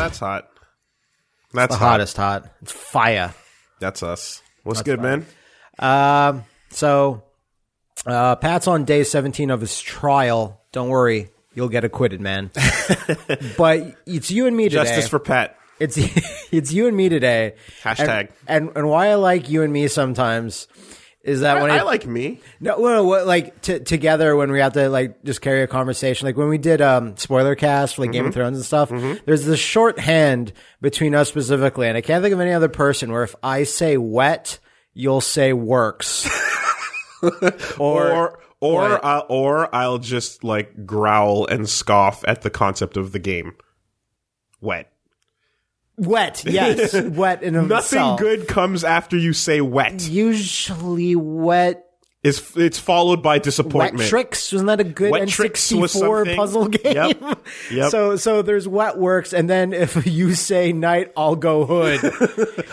That's hot. That's The hot. hottest hot. It's fire. That's us. What's good, man? Um, so, uh, Pat's on day 17 of his trial. Don't worry, you'll get acquitted, man. but it's you and me today. Justice for Pat. it's it's you and me today. Hashtag. And and, and why I like you and me sometimes is that I, when I it- like me. No, no, no, what, like t- together when we have to like just carry a conversation. Like when we did um spoiler cast, for, like Mm-hmm. Game of Thrones and stuff. There's this shorthand between us specifically, and I can't think of any other person where if I say wet, you'll say works. Or or or, Right. I'll, or I'll just like growl and scoff at the concept of the game. Wet. wet, yes, wet in Nothing itself. good comes after you say wet. Usually wet. It's it's followed by Wet disappointment. tricks wasn't that a good Wet Tricks was N64 something. puzzle game? Yep. Yep. So so there's wet works, and then if you say night, I'll go hood.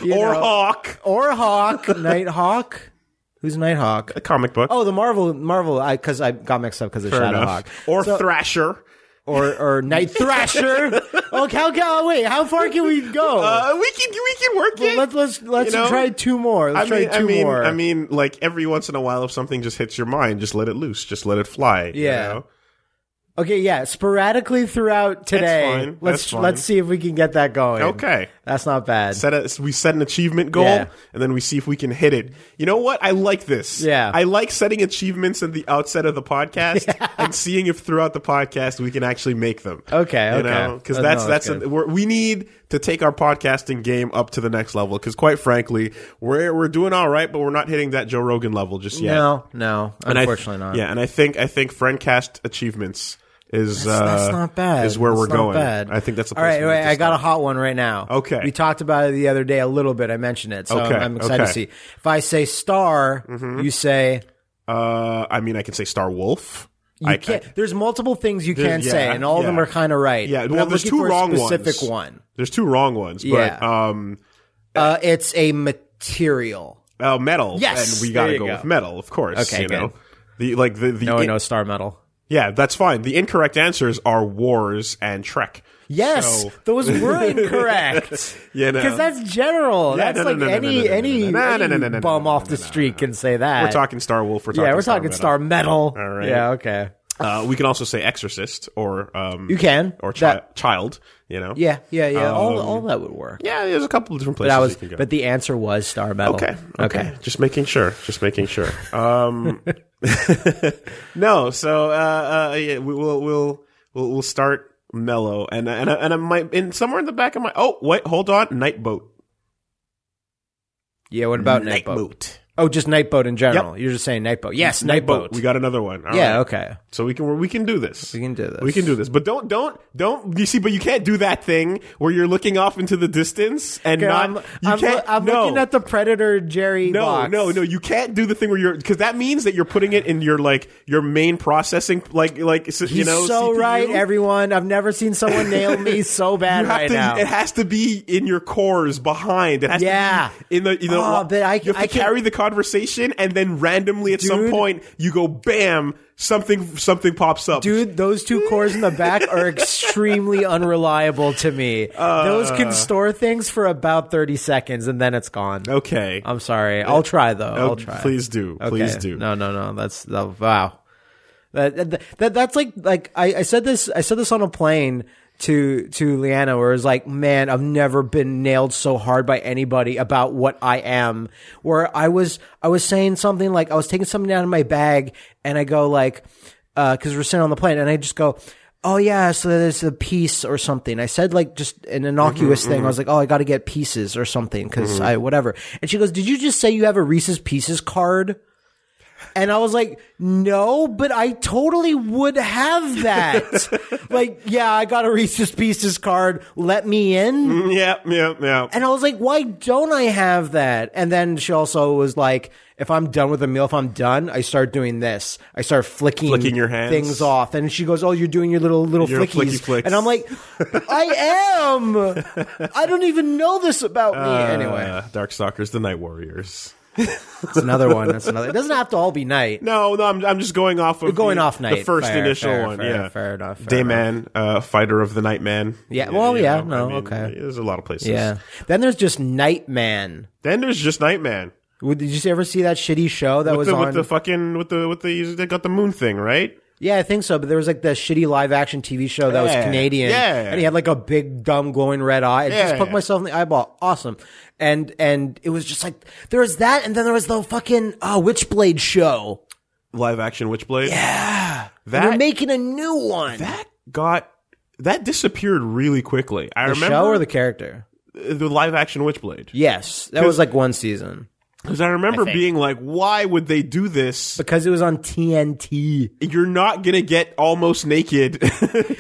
You or know? hawk. or Hawk, Nighthawk. Who's Nighthawk? A comic book. Oh, the Marvel, Marvel. I because I got mixed up because of Fair Shadowhawk enough. Or thrasher. or or Night Thrasher. oh, how, how wait, how far can we go? Uh, we can we can work it. Oh. let's let's let's you know, try two more. I Let's mean, try I two mean, more. I mean, like every once in a while, if something just hits your mind, just let it loose, just let it fly. you Yeah. know? okay, yeah, sporadically throughout today. fine. Let's That's fine. let's see if we can get that going. Okay. that's not bad. Set a, we set an achievement goal, Yeah. and then we see if we can hit it. You know what? I like this. Yeah. I like setting achievements at the outset of the podcast and seeing if throughout the podcast we can actually make them. Okay, you okay. because Uh, no, that's that's that's, a, good. we're, we need to take our podcasting game up to the next level. Because quite frankly, we're we're doing all right, but we're not hitting that Joe Rogan level just yet. No, no, And I th- unfortunately not. Yeah, and I think I think friendcast achievements is uh, that's not bad. Is where That's we're not going. Bad. I think that's the all place right. we all need right, to I got a start. hot one right now. Okay. we talked about it the other day a little bit. I mentioned it, so Okay, I'm, I'm excited okay. Mm-hmm. to see. If I say star, you say Uh, I mean, I can say Star Wolf. you I, can't. I- there's multiple things you can yeah, say, and all of them yeah. are kind of right. yeah, But well, I'm there's looking two for a wrong ones. specific one. there's two wrong ones, but Yeah. um, Uh, it's a material. uh, metal. Yes, and we gotta there you go, go. with metal, of course. Okay, you good. know the like the the No one knows Oh, star metal. yeah, that's fine. The incorrect answers are wars and Trek. Yes, So- those were incorrect. Yeah, no. because that's general. Yeah, that's no, no, like no, no, no, no, any no, no, no, no, any no, no, no, any no, bum no, off no, the no, street can say that. We're talking Star Wolf. We're talking Yeah, we're Star talking Metal. star metal. All right. Yeah. Okay. Uh, we can also say Exorcist or um, You can. or chi- That- child. You know. Yeah, yeah, yeah. all, all that would work. Yeah, there's a couple of different places But I was, you can go. but the answer was star metal. okay, okay, just making sure, just making sure. Um, no, so uh, uh, yeah, we, we'll we'll we'll we'll start mellow, and and and I might in somewhere in the back of my oh wait hold on night boat Yeah. What about night, boat? Oh, just night boat in general. You're just saying night boat. Yes, night, boat. we got another one All yeah. right. Okay. so we can we can do this We can do this. we can do this but don't don't don't you see but you can't do that thing where you're looking off into the distance and Okay, not I'm, you I'm, can't I'm no. looking at the predator Jerry. No, box. no, no. You can't do the thing where you're because that means that you're putting it in your like your main processing like like s- He's you know. so CPU. right, everyone. I've never seen someone nail me so You bad have right to. now. It has to be in your cores behind. It has Yeah. to be in the you know. Oh, but I- you have I to can- carry the conversation, and then randomly at some Dude. point you go bam, something something pops up. Dude, those two cores in the back are extremely unreliable to me. those Uh. can store things for about 30 seconds and then it's gone. Okay. I'm sorry. I'll try though. Oh, I'll try. Please do. Okay. Please do. No, no, no. That's the wow. That, that, that that's like like I, I said this I said this on a plane to to Leanna where it was like man I've never been nailed so hard by anybody about what I am where I was I was saying something like I was taking something out of my bag and I go like because we're sitting on the plane and I just go oh yeah so there's a piece or something I said like just an innocuous thing I was like oh I got to get pieces or something because I whatever and she goes did you just say you have a Reese's Pieces card. And I was like, no, but I totally would have that. like, yeah, I got a Reese's Pieces card. Let me in. Yeah. Yeah. Yeah. And I was like, why don't I have that? And then she also was like, if I'm done with the meal, if I'm done, I start doing this. I start flicking, Flicking your hands? things off. And she goes, oh, you're doing your little little Your flickies. flicky flicks. And I'm like, I am. I don't even know this about me. Anyway, Uh, Darkstalkers, the Uh, Night Warriors. That's another one. That's another. It doesn't have to all be night. No, no, I'm, I'm just going off of We're going the, off night. the first Fair, initial fair, one. fair, yeah, fair enough. fair enough. Dayman, uh, fighter of the Nightman. Yeah, well, you yeah, know, no, okay. There's a lot of places. Yeah. Then there's just Nightman. Then there's just Nightman. Would- Did you ever see that shitty show that was The, on? with the fucking with the with the they got the moon thing right. yeah, I think so. But there was like the shitty live action TV show that Yeah, was Canadian. yeah. And he had like a big dumb glowing red eye. I just Yeah. poked myself in the eyeball. Awesome. And and it was just like there was that, and then there was the fucking uh, Witchblade show. Live action Witchblade. Yeah, And that they're making a new one. that got that disappeared really quickly. I the remember show or the character? the, live action Witchblade Yes, that was like one season because I remember being like, why would they do this? because it was on TNT. You're not gonna get almost naked.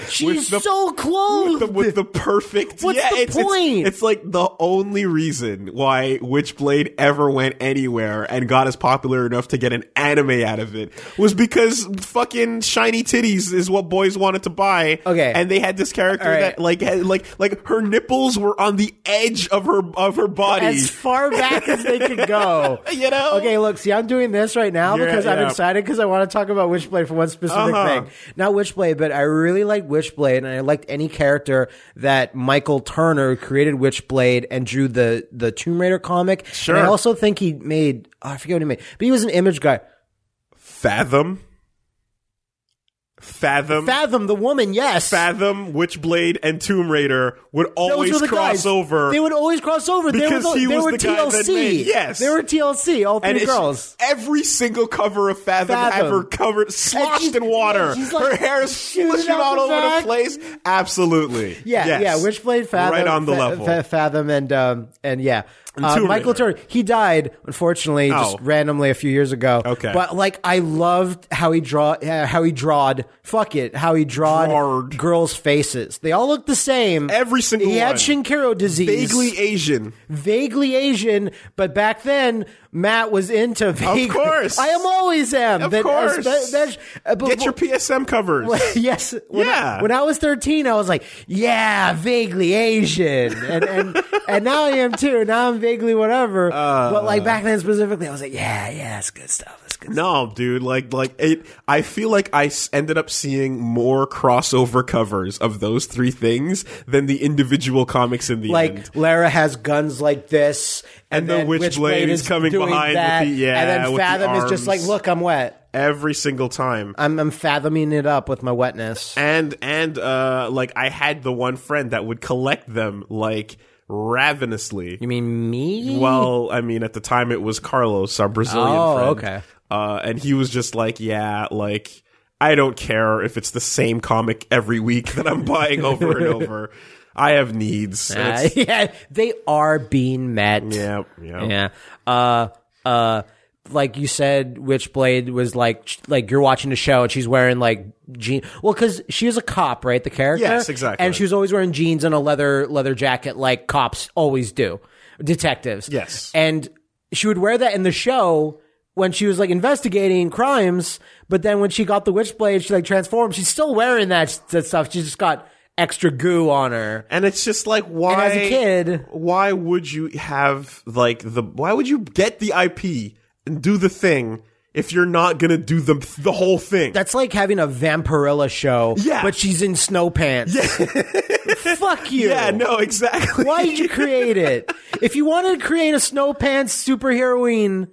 She's the- so close. with the, with the perfect. What's yeah, the it's, it's- point? It's, like the only reason why Witchblade ever went anywhere and got as popular enough to get an anime out of it was because fucking shiny titties is what boys wanted to buy. Okay. and they had this character All right. that like had, like like her nipples were on the edge of her of her body. as far back as they could go. you know. Okay, look, see, I'm doing this right now Oh. Yeah, because I'm yeah. excited because I want to talk about Witchblade for one specific Uh-huh. thing. Not Witchblade, but I really like Witchblade, and I liked any character that Michael Turner created Witchblade and drew the the Tomb Raider comic. Sure. And I also think he made oh, I forget what he made, but he was an image guy. Fathom. Fathom. Fathom the woman, yes. Fathom, Witchblade, and Tomb Raider would Those always were the cross guys. over. They would always cross over. They were, Because the, he they was were the guy that TLC. made- yes. they were TLC. All And three it's- girls. every single cover of Fathom, Fathom. ever covered, sloshed she's- in water. she's like Her hair is shooting slushing out all the over back. the place. Absolutely. Yeah, Yes. yeah. Witchblade, Fathom, Right on the Fa- level. Fa- Fathom, and um, and yeah, uh, Tomb Michael Raider. Turner. He died unfortunately Oh. just randomly a few years ago. Okay. but like I loved how he draw uh, how he drawed. Fuck it, how he drawed Drawed. girls' faces. They all looked the same. Every single he had one. Shinkiro disease, Vaguely Asian. vaguely Asian, but back then Matt was into vaguely. course. I am always am. Of That- course. that- that's- uh, but- Get your PSM covers. yes. When Yeah. I, when I was 13, I was like, yeah, vaguely Asian. And, and, and now I am too. Now I'm vaguely whatever. Uh. but like back then specifically, I was like, yeah, yeah, that's good stuff. That's good stuff. No, dude, like, like it. I feel like I s- ended up seeing more crossover covers of those three things than the individual comics in the end. Like Lara has guns like this, And the then Witchblade is coming doing behind with that, the- yeah, and then with the Fathom is just like, arms. look, I'm wet. Every single time. I'm, I'm fathoming it up with my wetness. and and uh like I had the one friend that would collect them like ravenously. You mean me? Well, I mean, at the time it was Carlos, our Brazilian Oh, friend. okay. Uh, and he was just like, yeah, like I don't care if it's the same comic every week that I'm buying over and over. I have needs. And Uh, it's- yeah, they are being met. yeah, yeah, Yeah. Uh uh like you said Witchblade was like sh- like you're watching a show and she's wearing like jeans. Well, cuz she was a cop, right? The character. Yes, exactly. And she was always wearing jeans and a leather leather jacket like cops always do. Detectives. Yes. And she would wear that in the show when she was like investigating crimes, but then when she got the Witchblade, she like transformed. She's still wearing that, that stuff. She just got extra goo on her. And it's just like why as a kid- why would you have like the why would you get the IP and do the thing if you're not gonna do the the whole thing? That's like having a Vampirella show, Yeah. but she's in snow pants. Fuck you. yeah, no, exactly. Why did you create it? If you wanted to create a snow pants superheroine,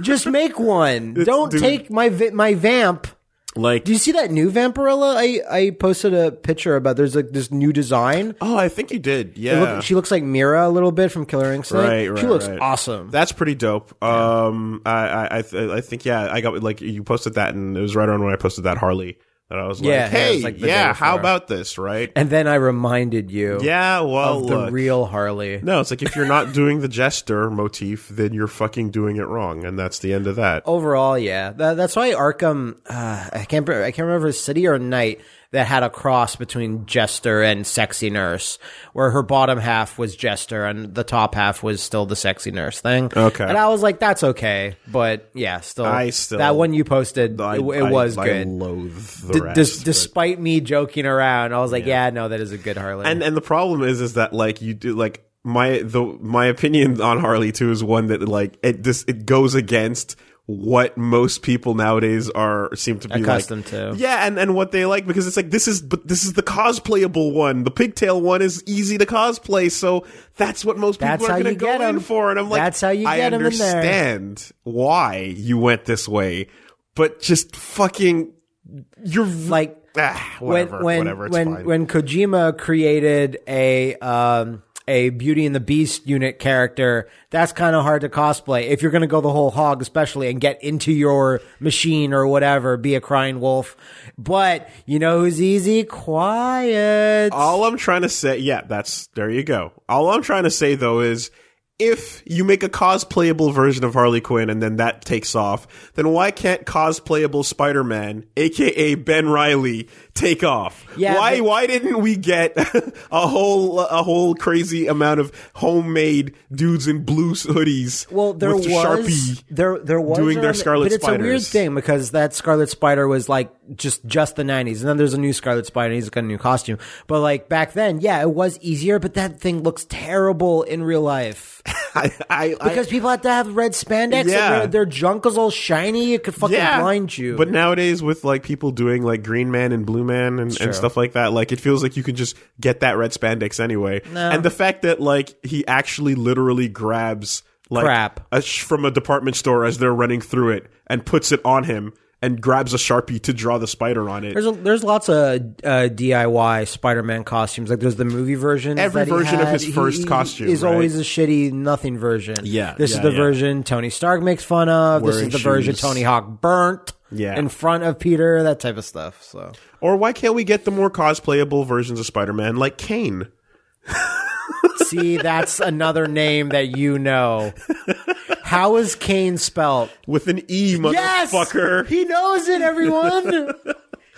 just make one. Don't dude. take my vi- my vamp. Like Do you see that new Vampirella? I, I posted a picture about there's like this new design. oh, I think you did. It Yeah, look- she looks like Mira a little bit from Killer Instinct. Right, right, she looks right. awesome. that's pretty dope. Um, I I I, th- I think yeah, I got like you posted that and it was right around when I posted that Harley that I was like, Yeah, yeah, it hey, was, yeah, like, the day how before. about this, right? and then I reminded you yeah, well, of the look. real Harley. No, it's like if you're not doing the jester motif, then you're fucking doing it wrong, and that's the end of that. overall, yeah. That, that's why Arkham. Uh, I can't. I can't remember if it was city or night that had a cross between Jester and sexy nurse, where her bottom half was Jester and the top half was still the sexy nurse thing. Okay. and I was like, that's okay, but yeah, still, I still- that one you posted, I- it, it I- was I good. loathe the D- rest, dis- but- despite me joking around, I was like, yeah. no, that is a good Harley. and and the problem is is that like you do like my the my opinion on Harley too is one that like it this it goes against what most people nowadays are seem to be Accustomed like. to. Yeah, and and what they like because it's like this is but this is the cosplayable one. The pigtail one is easy to cosplay, so that's what most people That's are how going to you go get 'em. in for. And I'm like, That's how you I get 'em in there. understand why you went this way, but just fucking you're Like ah, whatever, when whatever. It's when fine. when Kojima created a um a Beauty and the Beast unit character, that's kind of hard to cosplay if you're going to go the whole hog, especially and get into your machine or whatever, be a crying wolf. But you know who's easy? Quiet. All I'm trying to say, yeah, that's there you go. All I'm trying to say though is if you make a cosplayable version of Harley Quinn and then that takes off, then why can't cosplayable Spider-Man, aka Ben Riley, take off? Yeah, why but- why didn't we get a whole a whole crazy amount of homemade dudes in blue hoodies Well, there with was Sharpie? there there was doing their around- Scarlet but it's a weird Spiders. thing because that Scarlet Spider was like just just the '90s, and then there's a new Scarlet Spider. and He's got a new costume, but like back then, yeah, it was easier. But that thing looks terrible in real life I, I, I- because people had to have red Yeah. spandex. and their, their junk is all shiny. It could fucking blind you. But nowadays, with like people doing like Green Man and Blue Man and, and stuff like that, like it feels like you can just get that red spandex anyway. And the fact that like he actually literally grabs like Crap. a sh- from a department store as they're running through it and puts it on him and grabs a sharpie to draw the spider on it. there's a, there's lots of uh, DIY Spider-Man costumes. Like there's the movie version. Every that he version of had. his first He- he costume, is right? always a shitty nothing version. Yeah, this yeah, is the yeah. version Tony Stark makes fun of. this Wearing is the version shoes. Tony Hawk burnt. Yeah. in front of Peter, that type of stuff. So or why can't we get the more cosplayable versions of Spider Man like Kane? see, that's another name that you know. How is Kane spelt? With an E, Yes, motherfucker. He knows it, everyone.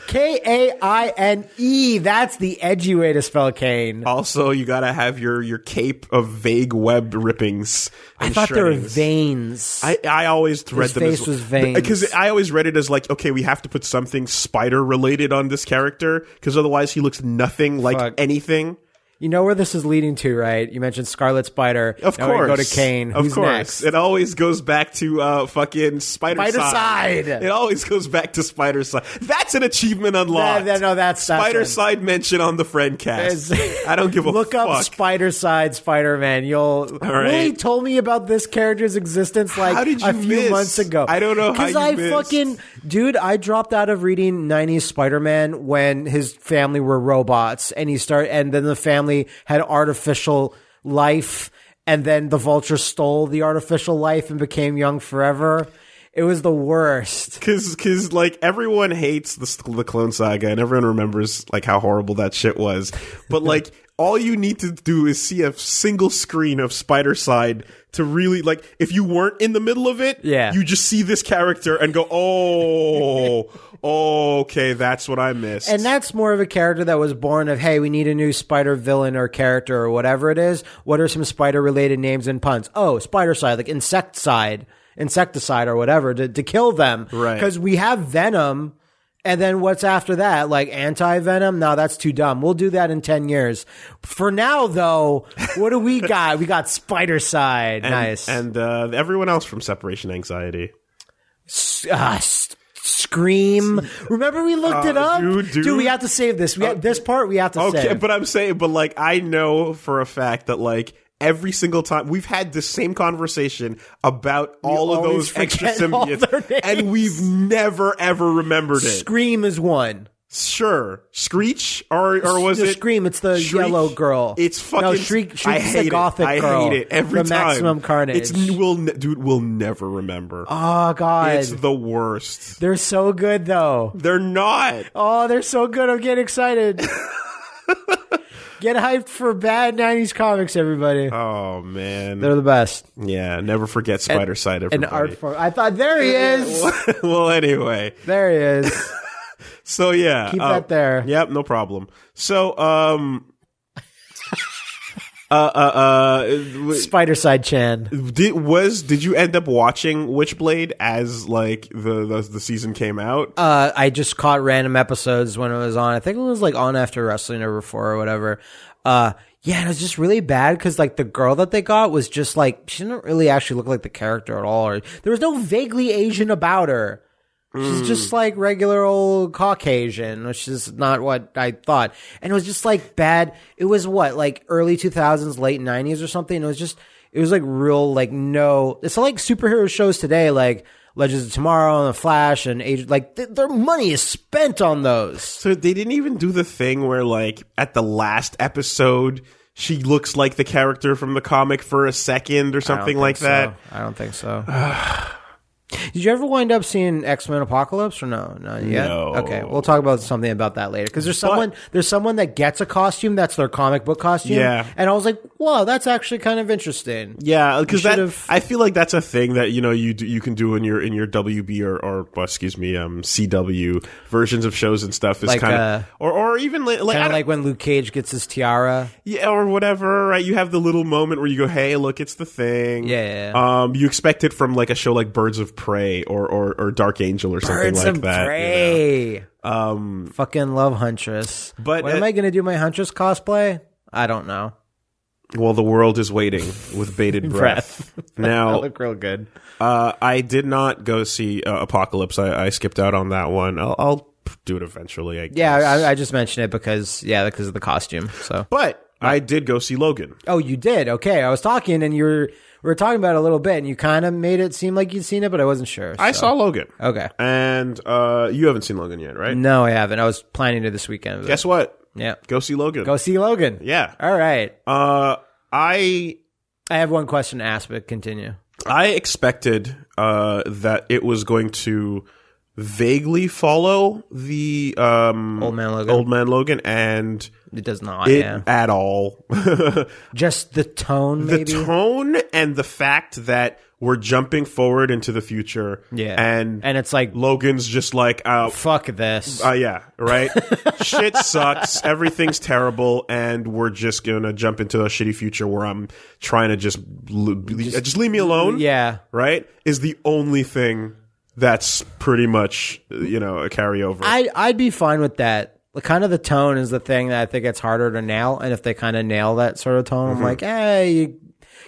K A I N E. That's the edgy way to spell Kane. Also, you gotta have your your cape of vague web rippings. I and thought there were shreddings. veins. I, I always read them face as, was veins. because I always read it as like okay we have to put something spider related on this character because otherwise he looks nothing like Fuck. anything. You know where this is leading to, right? You mentioned Scarlet Spider. Of now we course, go to Kane. Of Who's course, next? it always goes back to uh, fucking spider Spider Side. It always goes back to spider side. That's an achievement unlocked. Yeah, yeah, no, that's- that's spider it. side mention on the friend cast. It's- I don't give a Look fuck. up Spider Side Spider Man. You'll right. Willie told me about this character's existence like How did a you few miss? months ago. I don't know how because you I missed. fucking dude. I dropped out of reading '90s Spider Man when his family were robots, and he start and then the family had artificial life, and then the Vulture stole the artificial life and became young forever. It was the worst. Cause, cause, like everyone hates the the Clone Saga, and everyone remembers like how horrible that shit was. But like, all you need to do is see a single screen of Spider Side to really like. If you weren't in the middle of it, Yeah. you just see this character and go, "Oh, oh, okay, that's what I missed." And that's more of a character that was born of, hey, we need a new spider villain or character or whatever it is. What are some spider related names and puns? Oh, spider side, like insecticide, insecticide or whatever to, to kill them. Right. Because we have venom. And then what's after that? Like anti venom? No, that's too dumb. We'll do that in 10 years. For now, though, what do we got? We got spider side. nice. And uh, everyone else from Separation Anxiety. Ah, s- Scream! Remember, we Uh, looked it up. dude, dude. we have to save this. We have, this part we have to Uh, Okay, save. but I'm saying, but like, I know for a fact that like every single time we've had the same conversation about all of always those extra forget all symbiotes, their and names. we've never ever remembered it. Scream is one. sure, Screech, or or was the it Scream? It's the Shriek? yellow girl. It's fucking. no Shriek. Shriek's I the hate gothic it. I girl. hate it every the time. Maximum Carnage. It's we'll ne- dude, we'll never remember. oh god, it's the worst. they're so good though. They're not. Oh, they're so good. I'm getting excited. Get hyped for bad '90s comics, everybody. Oh man. they're the best. yeah, never forget Spider Side. An art form. I thought there he is. well, anyway. there he is. So yeah, Keep uh, that there. Yep, no problem. So um, Uh, uh, uh, w- Spider Side Chan. did, was did you end up watching Witchblade as like the the, the season came out? Uh, I just caught random episodes when it was on. I think it was like on after wrestling or before or whatever. Uh, yeah, and it was just really bad because like the girl that they got was just like she didn't really actually look like the character at all. Or there was no vaguely Asian about her. She's just like regular old Caucasian, which is not what I thought. And it was just like bad. It was what, like early 2000s, late 90s or something. It was just, it was like real, like no. It's like superhero shows today, like Legends of Tomorrow and The Flash and Age, like th- their money is spent on those. So they didn't even do the thing where like at the last episode she looks like the character from the comic for a second or something like that. I don't think so. Did you ever wind up seeing X Men Apocalypse or no? Not yet. No. Okay, we'll talk about something about that later because there's someone there's someone that gets a costume that's their comic book costume. Yeah. and I was like, wow, that's actually kind of interesting. Yeah, because that should've- I feel like that's a thing that you know you do, you can do in your in your WB or, or well, excuse me um CW versions of shows and stuff is Like, kind of uh, or or even li- like, I Kind of don't- like when Luke Cage gets his tiara. yeah or whatever right you have the little moment where you go hey look it's the thing Yeah, yeah, um you expect it from like a show like Birds of Prey or or, or Dark Angel or something Birds like of that you know? Prey. um Fucking love Huntress. But, when uh, am I gonna do my Huntress cosplay? I don't know. Well, the world is waiting with bated breath. now, look real good. uh, I did not go see uh, Apocalypse. I, I skipped out on that one. I'll, I'll do it eventually. I guess. Yeah, I, I just mentioned it because yeah, because of the costume. So but I did go see Logan. Oh, you did. Okay, I was talking, and you were we were talking about it a little bit, and you kind of made it seem like you'd seen it, but I wasn't sure. I so- saw Logan, Okay. and uh, you haven't seen Logan yet, right? No, I haven't. I was planning to this weekend. but- Guess what? Yeah. Go see Logan. Go see Logan. yeah. All right. Uh, I I have one question to ask, but continue. I expected uh, that it was going to vaguely follow the um, Old Man Logan. Old Man Logan and It does not. it yeah. at all. Just the tone, maybe. the tone and the fact that we're jumping forward into the future. yeah. And, and it's like Logan's just like, uh, fuck this. uh, yeah, right? Shit sucks. Everything's terrible. And we're just going to jump into a shitty future where I'm trying to just, l- just, leave me alone. yeah. Right? Is the only thing that's pretty much, you know, a carryover. I I'd be fine with that. The kind of the tone is the thing that I think it's harder to nail, and if they kind of nail that sort of tone, Mm-hmm. I'm like, hey,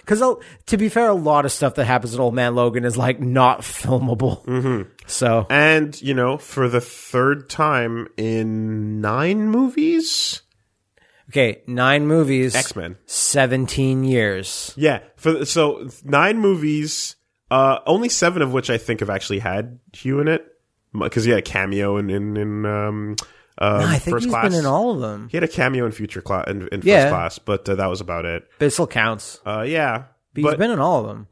because to be fair, a lot of stuff that happens in Old Man Logan is like not filmable. Mm-hmm. So and, you know, for the third time in nine movies, okay, nine movies, X Men. seventeen years. Yeah, for so nine movies, uh, only seven of which I think have actually had Hugh in it, because he had a cameo in in, in um, uh, I think first he's class. been in all of them, he had a cameo in future class in, in Yeah. first class, but uh, that was about it. but it still counts. Uh, yeah, But he's but been in all of them.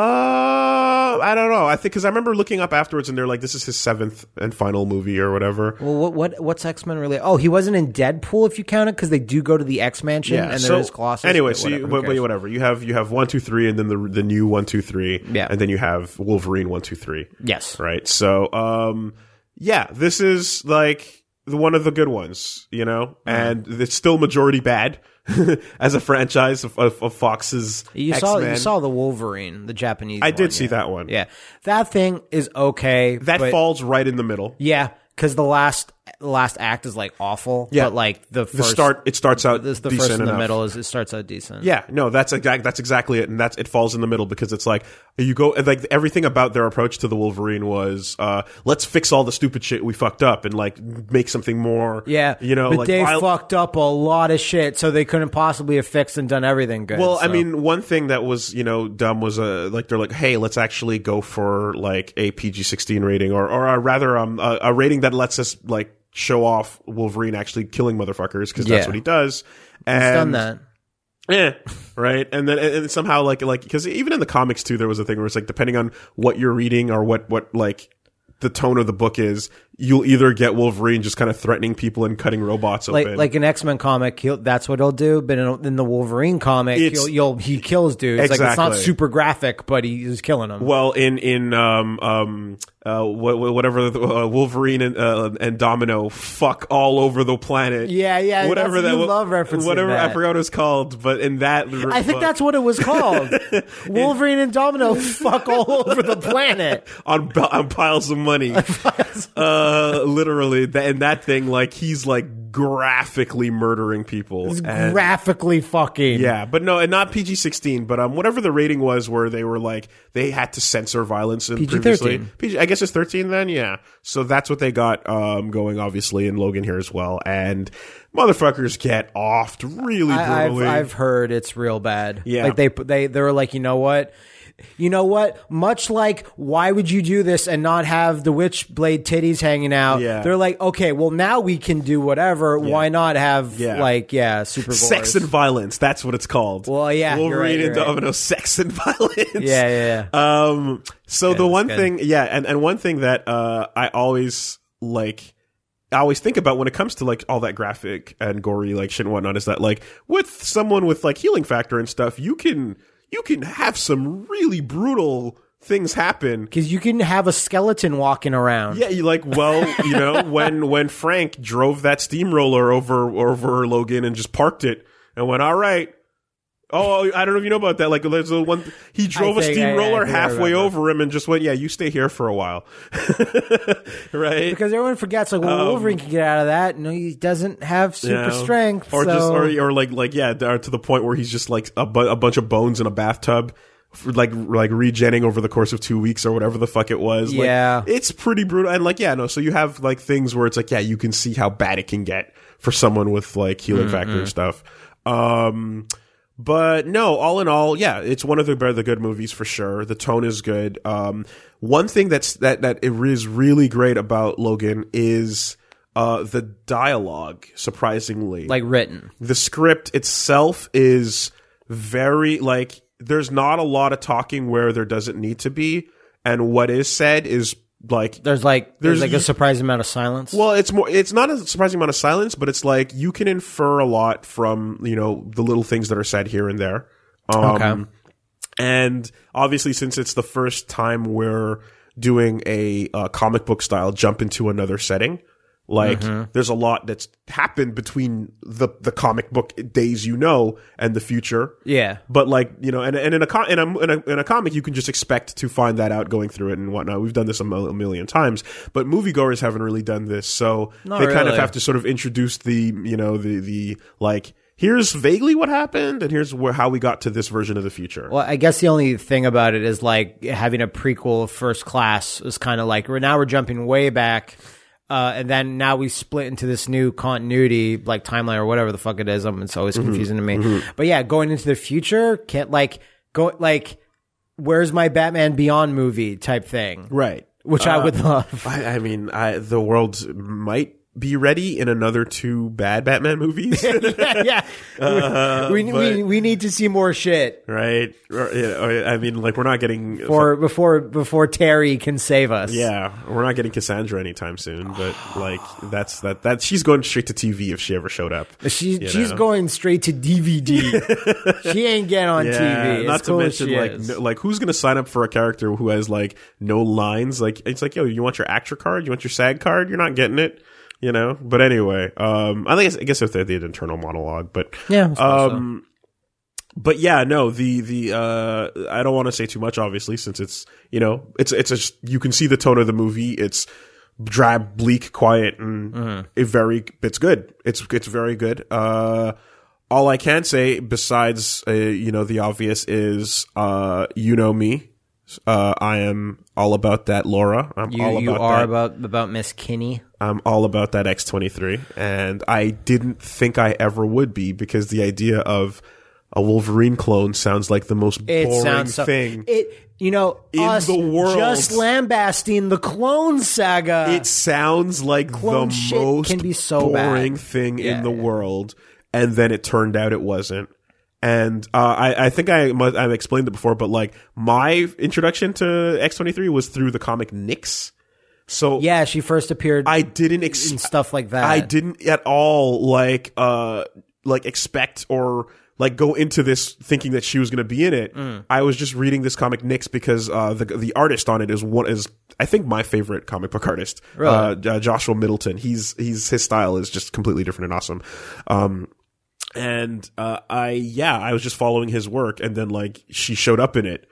uh, I don't know. I think because I remember looking up afterwards, and they're like, "This is his seventh and final movie or whatever." Well, what what what's X Men really? Oh, he wasn't in Deadpool if you count it, because they do go to the X Mansion and so there's Colossus. Anyway, but so you, whatever, but, who but cares? whatever you have, you have one, two, three, and then the the new one, two, three, Yeah. and then you have Wolverine, one, two, three. yes, right? So, um, yeah, this is like the one of the good ones, you know, Mm-hmm. and it's still majority bad as a franchise of, of, of Fox's. You saw you X-Men. saw the Wolverine, the Japanese. I did one, see yeah. that one. Yeah, that thing is okay. that but, falls right in the middle. yeah, because the last the last act is like awful. Yeah. but like the The first start it starts out this the decent first in the enough. middle is it starts out decent. Yeah, no, that's exact. That's exactly it, and that's it falls in the middle because it's like you go like everything about their approach to the Wolverine was uh, let's fix all the stupid shit we fucked up and like make something more. yeah, you know, but like they viol- fucked up a lot of shit, so they couldn't possibly have fixed and done everything good. Well, I so- mean, one thing that was you know dumb was uh, like they're like, hey, let's actually go for like a PG sixteen rating, or or uh, rather, um, a, a rating that lets us like show off Wolverine actually killing motherfuckers because Yeah. that's what he does. And He's done that. yeah, right. And then and, and somehow like like because even in the comics too, there was a thing where it's like depending on what you're reading or what what like the tone of the book is, you'll either get Wolverine just kind of threatening people and cutting robots like open, like an X Men comic, he'll, that's what he'll do. But in, in the Wolverine comic, It's- you'll, you'll he kills dudes. Like it's not Exactly. super graphic, but he's killing them. Well, in in um um uh wha- wha- whatever the- uh, Wolverine and uh, and Domino fuck all over the planet. Yeah, yeah, Whatever that that's- you wa- love referencing Whatever that. I forgot what it was called, but in that I think that's what it was called. Wolverine and Domino fuck all over the planet. on bu- on piles of money. uh, literally, that, and that thing like he's like graphically murdering people. and- Graphically fucking. Yeah, but no, and not PG sixteen, but um, whatever the rating was, where they were like they had to censor violence in PG-13. previously. PG, I guess it's thirteen then. Yeah, so that's what they got um going, obviously, in Logan here as well, and motherfuckers get offed really I, I've, brutally. I've heard it's real bad. Yeah. like they they they were like, you know what, you know what? Much like, why would you do this and not have the witch blade titties hanging out? Yeah. they're like, okay, well now we can do whatever. Why not have Yeah. like yeah, super Sex gores? and violence. That's what it's called. Well, yeah, you're Wolverine right, you're and right. Domino. Sex and violence. yeah, yeah, yeah. Um, so the one good. thing, yeah, and, and one thing that uh, I always like, I always think about when it comes to like all that graphic and gory like shit and whatnot is that like with someone with like healing factor and stuff, you can you can have some really brutal things happen. Because you can have a skeleton walking around. Yeah, you like well, you know, when when Frank drove that steamroller over over Logan and just parked it and went, all right. Oh, I don't know if you know about that. Like, there's the one he drove a think I- I steamroller think I halfway remember. over him and just went, "Yeah, you stay here for a while," right? Because everyone forgets, like, well, Wolverine can get out of that. No, he doesn't have super Um, Yeah. strength. or so. just or, or like like yeah, or to the point where he's just like a, bu- a bunch of bones in a bathtub, f- like like regenning over the course of two weeks or whatever the fuck it was. Like, Yeah. it's pretty brutal. And like yeah, no, so you have like things where it's like yeah, you can see how bad it can get for someone with like healing factor and stuff. Um, but no, all in all, yeah, it's one of the better the good movies for sure. The tone is good. Um, one thing that's that that it is really great about Logan is uh the dialogue. Surprisingly, like written. the script itself is very like there's not a lot of talking where there doesn't need to be, and what is said is like There's like there's, There's like a surprising amount of silence. well, it's more. It's not a surprising amount of silence, but it's like you can infer a lot from you know the little things that are said here and there. Um, Okay. And obviously, since it's the first time we're doing a uh, comic book style jump into another setting, like there's a lot that's happened between the the comic book days you know and the future. yeah. But like you know, and and in a, co- in a in a in a comic, you can just expect to find that out going through it and whatnot. We've done this a, mil- a million times, but moviegoers haven't really done this, so Not they kind of really. have to sort of introduce the you know the the like here's vaguely what happened and here's where, how we got to this version of the future. Well, I guess the only thing about it is like having a prequel of First Class is kind of like we're now we're jumping way back, uh, and then now we split into this new continuity like timeline or whatever the fuck it is. Um, it's Mm-hmm. always confusing to me. But yeah, going into the future can't like go like where's my Batman Beyond movie type thing, right. which I uh, would love. I, I mean, I, the world might be ready in another two bad Batman movies. yeah, Uh-huh, we, we, we need to see more shit. Right, Or, you know, I mean, like we're not getting Or before before Terry can save us. Yeah, we're not getting Cassandra anytime soon, but like that's that that she's going straight to TV if she ever showed up. She, she's going straight to DVD. she ain't getting on TV. As not to cool as mention she like is. no, like who's going to sign up for a character who has like no lines? Like it's like yo, you want your actor card? You want your SAG card? You're not getting it, you know. But anyway, um, I think I guess if they did internal monologue, but yeah. I suppose so. um, but yeah, no, the the uh, I don't want to say too much, obviously, since it's you know it's it's a you can see the tone of the movie. It's dry, bleak, quiet, and Mm-hmm. it very it's good. It's it's very good. Uh, all I can say besides uh, you know the obvious is uh, you know me. Uh, I am all about that, Laura. I'm all you about you that. are about about Miss Kinney. I'm all about that X23, and I didn't think I ever would be because the idea of a Wolverine clone sounds like the most It boring sounds so, thing. It, It you know us the world. just lambasting the clone saga. sounds like Clone the shit most can be so boring bad. thing Yeah, in the yeah. world, and then it turned out it wasn't. And uh, I, I think I mu- I've explained it before, but like my introduction to X23 was through the comic Nix. So Yeah, she first appeared I didn't ex- and stuff like that. I didn't at all like uh like expect or like go into this thinking that she was going to be in it. Mm. I was just reading this comic Nyx because uh, the the artist on it is one is I think my favorite comic book artist, Really? uh, J- Joshua Middleton. He's he's his style is just completely different and awesome. Um, and uh, I yeah, I was just following his work, and then like she showed up in it,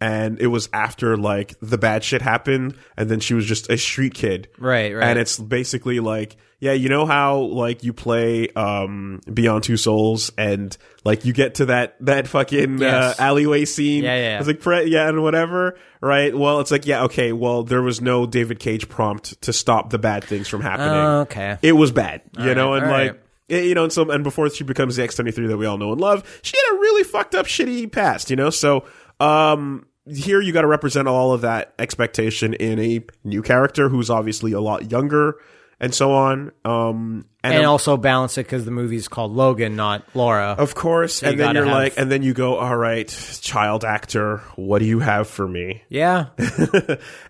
and it was after like the bad shit happened, and then she was just a street kid, Right, right. And it's basically like yeah, you know how like you play um Beyond Two Souls, and like you get to that that fucking Yes. uh, alleyway scene, Yeah, yeah. It's like pre- yeah, and whatever, right? Well, it's like yeah, okay, well there was no David Cage prompt to stop the bad things from happening Oh, okay. it was bad, you know, and all like right. it- you know, and so and before she becomes the X twenty three that we all know and love, she had a really fucked up, shitty past, you know. So um, here you got to represent all of that expectation in a new character who's obviously a lot younger and so on. Um, and, and also balance it because the movie's called Logan, not Laura. of course, and then gotta you're have- like, and then you go, all right, child actor, what do you have for me? yeah,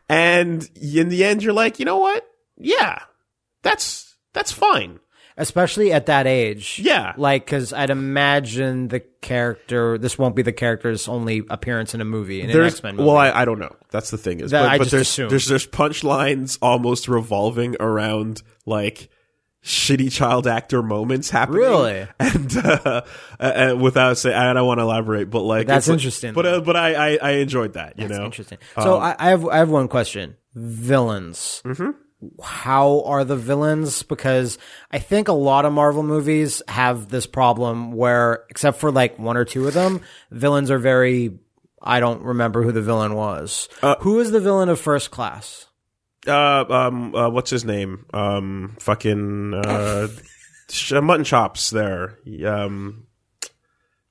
and in the end, you're like, you know what? Yeah, that's that's fine. especially at that age. Yeah. like because I'd imagine the character. This won't be the character's only appearance in a movie in an There's- X Men movie. Well, I, I don't know. That's the thing is, That but, I but just there's assumed. there's there's punchlines almost revolving around like shitty child actor moments happening. Really? and uh, uh, uh, without saying, I don't want to elaborate, but like That's it's like- interesting, But though. uh, but I, I I enjoyed that. You know, Um, Interesting. So I, I have I have one question. Villains. Mm-hmm. How are the villains? Because I think a lot of Marvel movies have this problem where, except for like one or two of them, villains are very. I don't remember who the villain was. who is the villain of First Class? Uh, um, uh, what's his name? Um, fucking uh, sh- mutton chops. There. Um,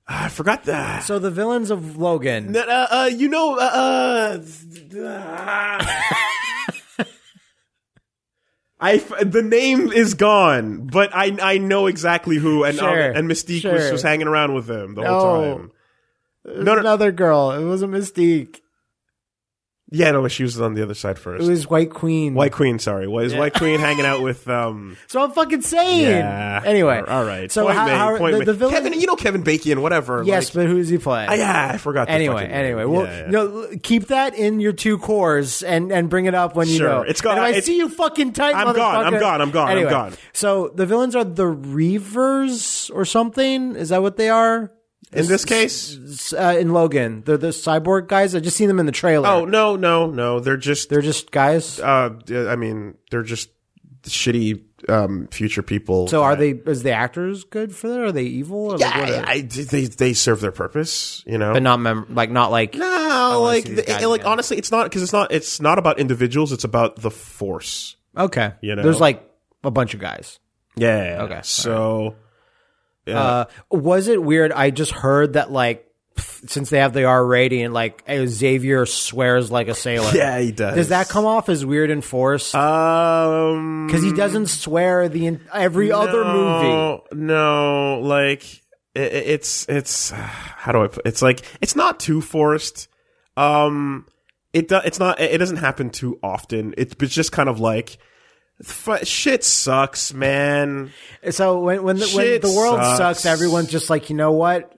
I forgot that. So the villains of Logan. That, uh, uh, you know, uh, uh I f- the name is gone, but I I know exactly who and um, Sure, and Mystique was, sure. Oh. was hanging around with them the No. whole time. No, no, another girl. It was a Mystique. yeah, no, she was on the other side It first. was White Queen. White Queen, sorry, was White Queen hanging out with um. So I'm fucking saying. Yeah. Anyway, all right. So point how, made, how- point the, made. the villain? Kevin, you know Kevin Bacon, whatever. yes, like, but who does he play? Ah, yeah, I forgot. the Anyway, fucking name. anyway, well, Yeah, yeah. no, l- keep that in your two cores and and bring it up when you Sure, know. it's gone- And if I it's- see you fucking tight, I'm gone, I'm motherfucker- gone, I'm gone, I'm Anyway, gone. So the villains are the Reavers or something. Is that what they are? in this case, S- Uh, in Logan, they're the cyborg guys. I just seen them in the trailer. oh no, no, no, they're just they're just guys. uh, I mean, they're just shitty um, future people. so are they? Is the actors good for that? Are they evil? Or like, what are I, they? I, they they serve their purpose, you know. but not mem- like not like no, like see these guys the, like again. honestly, it's not because it's not it's not about individuals. It's about the force. okay. You know? there's like a bunch of guys. Yeah. Okay, So Uh, was it weird? I just heard that like pff, since they have the R rating, like Xavier swears like a sailor. yeah, he does. Does that come off as weird and forced? Um, Because he doesn't swear the in- every other movie. No, like i i- it's it's how do I? Put, it's like it's not too forced. Um, it do, it's not it doesn't happen too often. It's it's just kind of like. F- shit sucks, man. So when when the, when Shit the world sucks. sucks. everyone's just like, you know what?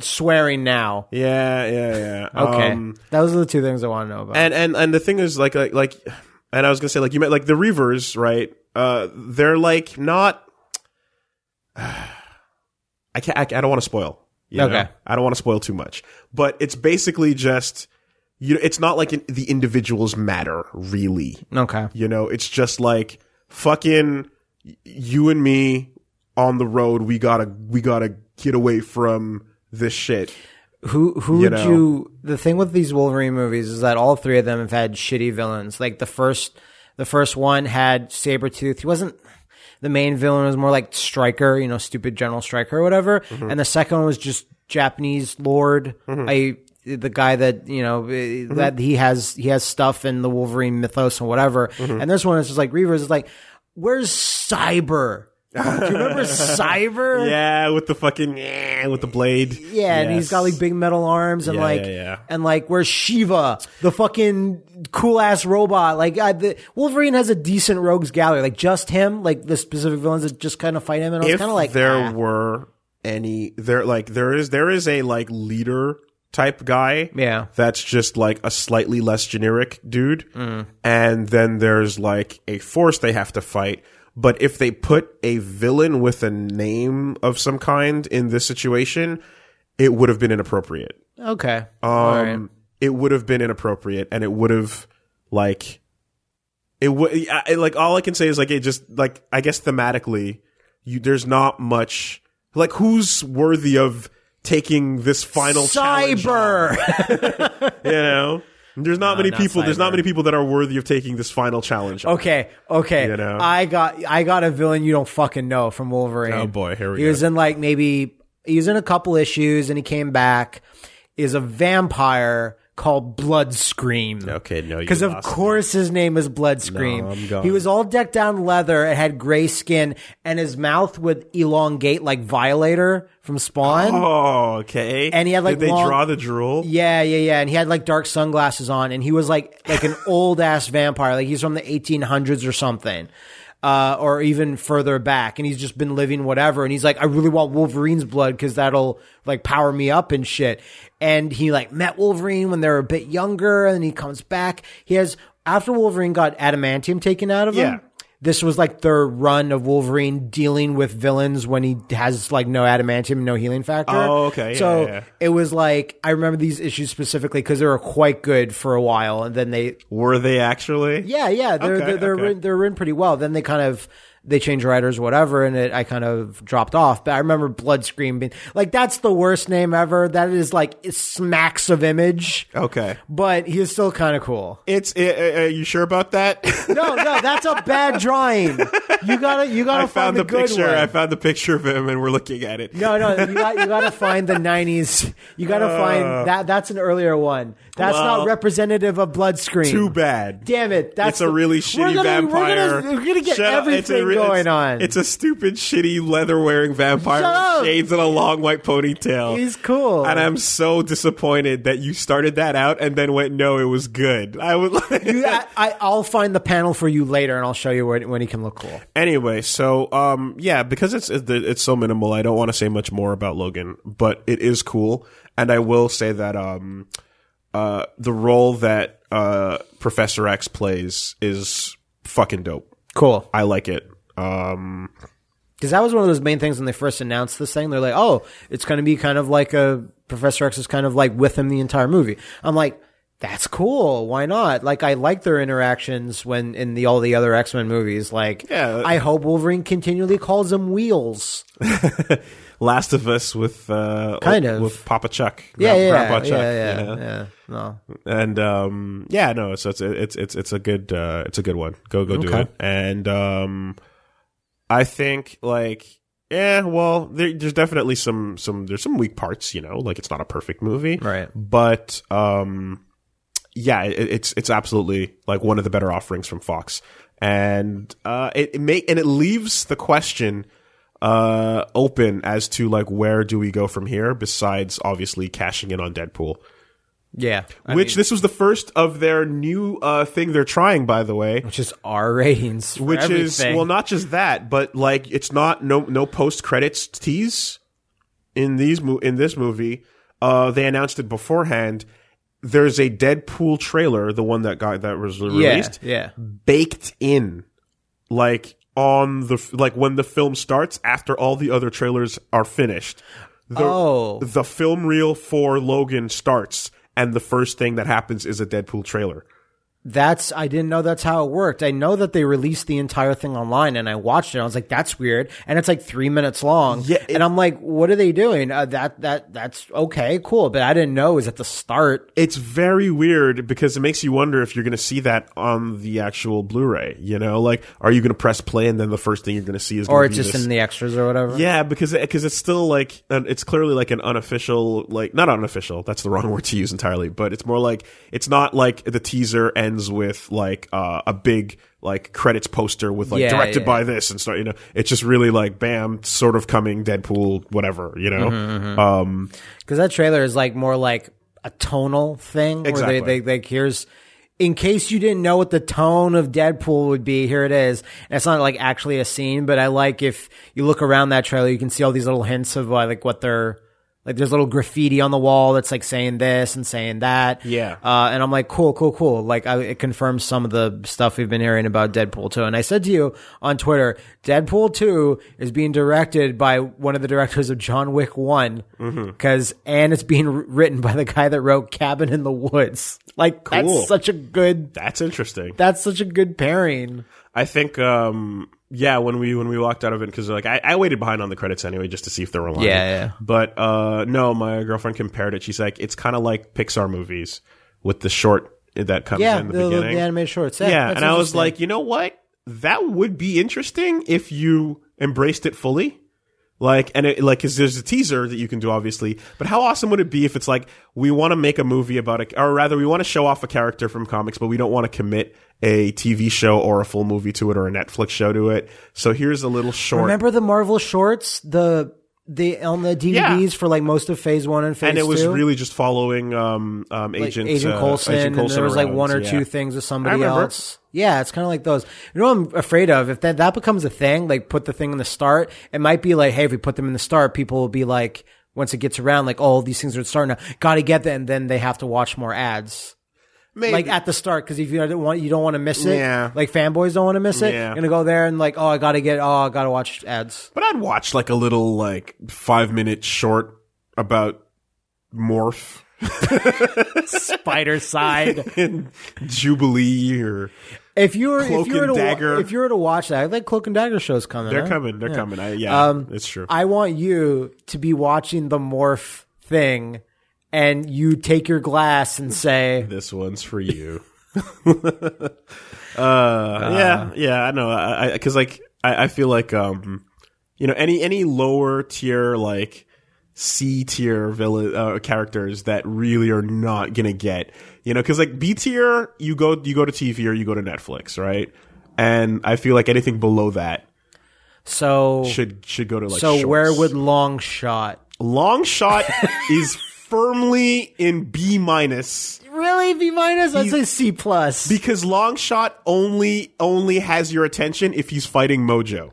Swearing now. Yeah, yeah, yeah. Okay, Um, those are the two things I want to know about. and and and the thing is like like like and i was gonna say like you met like the reavers right uh they're like not i can't i, I don't want to spoil you know? Okay. i don't want to spoil too much but it's basically just you know it's not like in, the individuals matter really okay, you know it's just like fucking y- you and me on the road we gotta we gotta get away from this shit who who you would know. you? The thing with these Wolverine movies is that all three of them have had shitty villains. Like the first, the first one had Sabretooth. He wasn't the main villain. Was more like Striker, you know, stupid General Striker or whatever. Mm-hmm. And the second one was just Japanese Lord. I the guy that you know eh, Mm-hmm. that he has he has stuff in the Mm-hmm. Wolverine mythos and whatever. And this one is just like Reavers is like, where's Cyber? Do you remember Cyber? Yeah, with the fucking yeah, with the blade. Yeah, and he's Yes. got like big metal arms and Yeah, like yeah, yeah. and like where's Shiva, the fucking cool ass robot. Like I, the, Wolverine has a decent rogues gallery, like just him, like the specific villains that just kind of fight him. And I was if kind of like, there ah. were any there like there is there is a like leader type guy Yeah. that's just like a slightly less generic dude Mm. and then there's like a force they have to fight but if they put a villain with a name of some kind in this situation it would have been inappropriate okay, um, all right. it would have been inappropriate, and it would have like it would like all I can say is like it just like I guess thematically, you there's not much like who's worthy of taking this final challenge on, Cyber. you know. There's not many not people. There's cyber. not many people that are worthy of taking this final challenge. on. Okay, okay. You know? I got I got a villain you don't fucking know from Wolverine. Oh, boy, here we he go. was in like maybe he was in a couple issues and he came back. Is a vampire called Blood Scream. Okay, no, you Because of lost course his name is Blood Scream. No, I'm gone. He was all decked down in leather and had gray skin, and his mouth would elongate like Violator from Spawn. Oh, okay. And he had, like, Did they long- draw the drool? Yeah, yeah, yeah. And he had like dark sunglasses on, and he was like like an old ass vampire. Like he's from the 1800s or something, uh, or even further back. And he's just been living whatever. And he's like, I really want Wolverine's blood because that'll like power me up and shit. And he like met Wolverine when they were a bit younger, and he comes back. He has after Wolverine got adamantium taken out of Yeah. him. This was like their run of Wolverine dealing with villains when he has like no adamantium, no healing factor. Oh, okay. Yeah, so yeah, yeah. it was like I remember these issues specifically because they were quite good for a while, and then they Were they actually? yeah yeah they're Okay, they're they're, okay. written, they're written pretty well. Then they kind of they changed writers or whatever, and it I kind of dropped off. But I remember Blood Scream being like that's the worst name ever. That is like it smacks of image, Okay. but he is still kind of cool. It's. Uh, uh, are you sure about that? No, no, that's a bad drawing. You gotta you gotta I find found the a good picture. one. I found the picture of him, and we're looking at it. No, no, you got you got to find the '90s. You got to find that. That's an earlier one. That's not Uh. Well, representative of Blood Screen. Too bad. Damn it! It's That's a really shitty we're gonna, vampire. We're gonna, we're gonna get Shut up. It's a everything re- going it's- on. It's a stupid, shitty leather wearing vampire Shut up. with shades and a long white ponytail. He's cool. And I'm so disappointed that you started that out and then went, no, it was good. I would like. You- I, I, I'll find the panel for you later, and I'll show you when, when he can look cool. Anyway, so um, yeah, because it's it's it's so minimal, I don't want to say much more about Logan, but it is cool, and I will say that um, uh, the role that uh Professor X plays is fucking dope. Cool. I like it. Um, Because that was one of those main things when they first announced this thing. They're like, "Oh, it's going to be kind of like a Professor X is kind of like with him the entire movie." I'm like, "That's cool. Why not?" Like, I like their interactions when in the all the other X Men movies. Like, Yeah. I hope Wolverine continually calls him Wheels. Last of Us with uh, Kind with, of. with Papa Chuck, Yeah, Gra- yeah, Grandpa yeah, Chuck, yeah, you know? yeah, yeah. No, and um yeah no so it's it's it's it's a good uh it's a good one go go do Okay. it and um i think like yeah well there, there's definitely some some there's some weak parts you know like it's not a perfect movie Right. but um yeah it, it's it's absolutely like one of the better offerings from fox and uh it, it make and it leaves the question uh open as to like where do we go from here besides obviously cashing in on deadpool yeah. I which mean, this was the first of their new uh, thing they're trying, by the way. which is R ratings, for Which is everything. well, not just that, but like it's not no no post credits tease in these mo- in this movie. Uh, they announced it beforehand. There's a Deadpool trailer, the one that got that was yeah, released, yeah. baked in, like on the f- like when the film starts after all the other trailers are finished. The, Oh. the film reel for Logan starts, and the first thing that happens is a Deadpool trailer. That's I didn't know that's how it worked. I know that they released the entire thing online, and I watched it. I was like, "That's weird," and it's like three minutes long. Yeah, it- and I'm like, "What are they doing?" Uh, that that that's okay, cool. But I didn't know it was at the start. It's very weird because it makes you wonder if you're going to see that on the actual Blu-ray. You know, like are you going to press play and then the first thing you're going to see is gonna Or it's be just this- in the extras or whatever. yeah because because it's still like an, it's clearly like an unofficial like not unofficial that's the wrong word to use entirely but it's more like it's not like the teaser and ends with like uh, a big like credits poster with like Yeah, directed yeah. by this and start you know it's just really like bam sort of coming Deadpool whatever you know Mm-hmm. um because that trailer is like more like a tonal thing Exactly. where they, they like here's in case you didn't know what the tone of Deadpool would be, here it is. And it's not like actually a scene, but I like if you look around that trailer, you can see all these little hints of uh, like what they're like. There's little graffiti on the wall that's like saying this and saying that. Yeah. Uh, and I'm like, cool, cool, cool. Like, I, it confirms some of the stuff we've been hearing about Deadpool 2. And I said to you on Twitter, Deadpool 2 is being directed by one of the directors of John Wick 1. Mm-hmm. Because, and it's being wr- written by the guy that wrote Cabin in the Woods. Like, Cool. that's such a good, that's interesting that's such a good pairing. I think um yeah when we when we walked out of it because like I, I waited behind on the credits anyway just to see if there were lines Yeah, yeah. but uh no my girlfriend compared it she's like it's kind of like Pixar movies with the short that comes Yeah. in The, the, the, beginning the animated shorts. Yeah. Yeah, that's and I was interesting. like, you know what? That would be interesting if you embraced it fully. Like, and it, like, 'cause there's a teaser that you can do, obviously. But how awesome would it be if it's like we want to make a movie about a, or rather, we want to show off a character from comics, but we don't want to commit a TV show or a full movie to it or a Netflix show to it. So here's a little short. remember the Marvel shorts? The, the, on the DVDs for like most of phase one and phase and it was two? really just following um, um, agent Agent uh, Coulson, Agent and there was like around, one or yeah. two things with somebody remember. else. Yeah, it's kind of like those. You know what I'm afraid of? If that, that becomes a thing, like put the thing in the start, it might be like, hey, if we put them in the start, people will be like, once it gets around, like, oh, these things are starting now. Gotta get that. And then they have to watch more ads. Maybe. Like at the start, because if you don't want, you don't want to miss it. Yeah. Like fanboys don't want to miss it. Yeah. You're gonna go there and like, oh, I gotta get, oh, I gotta watch ads. But I'd watch like a little like five minute short about Morph Spider side. and Jubilee or if you were, if Cloak you were and to, wa- Dagger. if you were to watch that, like Cloak and Dagger shows coming. they're huh? coming, they're coming. I, yeah, Um, it's true. I want you to be watching the morph thing and you take your glass and say, this one's for you. uh, yeah, yeah, I know. I because like I, I feel like um, you know, any any lower tier like C tier villain uh, characters that really are not gonna get you know because like B tier you go you go to TV or you go to Netflix right, and I feel like anything below that so, should should go to like so shorts. where would long shot? long shot is firmly in B minus. Really? B minus? I'd say C plus. Because long shot only only has your attention if he's fighting Mojo.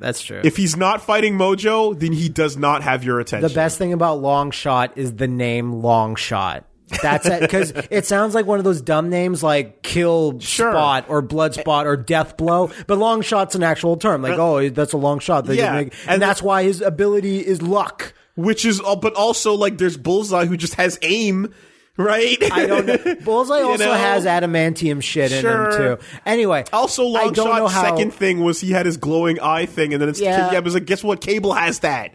That's true. If he's not fighting Mojo, then he does not have your attention. the best thing about long shot is the name long shot. That's it, because it sounds like one of those dumb names like kill Sure. spot or blood spot or death blow, but long shot's an actual term. Like, oh, that's a long shot. They Yeah, make- and and that's why his ability is luck. Which is all but also like there's Bullseye who just has aim, right? I don't know. Bullseye also know? has adamantium shit in Sure. him too. Anyway, also I long don't know shot how- second thing was he had his glowing eye thing and then it's Yeah. yeah, but like guess what? Cable has that.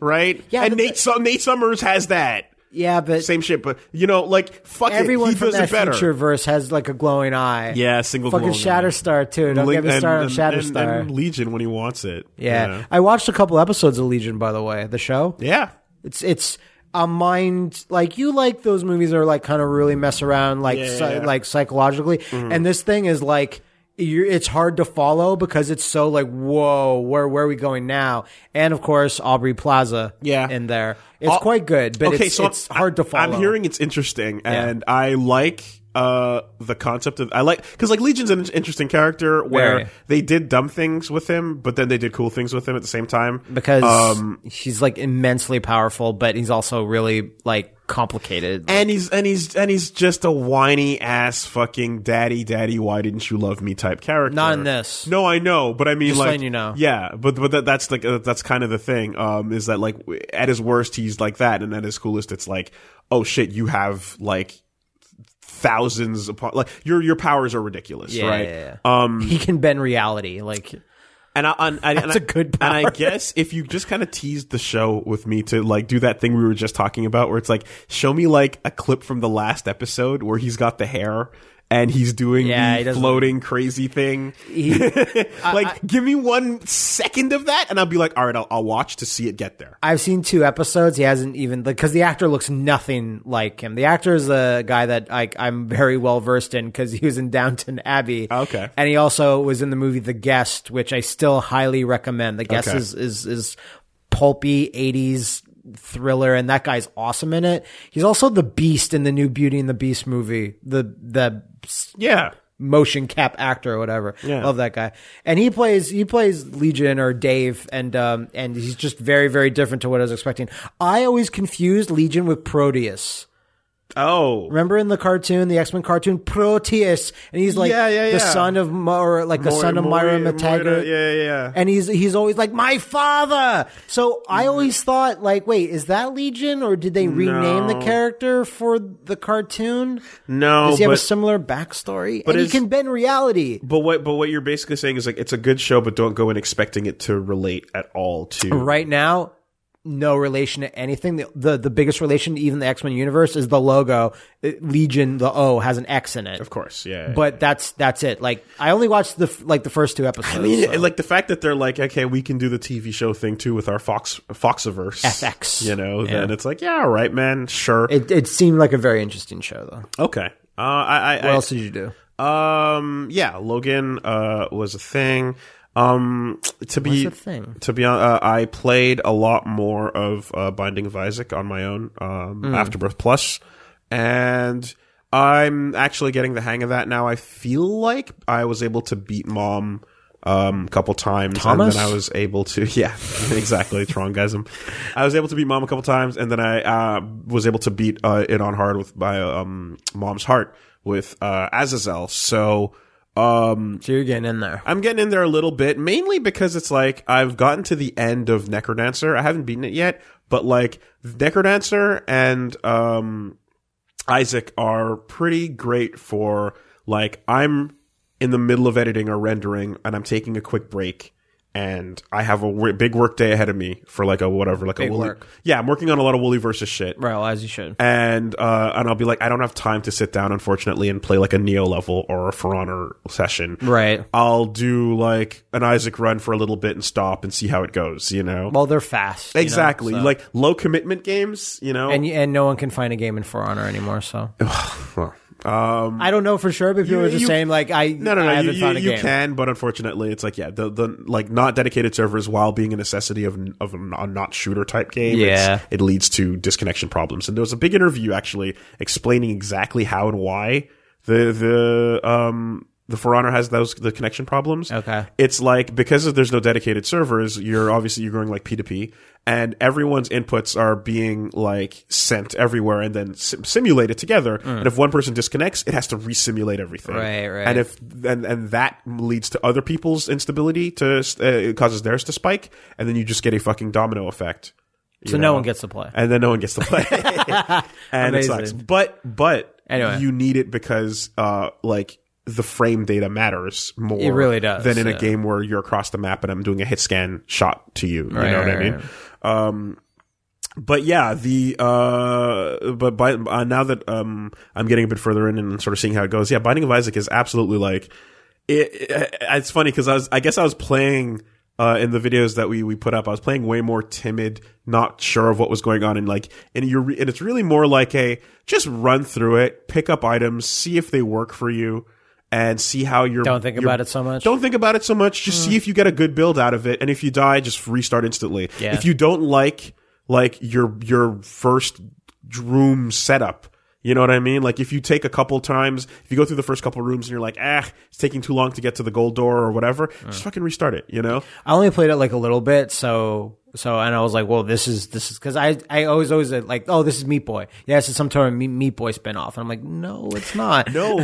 Right? Yeah, and but Nate Su- Nate Summers has that. yeah, but Same shit, but you know, like fuck everyone it, he from does that it better. future verse has like a glowing eye. Yeah, single fucking glowing eye. Shatterstar too. Don't Link- get me started on and, and, and, Shatterstar. and Legion when he wants it. yeah. I watched a couple episodes of Legion, by the way, the show. Yeah. It's it's a mind like you like those movies that are like kind of really mess around like Yeah, psy- yeah, Mm-hmm. yeah. like psychologically, and this thing is like. You're, it's hard to follow because it's so like whoa where where are we going now and of course Aubrey Plaza Yeah. in there it's quite good but it's, it's I'm- hard to follow I'm hearing it's interesting, and I like uh the concept of I like because like Legion's an interesting character where Very. they did dumb things with him, but then they did cool things with him at the same time. Um, because he's like immensely powerful but he's also really like complicated and he's and he's and he's just a whiny ass fucking daddy, daddy, why didn't you love me type character. Not in this. No, I know, but I mean, like, letting you know. Yeah, but but that, that's like uh, that's kind of the thing. Um, is that like w- at his worst he's like that, and at his coolest it's like, oh shit, you have like thousands upon like your your powers are ridiculous, Yeah, right? Um, yeah, yeah. he can bend reality like And I, and, and, and That's a good I, and I power. guess if you just kind of teased the show with me to like do that thing we were just talking about, where it's like, show me like a clip from the last episode where he's got the hair and he's doing Yeah, he the doesn't- floating crazy thing. like, give me one second of that, and I'll be like, all right, I'll, I'll watch to see it get there. I've seen two episodes. He hasn't even because the actor looks nothing like him. The actor is a guy that like I'm very well versed in because he was in Downton Abbey. Okay. and he also was in the movie The Guest, which I still highly recommend. The Guest Okay. is is is pulpy '80s thriller, and that guy's awesome in it. He's also the Beast in the new Beauty and the Beast movie. The the Yeah. motion cap actor or whatever. Yeah. Love that guy. And he plays he plays Legion or Dave and um and he's just very very different to what I was expecting. I always confused Legion with Proteus. Oh. Remember in the cartoon, the X Men cartoon, Proteus, and he's like Yeah, yeah, the yeah. son of Mo- or like the son of Myra Moira- Metaggart. Yeah, yeah, yeah. And he's he's always like my father. So Mm-hmm. I always thought like, wait, is that Legion or did they rename the character for the cartoon? No, Does he have but a similar backstory? But and he is- can bend reality. But what but what you're basically saying is like it's a good show, but don't go in expecting it to relate at all to right now no relation to anything the the, the biggest relation to even the x-men universe is the logo It- legion the o has an x in it Of course, yeah. but that's that's it like i only watched the f- like the first two episodes I mean, so. like the fact that they're like, okay, we can do the TV show thing too with our Fox Foxiverse FX. you know. Then it's like, yeah, all right, man, sure, it, it seemed like a very interesting show though what okay. Uh, I, I, else did you do I, um, yeah, Logan, uh, was a thing. Um, to be the thing? to be honest, uh, I played a lot more of uh, Binding of Isaac on my own, um, Afterbirth Plus, and I'm actually getting the hang of that now. I feel like I was able to beat mom um, a couple times, Thomas? and then I was able to, yeah, exactly, Trongism. I was able to beat mom a couple times, and then I uh, was able to beat uh, it on hard with my um, mom's heart with uh, Azazel. So. Um, so you're getting in there I'm getting in there a little bit, mainly because it's like I've gotten to the end of Necrodancer. I haven't beaten it yet, but like Necrodancer and um, Isaac are pretty great for like I'm in the middle of editing or rendering, and I'm taking a quick break, and I have a w- big work day ahead of me for like a whatever, like a woolly. work. Yeah, I'm working on a lot of woolly versus shit right well, as you should and uh, and I'll be like, I don't have time to sit down, unfortunately, and play like a Neo level or a For Honor session. Right. I'll do like an Isaac run for a little bit and stop and see how it goes. You know. well they're fast you know, exactly. so- Like low commitment games. You know. and, and no one can find a game in For Honor anymore, so Well, I don't know for sure. But people were just you- saying like I no, no, no. I you haven't you, found a you game. can, but unfortunately, it's like yeah, the the like not dedicated servers while being a necessity of of a not shooter type game. it's- Yeah. it leads to disconnection problems. And there was a big interview actually explaining exactly how and why the the um the For Honor has those the connection problems. Okay. It's like because there's no dedicated servers, you're obviously you're going like P2P and everyone's inputs are being like sent everywhere and then sim- simulated together. Hmm. And if one person disconnects, it has to resimulate everything. Right, right. And if and and that leads to other people's instability to uh, it causes theirs to spike and then you just get a fucking domino effect. so no one gets to play. and then no one gets to play, and Amazing. it sucks. But but Anyway. you need it because uh like the frame data matters more. It really does, than in yeah. a game where you're across the map and I'm doing a hit scan shot to you. You Right, know what right, I mean? right. Um, but yeah, the uh, but by uh, now that um, I'm getting a bit further in and sort of seeing how it goes, yeah, Binding of Isaac is absolutely like it. it it's funny because I was, I guess I was playing uh, in the videos that we we put up. I was playing way more timid, not sure of what was going on, and like, and you're re- and it's really more like a just run through it, pick up items, see if they work for you, and see how you're Don't think your- about it so much. Mm. don't think about it so much. Just see if you get a good build out of it, and if you die, just restart instantly. Yeah. If you don't like like your your first room setup, you know what I mean. Like if you take a couple times, if you go through the first couple rooms and you're like, ah, it's taking too long to get to the gold door or whatever, Mm. just fucking restart it. You know. I only played it like a little bit, so so and I was like, well, this is this is because I I always always like, oh, this is Meat Boy. Yes, it's some sort of Meat, Meat Boy spinoff, and I'm like, no, it's not. No,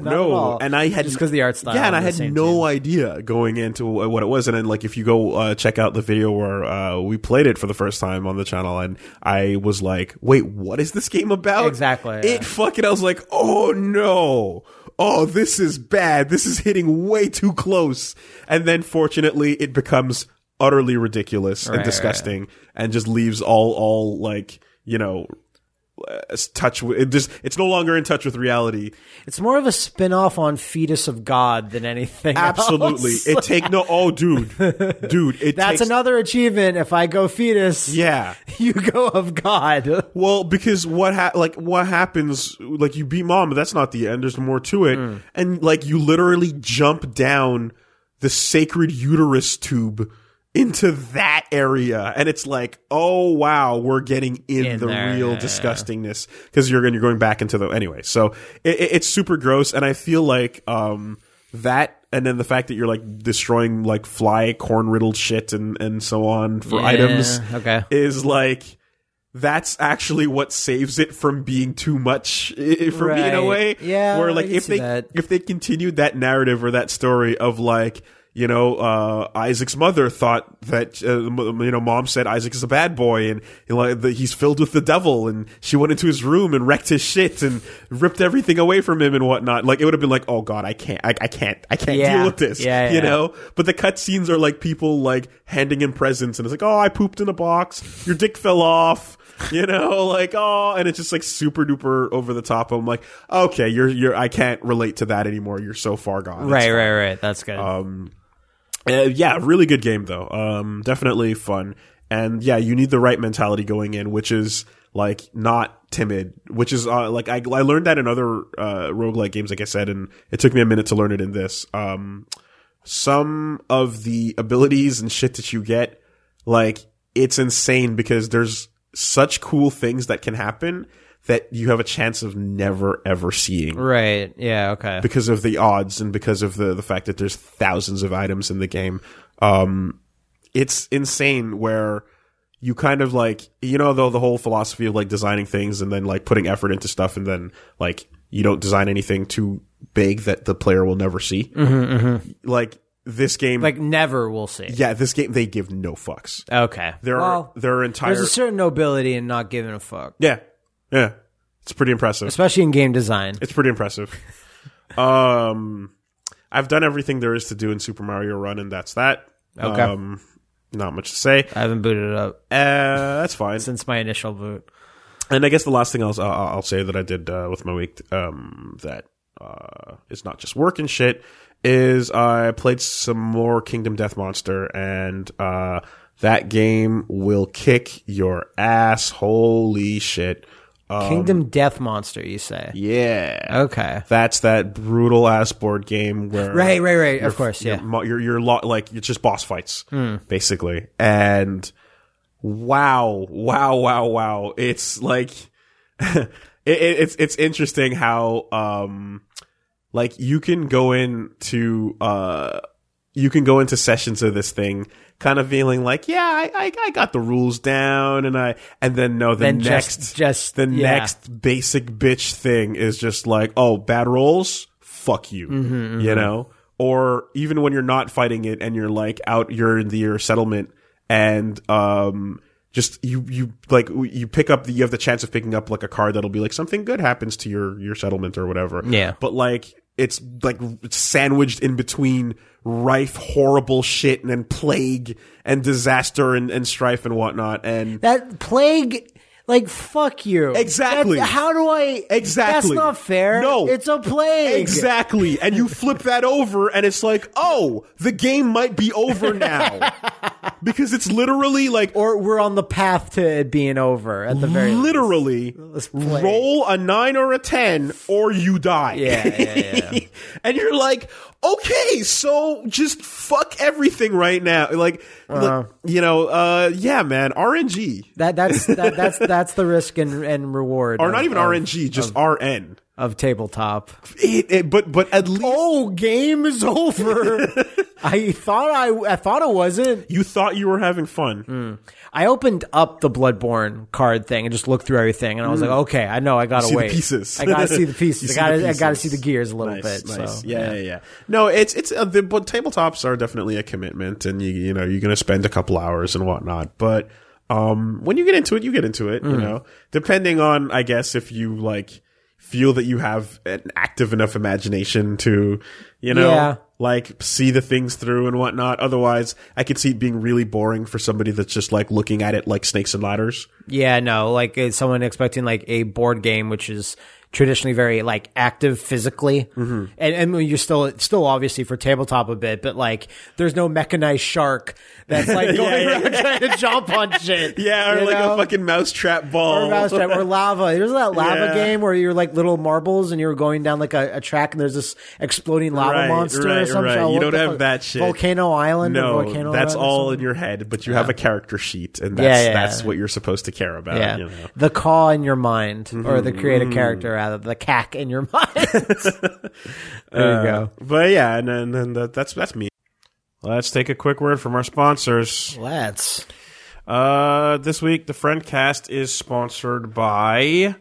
no, all. and I had Just 'cause the art style Yeah, and is I the had same no idea going into wh- what it was. And then, like, if you go uh, check out the video where uh, we played it for the first time on the channel, and I was like, "Wait, what is this game about?" Exactly, yeah. It fucking. I was like, "Oh no." Oh, this is bad. This is hitting way too close. And then fortunately it becomes utterly ridiculous Right, and right, disgusting and just leaves all all like, you know, uh, touch with it just it's no longer in touch with reality. It's more of a spin-off on Fetus of God than anything. Absolutely, else. it take no. Oh, dude, dude, it That's takes, another achievement. If I go fetus, Yeah, you go of God. Well, because what ha- like what happens like you beat mom, but that's not the end. There's more to it, Hmm. and like you literally jump down the sacred uterus tube into that area, and it's like, oh wow, we're getting in, In the there, real yeah. disgustingness because you're going you're going back into the anyway. So it, it, it's super gross, and I feel like um that. And then the fact that you're like destroying like fly corn riddled shit and, and so on for Yeah, items okay. is like that's actually what saves it from being too much i- i- for me in a Right. way. Yeah, where I like can if see they that. if they continued that narrative or that story of like you know uh, Isaac's mother thought that uh, m- you know mom said Isaac is a bad boy and you know, like, the, he's filled with the devil and she went into his room and wrecked his shit and ripped everything away from him and whatnot. Like it would have been like oh god I can't I, I can't I can't Yeah. deal with this Yeah, you yeah. know know? But the cutscenes are like people like handing him presents, and it's like, oh, I pooped in a box, your dick fell off, you know, like oh, and it's just like super duper over the top. I'm like, okay, you're you're I can't relate to that anymore. You're so far gone. It's Right, right, right. That's good. Um, uh, yeah, really good game though. Um, definitely fun. And yeah, you need the right mentality going in, which is like not timid, which is uh, like I, I learned that in other uh, roguelike games, like I said, and it took me a minute to learn it in this. Um, some of the abilities and shit that you get, like it's insane because there's such cool things that can happen that you have a chance of never ever seeing right. Yeah. Okay. because of the odds and because of the the fact that there's thousands of items in the game. Um, it's insane where you kind of like you know though the whole philosophy of like designing things and then like putting effort into stuff and then like you don't design anything too big that the player will never see. Like this game, Mm-hmm, like never. We'll see. yeah, this game they give no fucks. Okay. There well, are there are entire there's a certain nobility in not giving a fuck, yeah yeah. It's pretty impressive. especially in game design. It's pretty impressive. um, I've done everything there is to do in Super Mario Run, and that's that. Okay. Um, not much to say. I haven't booted it up Uh, that's fine. since my initial boot. And I guess the last thing I'll I'll, I'll say that I did uh, with my week um, that uh, is not just work and shit is I played some more Kingdom Death Monster, and uh, that game will kick your ass. Holy shit! Uh, Kingdom Death Monster, you say? yeah. Uh, Okay. That's that brutal ass board game where Right, right, right. Of course, your yeah. mo- your your lo- like it's just boss fights basically and wow wow wow wow it's like it, it- it's it's interesting how um like you can go into uh you can go into sessions of this thing kind of feeling like yeah I I, I got the rules down and I and then no the Then next just- just- the yeah. next basic bitch thing is just like oh bad rolls fuck you Mm-hmm, you know or even when you're not fighting it and you're like out you're in the your settlement and um just you you like you pick up the you have the chance of picking up like a card that'll be like something good happens to your your settlement or whatever Yeah. but like it's like sandwiched in between rife horrible shit and then plague and disaster and, and strife and whatnot and That plague, like, fuck you. Exactly. That- how do I? Exactly. That's not fair. No. It's a plague. Exactly. And you flip that over and it's like, oh, the game might be over now. because it's literally like Or we're on the path to it being over at the very least. literally play. roll a nine or a ten or you die. Yeah, yeah, yeah. and you're like, okay, so just fuck everything right now. Like, Uh-huh. like, you know, uh, yeah, man, RNG. That that's that, that's that's the risk and, and reward. Or of, not even of, RNG, just RN. of tabletop. It- it- but but at least Oh, game is over. I thought I I thought it wasn't. you thought you were having fun. I opened up the Bloodborne card thing and just looked through everything, and I was like, okay, I know I gotta Mm. see the wait. pieces. I gotta see the You pieces. I see gotta the I gotta pieces. see the gears a little Nice, bit. nice. So yeah, yeah, yeah. No, it's it's uh, the but tabletops are definitely a commitment, and you you know you're gonna spend a couple hours and whatnot. But Mm. um, when you get into it, you get into it. You know, depending on I guess if you like. feel that you have an active enough imagination to, you know, Yeah. like see the things through and whatnot. Otherwise, I could see it being really boring for somebody that's just like looking at it like snakes and ladders. Yeah, no, like uh, someone expecting like a board game, which is traditionally very like active physically, mm-hmm. and and when you're still it's still obviously for tabletop a bit, but like there's no mechanized shark that's like going yeah, around trying to jump on shit. Yeah, or you like know? a fucking mousetrap ball. Or mousetrap or lava. There's that lava Yeah. game where you're like little marbles and you're going down like a, a track and there's this exploding lava Right, monster or right, something. right. You don't have that shit. Volcano Island. or no, Volcano that's Island or all something? in your head, but you have a character sheet, and that's Yeah, yeah, that's yeah. what you're supposed to care about. Yeah. you know? Mm-hmm. The call in your mind, or the creative character, rather, the cack in your mind. there you go. But yeah, and then and that, that's that's me. Let's take a quick word from our sponsors. Let's. Uh, this week the Friend Cast is sponsored by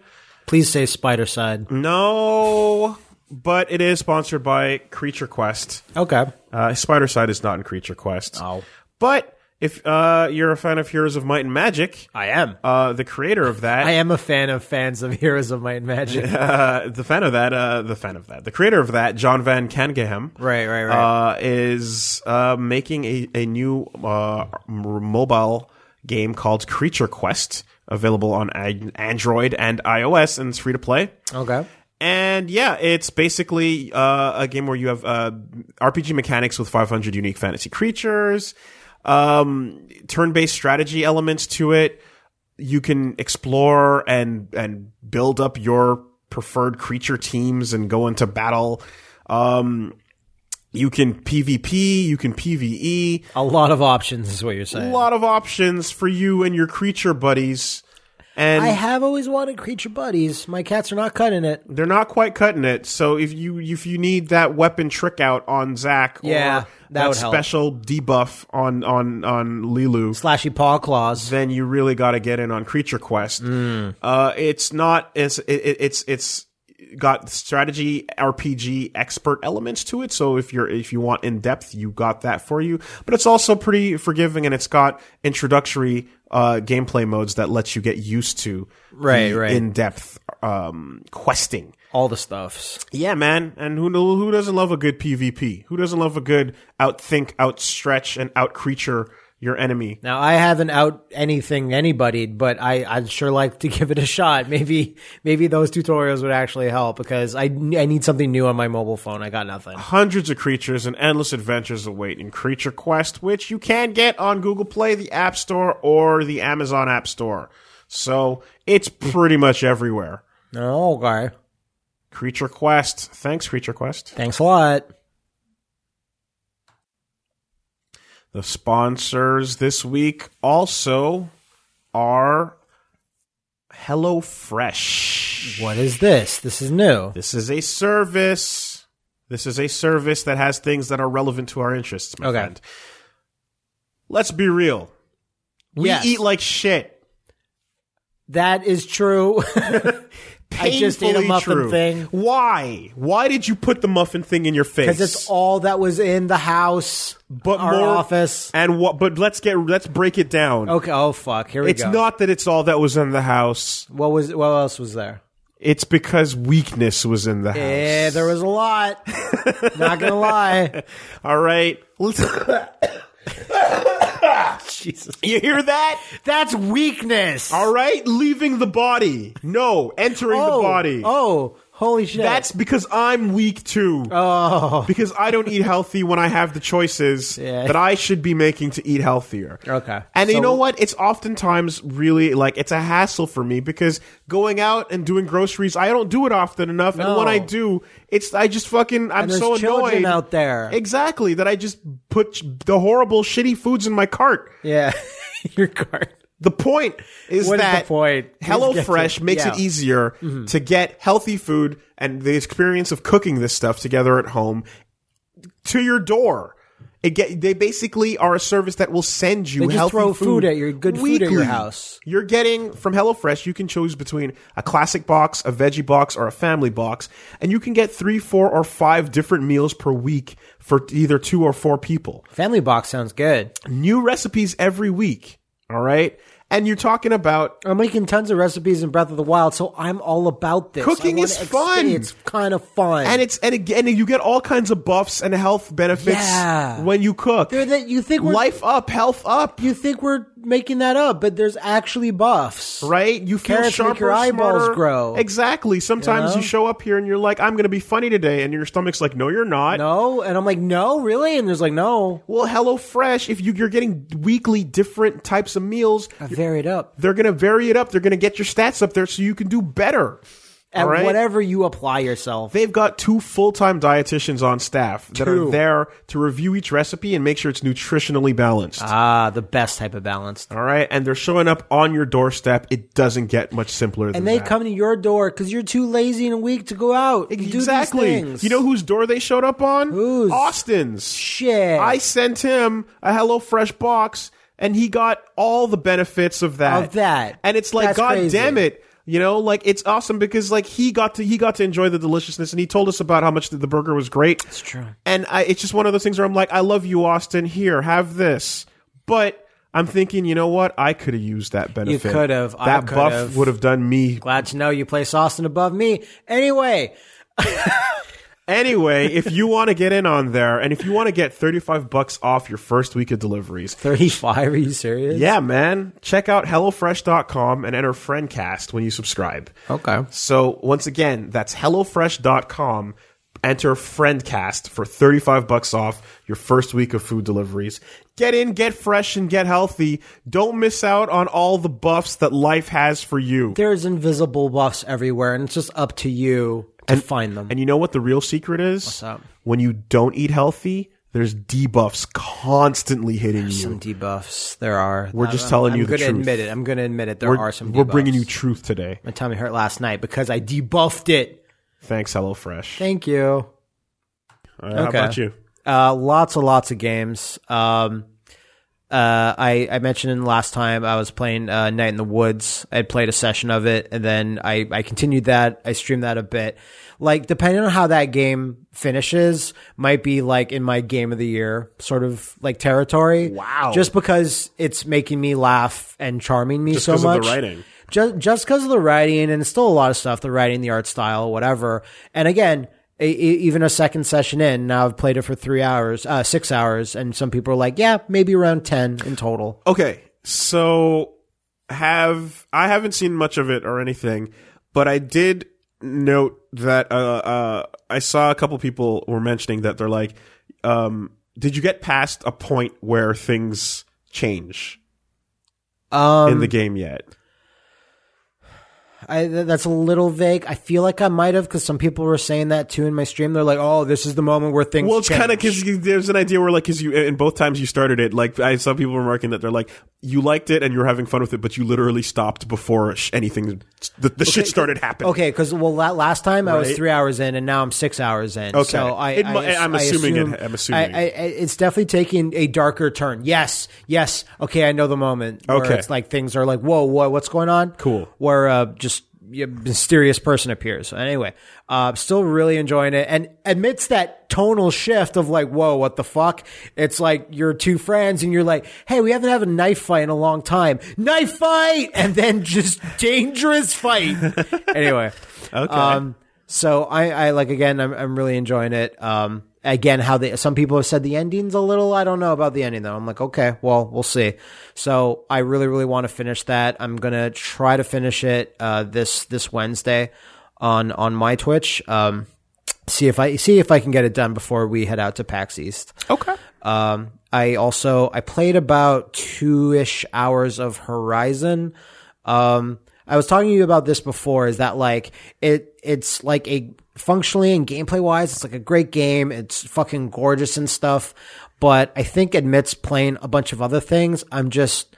Please say Spider Side. Mm. no, but it is sponsored by Creature Quest. Okay. Uh, Spider Side is not in Creature Quest. Oh. But if uh, you're a fan of Heroes of Might and Magic, I am. uh, the creator of that, I am a fan of fans of Heroes of Might and Magic. uh, the fan of that, uh, the fan of that, the creator of that, John Van Kangehem, Right, right, uh, is uh, making a a new uh, m- mobile game called Creature Quest, available on an- Android and iOS, and it's free to play. okay. And yeah, it's basically uh, a game where you have uh, RPG mechanics with 500 unique fantasy creatures, um, turn-based strategy elements to it. You can explore and and build up your preferred creature teams and go into battle. Um, you can PvP, you can PvE. A lot of options is what you're A saying. lot of options for you and your creature buddies. And I have always wanted creature buddies. My cats are not cutting it. they're not quite cutting it. So if you if you need that weapon trick out on Zach, Yeah, or that would help. special debuff on on on Lilu, Slashy paw claws. then you really got to get in on Creature Quest. Hmm. Uh, it's not it's it, it- it's it's got strategy RPG expert elements to it. So if you're if you want in depth, you got that for you. But it's also pretty forgiving, and it's got introductory uh, gameplay modes that lets you get used to Right, right. in depth um, questing. All the stuffs. Yeah, man. And who who doesn't love a good PvP? Who doesn't love a good outthink, outstretch, and outcreature your enemy? Now I haven't out anything anybody, but I I'd sure like to give it a shot. Maybe maybe those tutorials would actually help because I I need something new on my mobile phone. I got nothing. Hundreds of creatures and endless adventures await in Creature Quest, which you can get on Google Play, the App Store, or the Amazon App Store. So it's pretty much everywhere. Oh, okay. Creature Quest. Thanks, Creature Quest. Thanks a lot. The sponsors this week also are HelloFresh. What is this? This is new. This is a service. This is a service that has things that are relevant to our interests, my Okay. friend. Let's be real. We Yes. eat like shit. That is true. I Painfully just ate a muffin true. thing. Why? Why did you put the muffin thing in your face? Because it's all that was in the house, but our more office. and what? But let's get let's break it down. Okay. Oh fuck. Here we It's go. not that it's all that was in the house. What was? What else was there? It's because weakness was in the house. Yeah, there was a lot. not gonna lie. All right. Jesus. you hear that? That's weakness. All right, leaving the body. No, entering the body. Oh, holy shit. That's because I'm weak too. oh. Because I don't eat healthy when I have the choices Yeah. that I should be making to eat healthier. Okay. And So- you know what? It's oftentimes really like it's a hassle for me because going out and doing groceries, I don't do it often enough. No. And when I do, it's I just fucking I'm there's so children annoyed out there. Exactly that I just put the horrible, shitty foods in my cart. Yeah. Your card. The point is What is the that point? Please get HelloFresh to- makes yeah. Mm-hmm. it easier to get healthy food and the experience of cooking this stuff together at home to your door. It get, they basically are a service that will send you They just healthy throw food at your- good food at your weekly. house. You're getting from HelloFresh. You can choose between a classic box, a veggie box, or a family box, and you can get three, four, or five different meals per week for either two or four people Family box sounds good. new recipes every week. All right. and you're talking about I'm making tons of recipes in Breath of the Wild, so I'm all about this. I Cooking wanna is fun. It's kind of fun. and it's and again you get all kinds of buffs and health benefits Yeah. when you cook. Dude, that you think we're, Life up, health up, you think we're making that up, but there's actually buffs. right? You feel Carrots make sharper, your eyeballs smarter. grow. Exactly. Sometimes you, You know? show up here and you're like, "I'm going to be funny today," and your stomach's like, "No, you're not." No, and I'm like, no, really? And there's like, no, Well, HelloFresh, if you, you're getting weekly different types of meals, I varied up they're going to vary it up. They're going to get your stats up there so you can do better. at All right? whatever you apply yourself. They've got two full-time dietitians on staff that Two. are there to review each recipe and make sure it's nutritionally balanced. ah, the best type of balance. All right, and they're showing up on your doorstep. It doesn't get much simpler than And they that. come to your door because you're too lazy and weak to go out and exactly. do these things. You know whose door they showed up on? Whose? Austin's. shit. I sent him a HelloFresh box, and he got all the benefits of that. Of that. and it's like, That's God crazy. damn it, you know, like it's awesome because like he got to he got to enjoy the deliciousness, and he told us about how much the, the burger was great. It's true. and I, it's just one of those things where I'm like, I love you, Austin. Here, have this, but. I'm thinking, you know what? I could have used that benefit. could've. I That buff could've. would have done me Glad to know you place Austin above me. Anyway, Anyway, if you want to get in on there and if you want to get 35 bucks off your first week of deliveries, 35, are you serious? yeah, man, check out HelloFresh.com and enter FriendCast when you subscribe. Okay. So, once again, that's HelloFresh.com. Enter FriendCast for 35 bucks off your first week of food deliveries. Get in, get fresh, and get healthy. Don't miss out on all the buffs that life has for you. There's invisible buffs everywhere, and it's just up to you to find them. And you know what the real secret is? up? When you don't eat healthy, there's debuffs constantly hitting you. some debuffs there are. We're just telling I'm you the gonna truth. admit it. I'm going to admit it. There are some. Debuffs. We're bringing you truth today. My tummy hurt last night because I debuffed it. Thanks, HelloFresh. Thank you. Uh, How okay. about you? Uh, lots and lots of games. Um, uh, I, I mentioned in last time I was playing uh, Night in the Woods. I had played a session of it, and then I, I continued that. I streamed that a bit. Like depending on how that game finishes, might be like in my game of the year sort of like territory. Wow. Just because it's making me laugh and charming me so 'cause of the much. writing. Just just because of the writing, and it's still a lot of stuff. The writing, the art style, whatever. And again. e- e- Even a second session in, now I've played it for three hours, uh, six hours, and some people are like, "Yeah, maybe around ten in total." Okay, so have I haven't seen much of it or anything, but I did note that uh, uh, I saw a couple people were mentioning that they're like, um, "Did you get past a point where things change Um, in the game yet?" I, th- that's a little vague. I feel like I might have because some people were saying that too in my stream. They're like, "Oh, this is the moment where things." Well, it's kind of change." because there's an idea where like because you in both times you started it, like I saw people remarking that they're like you liked it and you were having fun with it, but you literally stopped before sh- anything the, the shit started happening. okay. Because well, la- last time I was Right. three hours in, and now I'm six hours in. Okay. so I, It mu- I, I'm assuming it- assume- I'm assuming. I, I, I- it's definitely taking a darker turn. Yes, yes. Okay, I know the moment. where Okay. it's like things are like, "Whoa, whoa, what's going on?" Cool. Where uh, just a mysterious person appears. Anyway, uh, still really enjoying it, and amidst that tonal shift of like, "Whoa, what the fuck?" It's like your two friends, and you're like, "Hey, we haven't had a knife fight in a long time. Knife fight!" And then just dangerous fight. anyway. Okay. Um, so I, I like again. I'm, I'm really enjoying it. Um, again, how they some people have said the ending's a little. I don't know about the ending though. I'm like, okay, well, we'll see. So I really, really want to finish that. I'm gonna try to finish it uh, this this Wednesday on on my Twitch. Um, see if I see if I can get it done before we head out to PAX East. okay. Um, I also I played about two ish hours of Horizon. Um, I was talking to you about this before. Is that like it? It's like a functionally and gameplay wise, it's like a great game. It's fucking gorgeous and stuff. But I think amidst playing a bunch of other things, I'm just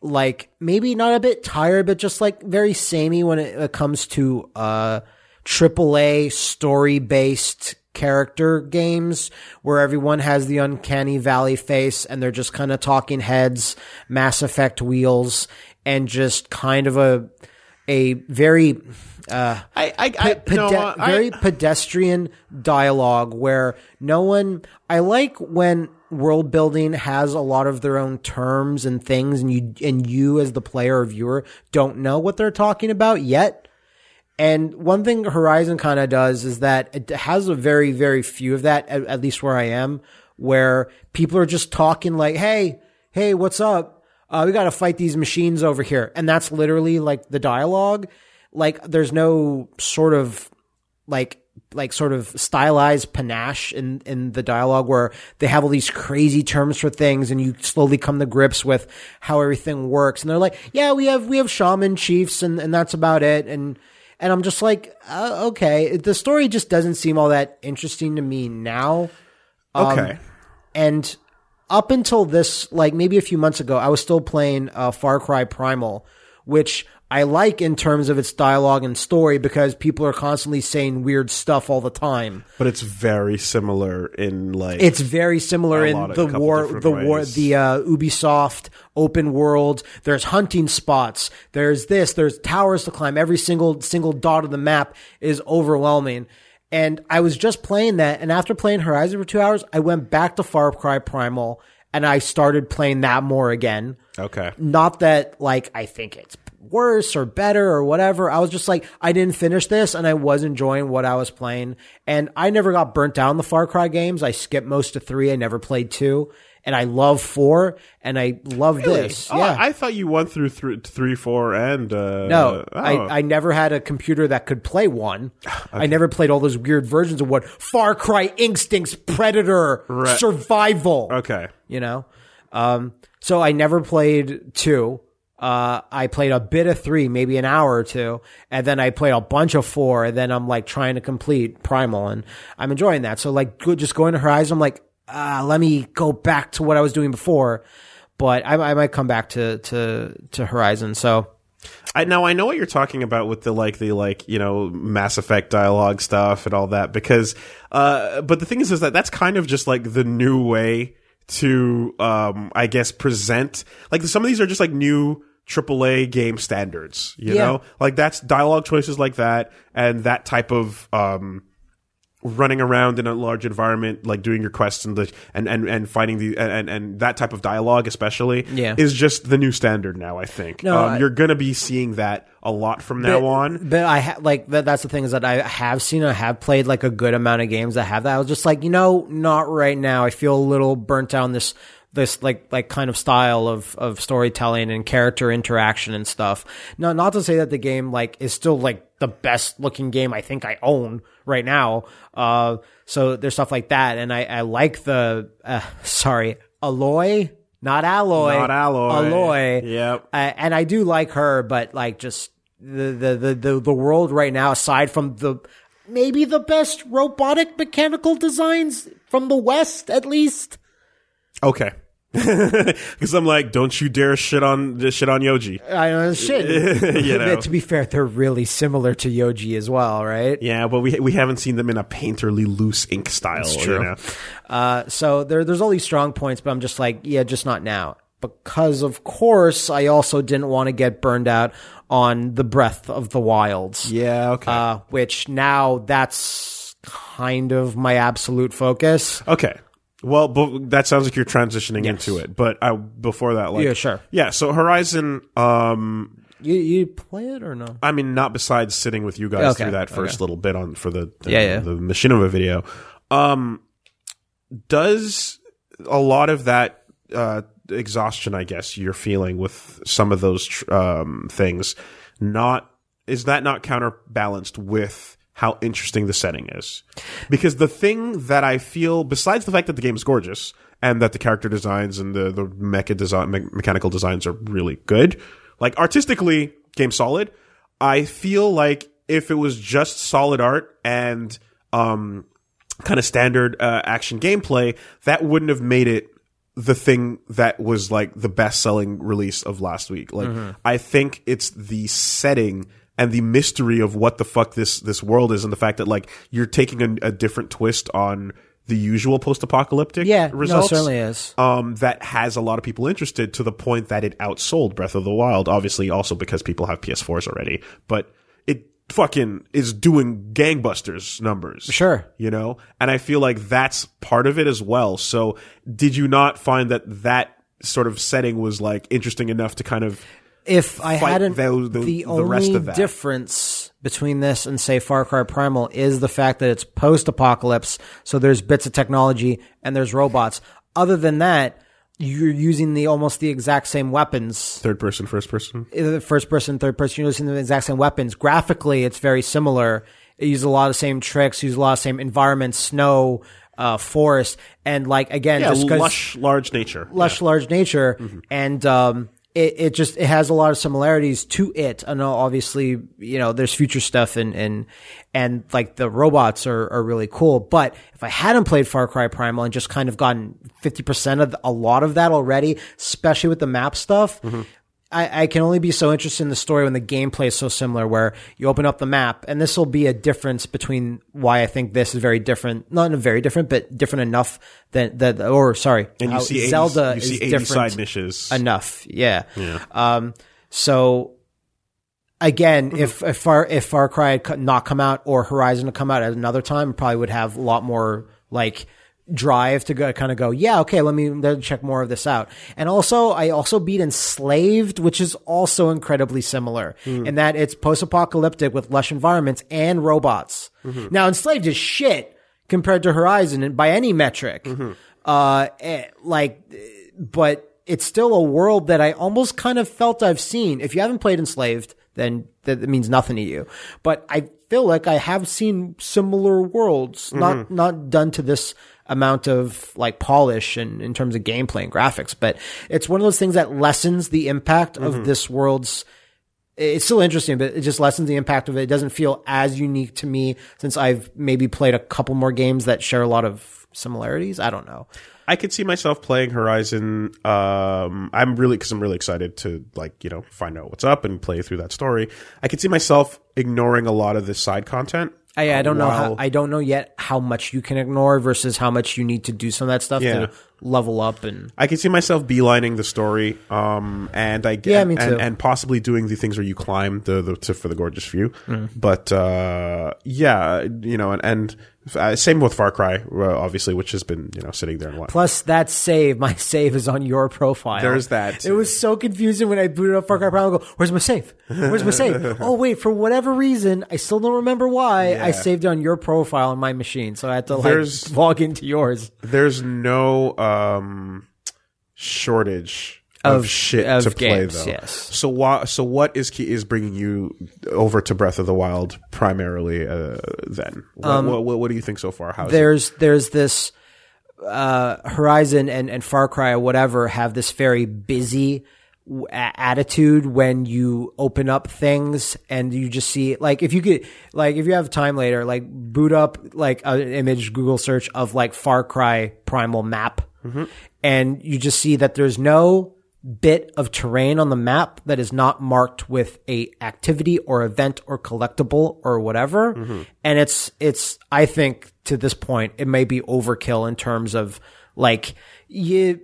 like maybe not a bit tired, but just like very samey when it, it comes to uh AAA story based character games where everyone has the uncanny valley face and they're just kind of talking heads, Mass Effect wheels, and just kind of a a very uh I I, I, pede- no, uh, I- very pedestrian dialogue where no one. I like when world building has a lot of their own terms and things, and you and you as the player or viewer don't know what they're talking about yet. And one thing Horizon kind of does is that it has a very, very few of that, at, at least where I am, where people are just talking like, hey, hey, what's up? Uh, we got to fight these machines over here. And that's literally like the dialogue. Like there's no sort of like, like sort of stylized panache in, in the dialogue where they have all these crazy terms for things and you slowly come to grips with how everything works. And they're like, yeah, we have, we have shaman chiefs and, and that's about it. And, and I'm just like, uh, okay, the story just doesn't seem all that interesting to me now. Okay. Um, And up until this, like maybe a few months ago, I was still playing uh, Far Cry Primal, which I like in terms of its dialogue and story because people are constantly saying weird stuff all the time. but it's very similar in like It's very similar A in lot of- the couple war, different the war, ways. the uh, Ubisoft open world. There's hunting spots. There's this. There's towers to climb. Every single single dot of the map is overwhelming. And I was just playing that, and after playing Horizon for two hours, I went back to Far Cry Primal, and I started playing that more again okay. not that like I think it's worse or better or whatever. I was just like, I didn't finish this and I was enjoying what I was playing. And I never got burnt down the Far Cry games. I skipped most of three. I never played two. And I love four and I love this. Oh, yeah. I thought you won through thr- three, four, and uh, no, oh. I, I never had a computer that could play one. I never played all those weird versions of what Far Cry Instincts, Predator, Survival. okay. you know um so i never played two uh i played a bit of three maybe an hour or two and then i played a bunch of four and then i'm like trying to complete primal and i'm enjoying that so like good just going to horizon i'm like ah let me go back to what i was doing before but i, I might come back to to to horizon so I now I know what you're talking about with the like the like you know Mass Effect dialogue stuff and all that because uh but the thing is is that that's kind of just like the new way to um I guess present like some of these are just like new AAA game standards you Yeah. know like that's dialogue choices like that and that type of um running around in a large environment, like doing your quests and the and and, and finding the and, and that type of dialogue, especially, Yeah. is just the new standard now. I think No, um, I- you're gonna be seeing that a lot from now on. But I ha- like that. That's the thing is that I have seen. I have played like a good amount of games that have that. I was just like, you know, not right now. I feel a little burnt out on this this like like kind of style of of storytelling and character interaction and stuff. Now, not to say that the game like is still like the best looking game I think I own right now. Uh, so there's stuff like that, and I I like the uh, sorry alloy. Not alloy. Not Alloy. Alloy. Yep. I, Uh, and I do like her, but like just the, the the the the world right now, aside from the maybe the best robotic mechanical designs from the West, at least. Okay. Because I'm like, don't you dare shit on this shit on Yoji. I don't know, shit. You know. To be fair, they're really similar to Yoji as well, right? Yeah, but we we haven't seen them in a painterly loose ink style. You know? Uh, so there, there's all these strong points, but I'm just like, yeah, just not now. Because of course, I also didn't want to get burned out on the Breath of the Wilds. Yeah. Okay. Uh, which now that's kind of my absolute focus. Okay. Well, but that sounds like you're transitioning into it. But I, before that, like, Yeah, sure. yeah. So Horizon, um, You you play it or no? I mean, not besides sitting with you guys Okay, through that first little bit on for the the, Yeah, yeah. the Machinima video. Um, does a lot of that uh, exhaustion, I guess, you're feeling with some of those tr- um, things, not is that not counterbalanced with how interesting the setting is? Because the thing that I feel, besides the fact that the game is gorgeous and that the character designs and the the mecha design, me- mechanical designs are really good, like artistically, game solid. I feel like if it was just solid art and um, kind of standard uh, action gameplay, that wouldn't have made it the thing that was like the best selling release of last week. Like Mm-hmm. I think it's the setting and the mystery of what the fuck this this world is, and the fact that like you're taking a, a different twist on the usual post apocalyptic Yeah, results no, certainly is. um, that has a lot of people interested to the point that it outsold Breath of the Wild, obviously also because people have PS4s already, but it fucking is doing gangbusters numbers. Sure. You know? And I feel like that's part of it as well. So did you not find that that sort of setting was like interesting enough to kind of If I Fight hadn't, tho- the, the- the only rest of that. difference between this and say Far Cry Primal is the fact that it's post-apocalypse, so there's bits of technology and there's robots. Other than that, you're using the almost the exact same weapons third person, first person? either the first person, third person, you're using the exact same weapons. Graphically, it's very similar. It uses a lot of same tricks, uses a lot of same environments, snow, uh, forest, and like again, Yeah, just 'cause lush, large nature. lush, large nature, and um, it, it just it has a lot of similarities to it. I know, obviously, you know, there's future stuff, and and and like the robots are are really cool. But if I hadn't played Far Cry Primal and just kind of gotten fifty percent of a lot of that already, especially with the map stuff. I, I can only be so interested in the story when the gameplay is so similar, where you open up the map, and this will be a difference between why I think this is very different, not very different, but different enough than that, or sorry, And you how see 80, Zelda you see is 80 different side missions. enough. Yeah. Um, so again, if Mm-hmm. if Far if Far Cry had co- not come out or Horizon had come out at another time, probably would have a lot more like drive to go kind of go yeah okay let me let me check more of this out and also i also beat enslaved which is also incredibly similar Hmm. in that it's post-apocalyptic with lush environments and robots Mm-hmm. now enslaved is shit compared to horizon and by any metric uh eh, like but it's still a world that I almost kind of felt I've seen. If you haven't played Enslaved, then that that means nothing to you. But I feel like I have seen similar worlds, not not done to this amount of like polish and in terms of gameplay and graphics. But it's one of those things that lessens the impact of this world's it's still interesting, but it just lessens the impact of it. It doesn't feel as unique to me since I've maybe played a couple more games that share a lot of similarities. I don't know. I could see myself playing Horizon. Um, I'm really because I'm really excited to like you know find out what's up and play through that story. I could see myself ignoring a lot of this side content. I, I don't know Wow. how I don't know yet how much you can ignore versus how much you need to do some of that stuff Yeah. to level up and I could see myself beelining the story, um, and I Yeah, me too. And, and possibly doing the things where you climb the, the to, for the gorgeous view. Mm. But uh, yeah, you know, and, and uh, same with Far Cry, uh, obviously, which has been you know sitting there and what. plus that save my save is on your profile. There's that, It too. was so confusing when I booted up Far Cry Primal. I Go, where's my save? Where's my save? oh wait, for whatever reason, I still don't remember why I Yeah. saved on your profile on my machine, so I had to like There's- log into yours. there's no um shortage of, Of- shit of to play games, though. yes. So why? So what is key, is bringing you over to Breath of the Wild primarily? Uh, then, what, Um, what, what, what do you think so far? How's it? there's there's this uh, Horizon and and Far Cry or whatever have this very busy w- a- attitude when you open up things and you just see like if you could like if you have time later like boot up like an image Google search of like Far Cry Primal map and you just see that there's no bit of terrain on the map that is not marked with a activity or event or collectible or whatever and it's it's i think to this point it may be overkill in terms of like you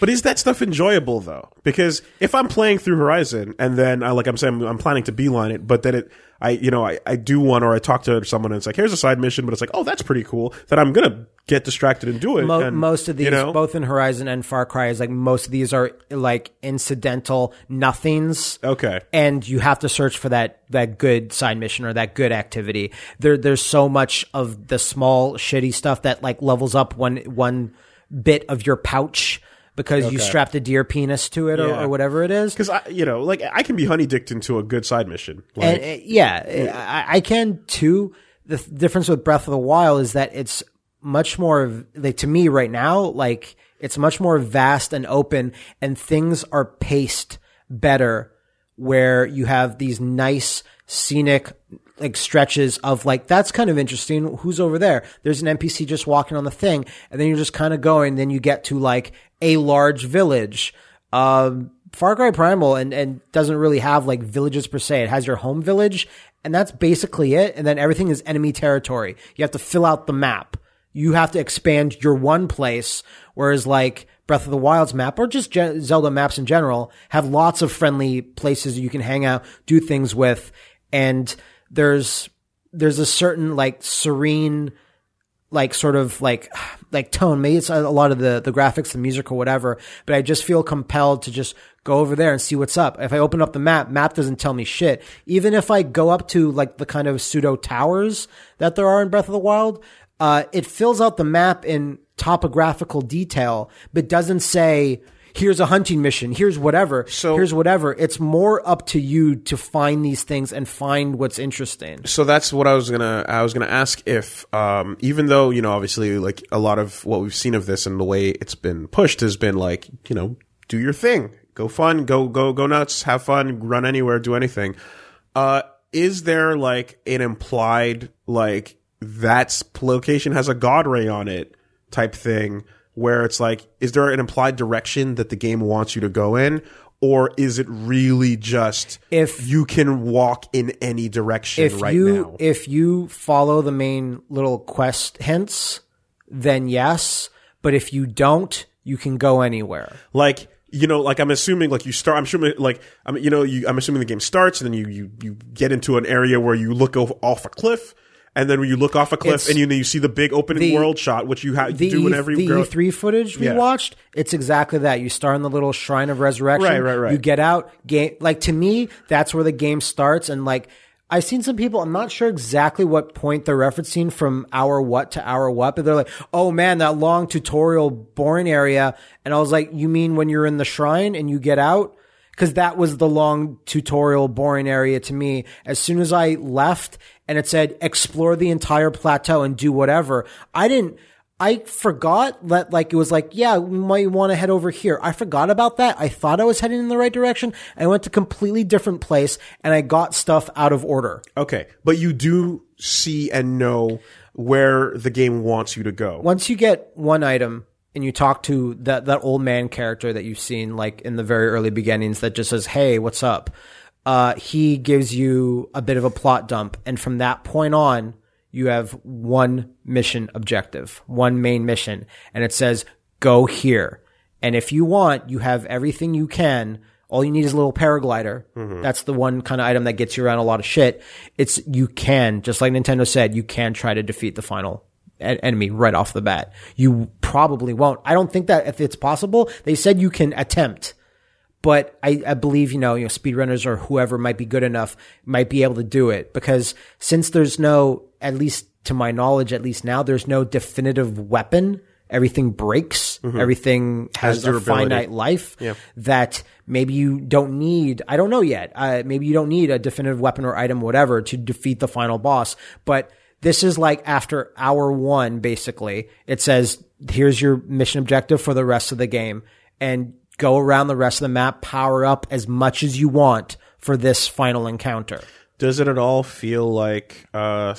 But is that stuff enjoyable though? Because if I'm playing through Horizon and then I like I'm saying I'm planning to beeline it, but then it I you know I, I do one or I talk to someone and it's like here's a side mission, but it's like oh that's pretty cool that I'm gonna get distracted and do it. mo- and, most of these you know, both in horizon and far cry is like most of these are like incidental nothings okay. and you have to search for that that good side mission or that good activity. There there's so much of the small shitty stuff that like levels up one one bit of your pouch because you strapped a deer penis to it or, Yeah. or whatever it is. Because I, you know, like I can be honey dicked into a good side mission. Like, And, uh, yeah, I, I can too. The th- difference with Breath of the Wild is that it's much more of- like to me right now, like it's much more vast and open, and things are paced better where you have these nice scenic like stretches of like that's kind of interesting who's over there there's an npc just walking on the thing and then you're just kind of going then you get to like a large village um, Far Cry Primal and, and doesn't really have like villages per se. It has your home village and that's basically it. And then everything is enemy territory. You have to fill out the map. You have to expand your one place. Whereas like Breath of the Wild's map or just Ge- Zelda maps in general have lots of friendly places you can hang out, do things with. And there's there's a certain like serene like sort of like like tone maybe it's a lot of the the graphics the music or whatever but i just feel compelled to just go over there and see what's up if i open up the map map doesn't tell me shit even if i go up to like the kind of pseudo towers that there are in breath of the wild uh it fills out the map in topographical detail but doesn't say here's a hunting mission here's whatever So- here's whatever it's more up to you to find these things and find what's interesting So that's what I was gonna. I was gonna ask if, um, even though you know, obviously, like a lot of what we've seen of this and the way it's been pushed has been like, you know, do your thing, go fun, go go go nuts, have fun, run anywhere, do anything. Uh, is there like an implied like that location has a god ray on it type thing where it's like, is there an implied direction that the game wants you to go in? Or is it really just If- you can walk in any direction if right you now. if you follow the main little quest hints, then yes. But if you don't, you can go anywhere. Like you know, like I'm assuming, like you start. I'm assuming, like I'm, you know, you, I'm assuming the game starts, and then you you you get into an area where you look o- off a cliff, and then when you look off a cliff, It's- and you you see the big opening world shot, which you ha- The, do in E, every the girl. E3 footage we Yeah. watched, it's exactly that. You start in the little shrine of resurrection. Right, right, right. You get out. Game like to me, that's where the game starts. And like I've seen some people, I'm not sure exactly what point they're referencing from hour what to hour what, but they're like, oh man, that long tutorial boring area. And I was like, you mean when you're in the shrine and you get out? because that was the long tutorial boring area to me as soon as i left and it said explore the entire plateau and do whatever i didn't i forgot that like it was like yeah we might want to head over here i forgot about that i thought i was heading in the right direction i went to a completely different place and i got stuff out of order Okay, but you do see and know where the game wants you to go. once you get one item and you talk to that that old man character that you've seen like in the very early beginnings that just says hey what's up uh, he gives you a bit of a plot dump and from that point on you have one mission objective one main mission and it says go here and if you want you have everything you can all you need is a little paraglider. That's the one kind of item that gets you around a lot of shit. It's you can, just like Nintendo said, you can try to defeat the final en- enemy right off the bat. You probably won't. I don't think that if it's possible, they said you can attempt. But I, I believe, you know, you know, speedrunners or whoever might be good enough might be able to do it because since there's no, at least to my knowledge, at least now, there's no definitive weapon. Everything breaks. Everything has, a durability. finite life that maybe you don't need. I don't know yet. Uh, maybe you don't need a definitive weapon or item, whatever, to defeat the final boss. But this is like after hour one, basically. It says, here's your mission objective for the rest of the game and go around the rest of the map, power up as much as you want for this final encounter. Does it at all feel like uh,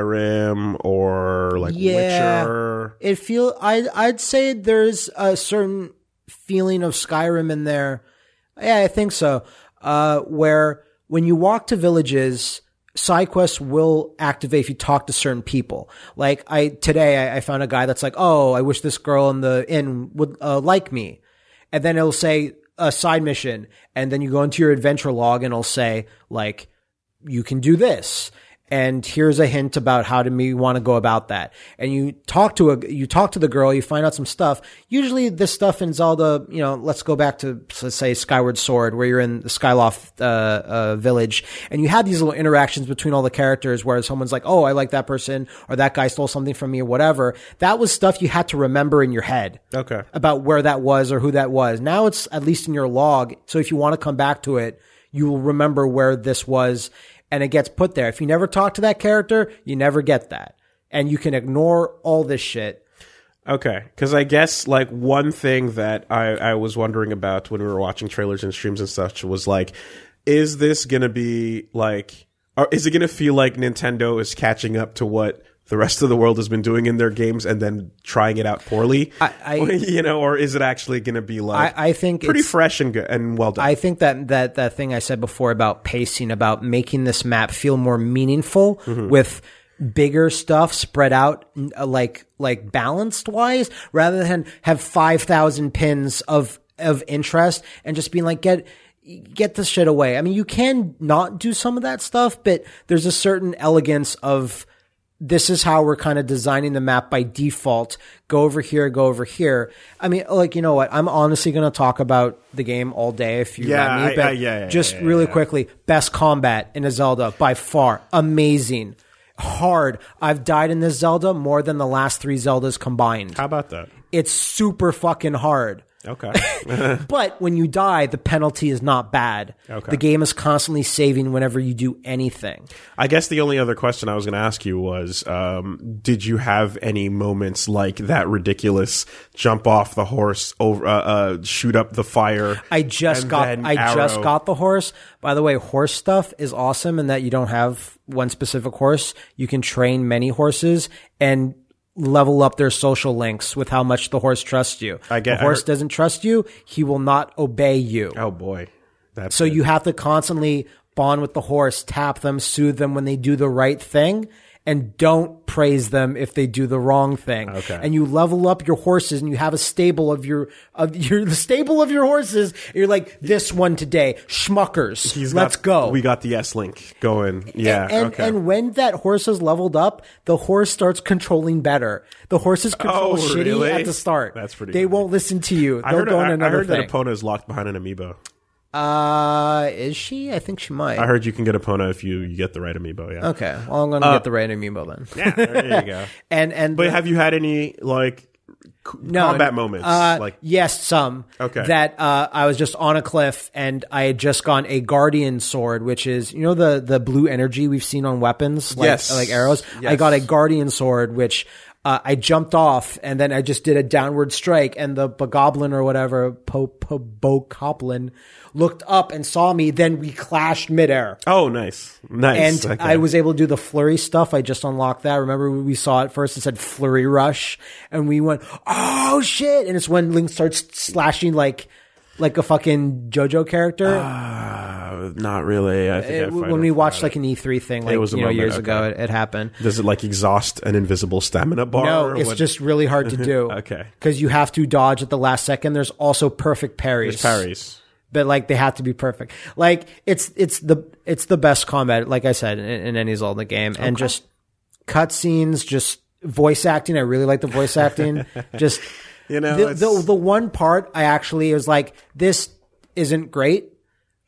Skyrim or like Yeah. Witcher? it feel I I'd say there's a certain feeling of Skyrim in there. Yeah, I think so. Uh, where when you walk to villages, side quests will activate if you talk to certain people. Like I today, I, I found a guy that's like, oh, I wish this girl in the inn would uh, like me, and then it'll say a side mission, and then you go into your adventure log, and it'll say like you can do this and here's a hint about how to me want to go about that and you talk to a you talk to the girl you find out some stuff usually this stuff in zelda you know let's go back to let's say skyward sword where you're in the skyloft uh, uh, village and you have these little interactions between all the characters where someone's like oh i like that person or that guy stole something from me or whatever that was stuff you had to remember in your head Okay. about where that was or who that was. Now it's at least in your log. So if you want to come back to it, you will remember where this was and it gets put there. If you never talk to that character, you never get that. And you can ignore all this shit. Okay, because I guess like one thing that I, I was wondering about when we were watching trailers and streams and such was like, is this gonna be like, or is it gonna feel like Nintendo is catching up to what the rest of the world has been doing in their games and then trying it out poorly? I- you know, or is it actually gonna be like I, I think pretty it's, fresh and good and well done? I think that, that that thing I said before about pacing, about making this map feel more meaningful with bigger stuff spread out, n- uh, like like balanced wise, rather than have five thousand pins of of interest and just being like get. get this shit away. I mean, you can not do some of that stuff, but there's a certain elegance of this is how we're kind of designing the map by default. Go over here, go over here. I mean, like, you know what? I'm honestly going to talk about the game all day if you Yeah, let me, I- but I- yeah, yeah, just yeah, yeah, really yeah. quickly, best combat in a Zelda by far. Amazing. Hard. I've died in this Zelda more than the last three Zeldas combined. How about that? It's super fucking hard. Okay. But when you die, the penalty is not bad. Okay. The game is constantly saving whenever you do anything. I guess the only other question I was going to ask you was, um, did you have any moments like that ridiculous jump off the horse over, uh, uh, shoot up the fire? I just and got then I just arrow? got the horse. By the way, horse stuff is awesome in that you don't have one specific horse. You can train many horses and level up their social links with how much the horse trusts you. I get- the horse I heard- doesn't trust you, he will not obey you. Oh boy, that's So you have to constantly bond with the horse, tap them, soothe them when they do the right thing, and don't praise them if they do the wrong thing. Okay. And you level up your horses, and you have a stable of your of your the stable of your horses. And you're like this one today, schmuckers. He's Let's got- go. We got the S link going. Yeah. and, okay. and when that horse is leveled up, the horse starts controlling better. The horses control Oh, shitty really? at the start. That's pretty They good. won't listen to you. I They'll heard, go on I, I another heard thing. that Epona is locked behind an amiibo. uh, is she? I think she might. I heard you can get Epona if you, you get the right amiibo. Yeah. Okay. Well, I'm gonna get the random amiibo then. Uh, Yeah. There you go. And and But have you had any like c- combat moments? uh, like yes, some. Okay. That uh, I was just on a cliff and I had just gone a guardian sword, which is you know the the blue energy we've seen on weapons, like, Yes. like arrows. I Yes. got a guardian sword, which. Uh, I jumped off and then I just did a downward strike and the bogoblin or whatever, po, po, bogoblin looked up and saw me. Then we clashed midair. oh, nice, nice. And okay. I was able to do the flurry stuff. I just unlocked that. Remember we saw it first. It said flurry rush, and we went, "Oh shit!" And it's when Link starts slashing like, like a fucking JoJo character. Uh, not really. I think I W- find when it- we watched like an E3 thing, like was a you know, moment, years okay. ago, it, it happened. does it like exhaust an invisible stamina bar? No, or it's what? just really hard to do. Okay. because you have to dodge at the last second. There's also perfect parries. parries. but like they have to be perfect. Like it's it's the it's the best combat, like I said, in, in any Zelda game, and just cutscenes, just voice acting. I really like the voice acting. just You know, the, it's- the the one part I actually was like, this isn't great.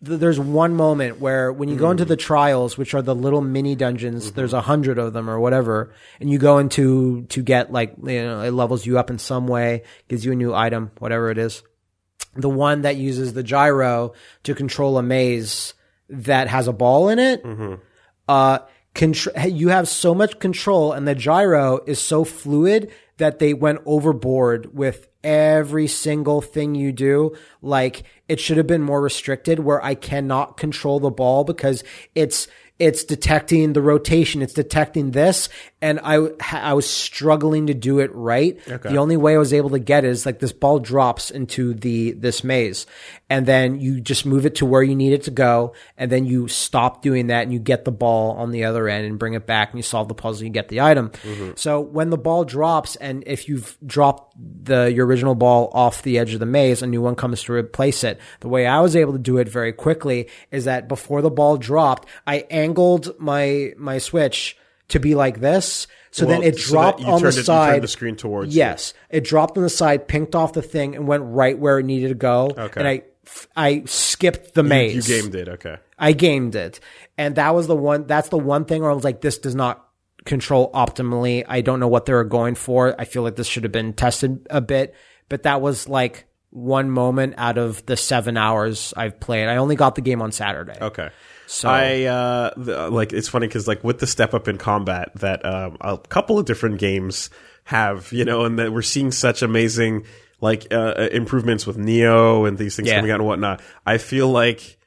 Th- There's one moment where when you go into the trials, which are the little mini dungeons, Mm-hmm. there's a hundred of them or whatever, and you go into to get like you know it levels you up in some way, gives you a new item, whatever it is the one that uses the gyro to control a maze that has a ball in it. Uh, contr- you have so much control, and the gyro is so fluid that they went overboard with every single thing you do. Like it should have been more restricted, where I cannot control the ball because it's it's detecting the rotation, it's detecting this, and I I was struggling to do it right. The only way I was able to get is like this ball drops into the this maze, and then you just move it to where you need it to go, and then you stop doing that, and you get the ball on the other end and bring it back, and you solve the puzzle, you get the item. Mm-hmm. So when the ball drops, and if you've dropped the your original ball off the edge of the maze, a new one comes to replace it. The way I was able to do it very quickly is that before the ball dropped, I angled my my switch to be like this. So Well, then it so that dropped you on the turned it- You side. turned the screen towards. you. yes, it dropped on the side, pinked off the thing, and went right where it needed to go. Okay. And I I skipped the maze. You gamed it. Okay. I gamed it. And that was the one, that's the one thing where I was like, this does not control optimally. I don't know what they were going for. I feel like this should have been tested a bit, but that was like one moment out of the seven hours I've played. I only got the game on Saturday. Okay. So I uh, the, like it's funny because like with the step up in combat that um, a couple of different games have, you know, and that we're seeing such amazing like uh, improvements with Neo and these things Yeah. coming out and whatnot. I feel like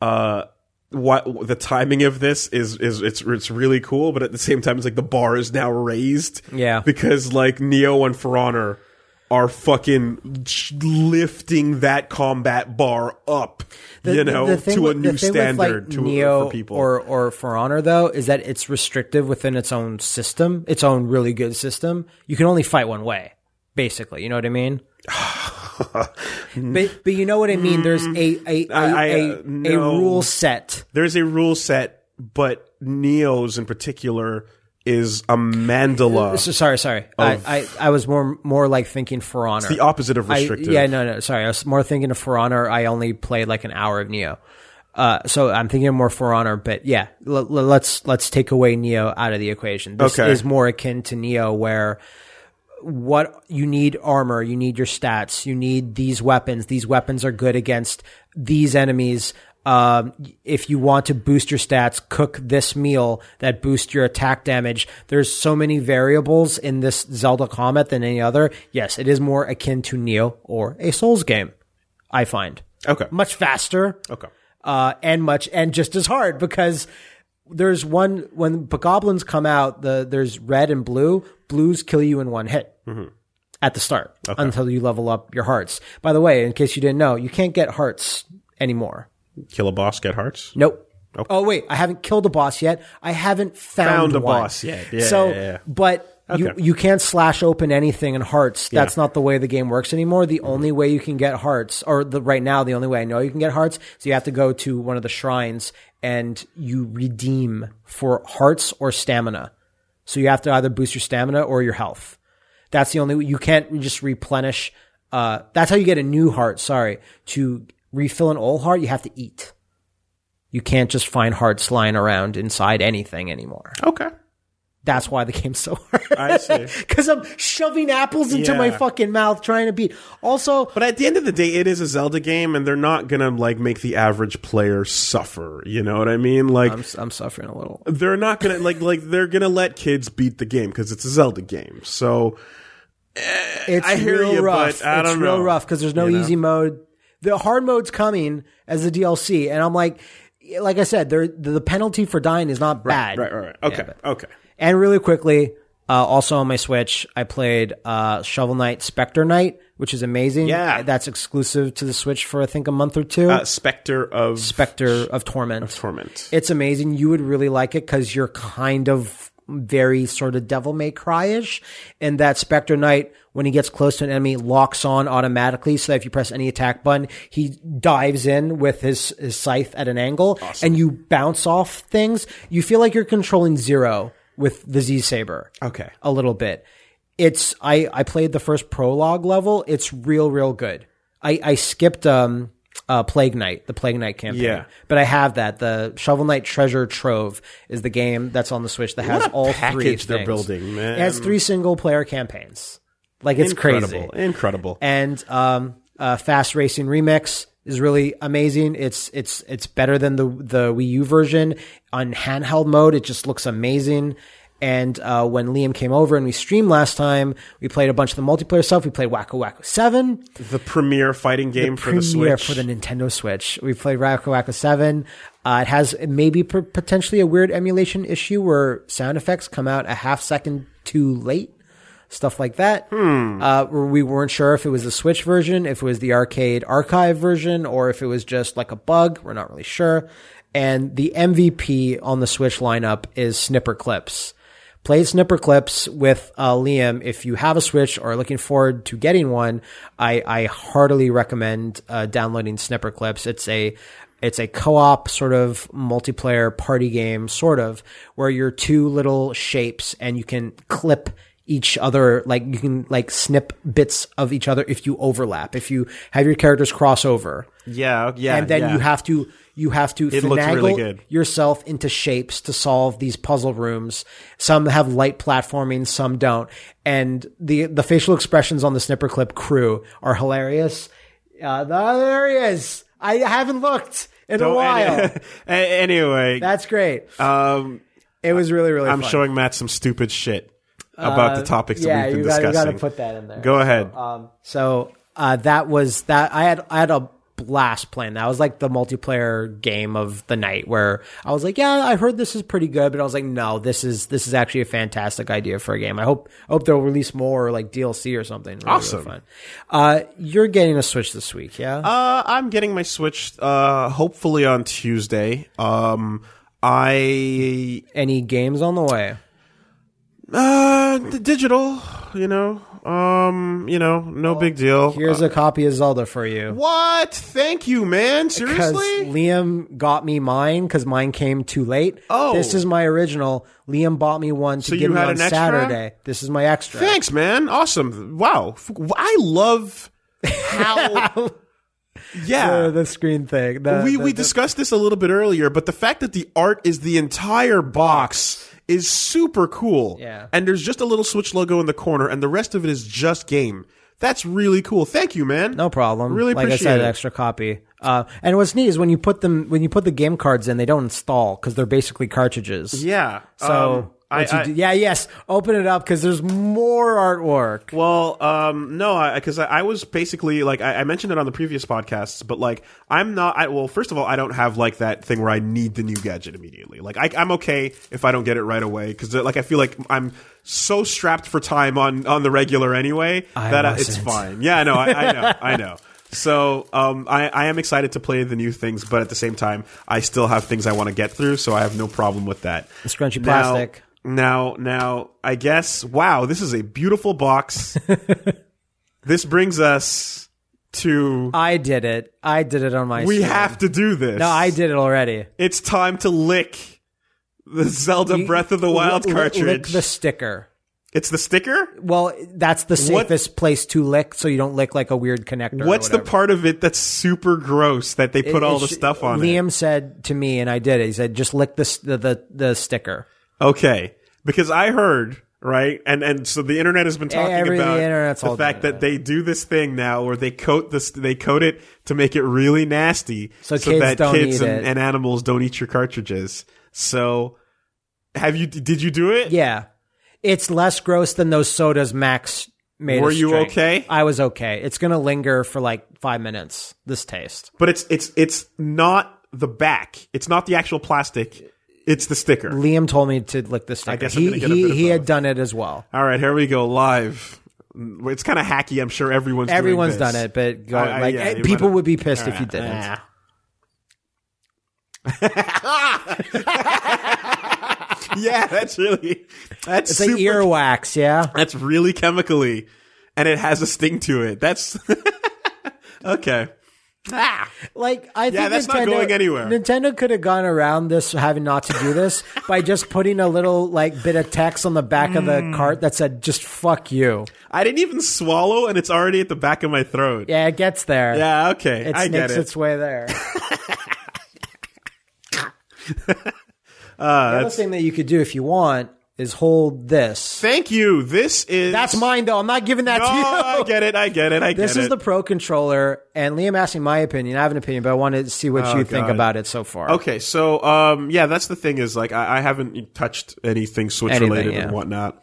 uh, what the timing of this is is it's it's really cool, but at the same time, it's like the bar is now raised, Yeah. because like Neo and For Honor are fucking ch- lifting that combat bar up, you know, thing to a with- the new thing with, like, standard to Neo for people. or or For Honor though is that it's restrictive within its own system, its own really good system. You can only fight one way, basically. You know what I mean? But but you know what I mean. There's a a a, I- I, a- uh, a no. rule set. There's a rule set, but Neo's in particular is a mandala. So, sorry, sorry. I, I I was more more like thinking for honor. the opposite of I- restrictive. yeah, no, no. Sorry, I was more thinking of For Honor. I only played like an hour of Neo, uh, so I'm thinking more For Honor. But yeah, l- l- let's let's take away Neo out of the equation. This Okay. is more akin to Neo, where what you need armor, you need your stats, you need these weapons. These weapons are good against these enemies. Um, if you want to boost your stats, cook this meal that boosts your attack damage. There's so many variables in this Zelda Comet than any other. Yes, it is more akin to Neo or a Souls game, I find. Okay. Much faster Okay. uh, and much and just as hard because there's one when goblins come out the there's red and blue blues kill you in one hit at the start until you level up your hearts by the way in case you didn't know you can't get hearts anymore Kill a boss, get hearts. nope oh wait i haven't killed a boss yet i haven't found, Found a one. boss yet. Yeah, so yeah, yeah. but you, Okay. you can't slash open anything in hearts. That's not the way the game works anymore. The only way you can get hearts, or the, right now, the only way I know you can get hearts, is you have to go to one of the shrines and you redeem for hearts or stamina. So you have to either boost your stamina or your health. That's the only way. You can't just replenish. Uh, that's how you get a new heart. Sorry. To refill an old heart, you have to eat. You can't just find hearts lying around inside anything anymore. Okay. That's why the game's so hard. I see. Because I'm shoving apples into Yeah. my fucking mouth trying to beat. Also, But at the end of the day, it is a Zelda game, and they're not gonna like make the average player suffer. You know what I mean? Like I'm, I'm suffering a little. they're not gonna like like they're gonna let kids beat the game because it's a Zelda game. So It's I hear real you, rough. but I it's don't real know. rough because there's no You know? easy mode. The hard mode's coming as the DLC, and I'm like, like I said, there the penalty for dying is not bad. right, right, right. Okay, okay. And really quickly, uh, also on my Switch, I played uh, Shovel Knight Specter Knight, which is amazing. Yeah. that's exclusive to the Switch for I think a month or two. Uh, Spectre of Specter of Torment. Torment. It's amazing. You would really like it because you're kind of very sort of devil may cry ish. And that Spectre Knight, when he gets close to an enemy, locks on automatically. So that if you press any attack button, he dives in with his, his scythe at an angle and you bounce off things. You feel like you're controlling zero with the Z Saber okay. a little bit. It's I I played the first prologue level. It's real real good. I I skipped um uh Plague Knight, the Plague Knight campaign. Yeah. But I have that. The Shovel Knight Treasure Trove is the game that's on the Switch that has What a all three package they're things. building, man. It has three single player campaigns. Like it's incredible, crazy incredible. and um, uh, Fast Racing Remix is really amazing. It's it's it's better than the the Wii U version on handheld mode. It just looks amazing. And uh, when Liam came over and we streamed last time, we played a bunch of the multiplayer stuff. We played Wacko Wacko Seven, the premier fighting game for the premiere Switch. for the Nintendo Switch. We played Wacko Wacko Seven. Uh, it has maybe per- potentially a weird emulation issue where sound effects come out a half second too late, stuff like that. Hmm. Uh, where we weren't sure if it was the Switch version, if it was the arcade archive version, or if it was just like a bug. We're not really sure. And the MVP on the Switch lineup is Snipper Clips. Play Snipper Clips with uh, Liam if you have a Switch or are looking forward to getting one. I, I heartily recommend uh, downloading Snipper Clips. It's a it's a co-op sort of multiplayer party game, sort of where you're two little shapes and you can clip each other like you can like snip bits of each other if you overlap if you have your characters cross over yeah, okay, yeah. and then Uh, yeah. you have to you have to It looks finagle really good. yourself into shapes to solve these puzzle rooms. Some have light platforming, some don't. And the the facial expressions on the snipper clip crew are hilarious. Uh, there he is. I haven't looked in a So, while. any- Oh, a- anyway, That's great. um, It was really really. I'm fun. Uh, showing Matt some stupid shit about the topics Yeah, that we've you been got you got to discussing. put that in there. Go ahead. Um, So uh, that was that. I had I had a blast playing. That was like the multiplayer game of the night where I was like, yeah, I heard this is pretty good, but I was like, no, this is this is actually a fantastic idea for a game. I hope I hope they'll release more like DLC or something. Really, really Awesome. fun. Uh, you're getting a Switch this week, yeah? Uh, I'm getting my Switch uh, hopefully on Tuesday. Um, I Any games on the way? Uh, the digital, you know. Um, you know, no big deal. Here's a copy of Zelda for you. what? Thank you, man. Because Seriously? Liam got me mine because mine came too late. Oh. this is my original. Liam bought me one to So give you me had on an extra? Saturday. This is my extra. Thanks, man. Awesome. Wow. F- I love how Uh, Yeah. the screen thing. The- we the- we discussed this a little bit earlier, but the fact that the art is the entire box is super cool. Yeah. And there's just a little Switch logo in the corner and the rest of it is just game. That's really cool. Thank you, man. No problem. Really like I appreciate said, it. extra copy. Uh, and what's neat is when you put them when you put the game cards in, they don't install because they're basically cartridges. Yeah. So Um, I, once you I- do- yeah, yes, open it up because there's more artwork. Well, um, no, because I, I, was basically like I, I mentioned it on the previous podcasts, but like I'm not. I, well, first of all, I don't have like that thing where I need the new gadget immediately. Like I, I'm okay if I don't get it right away because like I feel like I'm so strapped for time on on the regular anyway I that uh, it's wasn't. fine. Yeah, no, I, I know, I know. So um, I, I am excited to play the new things, but at the same time, I still have things I want to get through, so I have no problem with that. Scrunchy Now- plastic. Now, now, I guess. Wow, this is a beautiful box. this brings us to. I did it. I did it on my. we stream. have to do this. No, I did it already. It's time to lick the Zelda You- Breath of the Wild li- li- cartridge. Lick the Oh, sticker. it's the sticker. Well, that's the What- safest place to lick, so you don't lick like a weird connector. or What's the whatever. part of it that's super gross that they put It- all the it's- stuff on it? Liam said to me, and I did. it. He said, "Just lick the s- the the, the sticker." Okay, because I heard right, and and so the internet has been talking Every- the about internet's the all fact doing that they do this thing now where they coat this, they coat it to make it really nasty, So kids that don't kids eat and, it. and animals don't eat your cartridges. So, have you? Did you do it? Yeah. It's less gross than those sodas Max made. Were us you drink. okay? I was okay. It's going to linger for like five minutes, this taste. But it's it's it's not the back. It's not the actual plastic. It's the sticker. Liam told me to lick the sticker. guess I'm he gonna get a he, bit of he had both. done it as well. All right, here we go live. It's kind of hacky. I'm sure everyone's doing Everyone's this. done it, but go, I- I- like yeah, eh, you people wanna- would be pissed if you didn't. Yeah. yeah, that's really that's It's super, like earwax, yeah. that's really chemically, and it has a sting to it. That's okay. Ah. Like I think that's Nintendo, not going anywhere. Nintendo could have gone around this having not to do this by just putting a little like bit of text on the back of Mm. the cart that said "just fuck you." I didn't even swallow, and it's already at the back of my throat. Yeah, it gets there. Yeah, okay, it I get sneaks it. its way there. the other thing that you could do if you want is hold this. Thank you. This is That's mine though. I'm not giving that Oh, to I you. get it. I get it. I This get is it. the pro controller, and Liam asked me my opinion. I have an opinion, but I wanted to see what you think God. about it so far. Okay, so um, yeah, that's the thing is like I, I haven't touched anything Switch Anything, related yeah. and whatnot.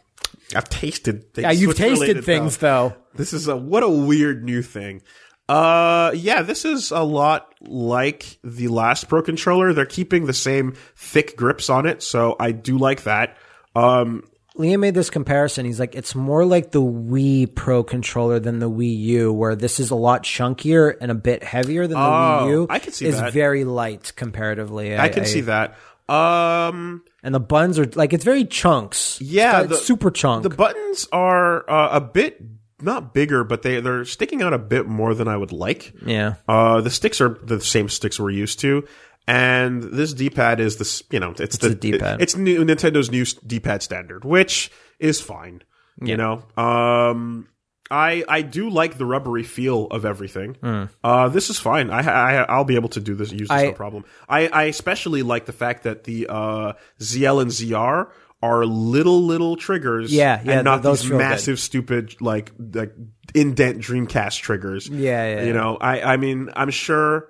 I've tasted things Yeah, you've tasted Switch-related, things though. though. This is a what a weird new thing. Uh, yeah, this is a lot like the last Pro controller. They're keeping the same thick grips on it, so I do like that. Um, Liam made this comparison. He's like, it's more like the Wii Pro controller than the Wii U, where this is a lot chunkier and a bit heavier than the Wii U. I can see It's that. very light comparatively. I can see that. Um, And the buns are like it's very chunks. It's Yeah, got- it's the- super chunk. the buttons are uh, a bit not bigger, but they they're sticking out a bit more than I would like. yeah, Uh, the sticks are the same sticks we're used to, and this D-pad is this you know it's, the a D-pad. It's new, Nintendo's new s- D-pad standard, which is fine. You know, um, I I do like the rubbery feel of everything. Hmm. Uh, this is fine. I, I I'll be able to do this. Use this no problem. I I especially like the fact that the uh ZL and ZR are little little triggers. Yeah, yeah, and not th- those these feel good. massive stupid like like indent Dreamcast triggers. Yeah, yeah, You yeah. know, I I mean, I'm sure.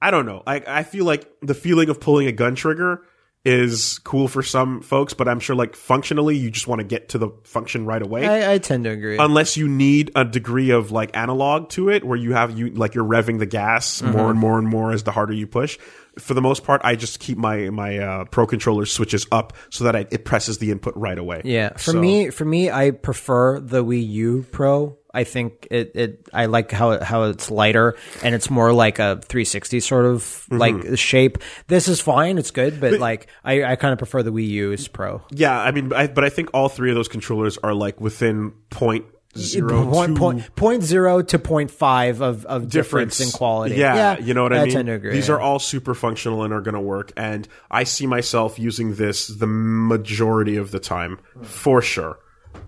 I don't know. I I feel like the feeling of pulling a gun trigger is cool for some folks, but I'm sure like functionally, you just want to get to the function right away. I, I tend to agree. Unless you need a degree of like analog to it, where you have you like you're revving the gas Mm-hmm. more and more and more as the harder you push. For the most part, I just keep my my uh, pro controller switches up so that I, it presses the input right away. yeah, for So- me, for me, I prefer the Wii U Pro I think it, it I like how it, how it's lighter and it's more like a 360 sort of Mm-hmm. like shape. This is fine, it's good, but, like I, I kind of prefer the Wii U's Pro. Yeah, I mean, I, but I think all three of those controllers are like within point zero Point, two- point, point zero to point five of, of difference. in quality. Yeah, you know what I mean. tend to agree. These yeah. are all super functional and are going to work. And I see myself using this the majority of the time for sure.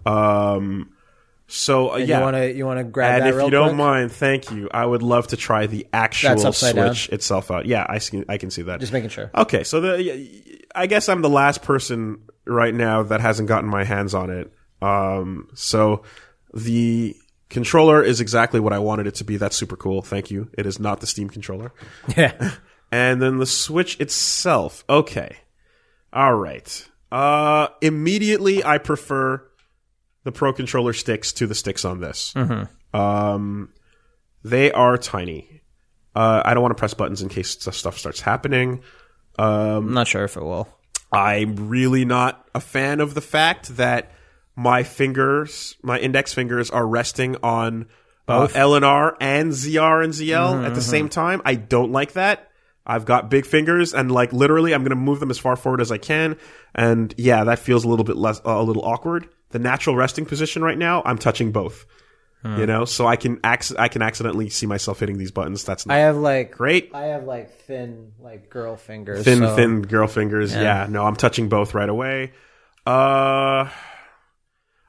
Um, so uh, yeah, You want to you want to grab and that if real you don't quick? mind, thank you. I would love to try the actual That's switch upside down. itself out. Yeah, I see, I can see that. Just making sure. Okay, so the I guess I'm the last person right now that hasn't gotten my hands on it. Um, so the controller is exactly what I wanted it to be. That's super cool. Thank you. It is not the Steam controller. Yeah. And then the Switch itself. Okay. All right. Uh, immediately, I prefer the Pro Controller sticks to the sticks on this. Um, they are tiny. Uh, I don't want to press buttons in case st- stuff starts happening. um, I'm not sure if it will. I'm really not a fan of the fact that my fingers, my index fingers, are resting on uh, L and R and ZR and ZL at the same time. I don't like that. I've got big fingers, and like literally, I'm going to move them as far forward as I can. And yeah, that feels a little bit less, uh, a little awkward. The natural resting position right now, I'm touching both. You know, so I can acc- I can accidentally see myself hitting these buttons. That's not I have like great. I have like thin like girl fingers. thin so- thin girl fingers yeah. no i'm touching both right away uh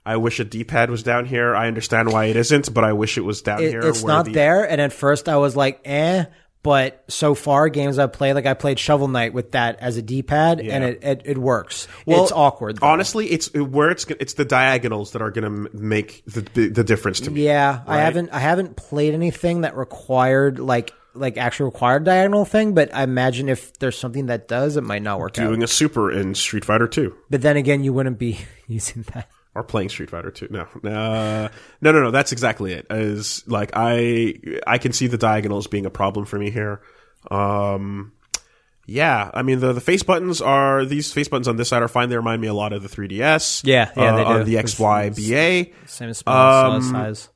i wish a d-pad was down here i understand why it isn't but i wish it was down It- here it's where not the- there. And at first, I was like, eh. But so far, games I've played, like I played Shovel Knight with that as a D pad, and it, it, it works. it's awkward. Though. honestly it's where it's it's the diagonals that are gonna m- make the the, the difference to me yeah, I haven't I haven't played anything that required like like actually required diagonal thing. But I imagine if there's something that does, it might not work out. doing a super in street fighter 2 But then again, you wouldn't be using that. or playing Street Fighter 2. No. Uh, no, no, no, that's exactly it. Is like I I can see the diagonals being a problem for me here. Um yeah, I mean the the face buttons are these face buttons on this side are fine. They remind me a lot of the 3DS. Yeah, yeah, uh, they do. On the It's- XYBA, Same as small Um, size.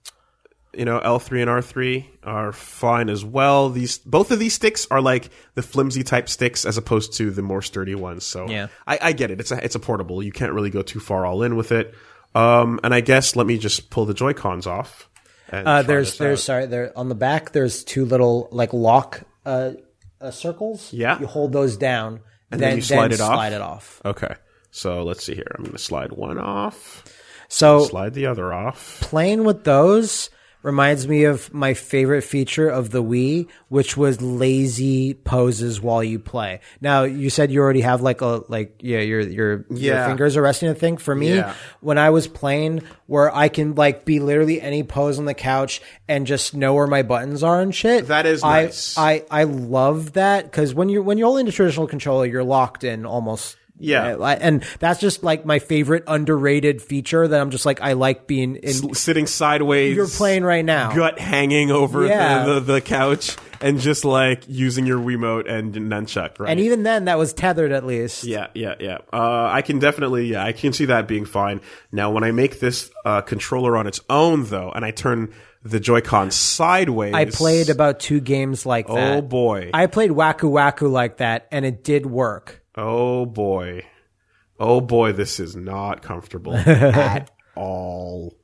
you know, L3 and R3 are fine as well. These both of these sticks are like the flimsy type sticks as opposed to the more sturdy ones. So Yeah. I, I get it. It's a it's a portable. You can't really go too far all in with it. Um, and I guess let me just pull the Joy Cons off. and try Uh, there's this there's out. sorry there on the back. There's two little like lock uh, uh circles. Yeah. you hold those down, and then then, you slide then it off? slide it off. okay. So let's see here. I'm going to slide one off, So slide the other off. playing with those reminds me of my favorite feature of the Wii, which was lazy poses while you play. Now you said you already have like a like yeah your your, your Yeah. fingers are resting a thing. For me, Yeah. when I was playing, where I can like be literally any pose on the couch and just know where my buttons are and shit. That is I, nice. I I love that because when you're when you're holding a traditional controller, you're locked in almost. Yeah. Uh, and that's just like my favorite underrated feature that I'm just like I like being in Sitting sideways. you're playing right now. Gut hanging over Yeah. the, the, the couch and just like using your Wiimote and nunchuck, right? And even then, that was tethered at least. Yeah, yeah, yeah. Uh, I can definitely, yeah, I can see that being fine. Now, when I make this uh, controller on its own, though, and I turn the Joy-Con sideways, I played about two games like that. Oh boy! I played Waku Waku like that, and it did work. oh boy! Oh boy! This is not comfortable at all.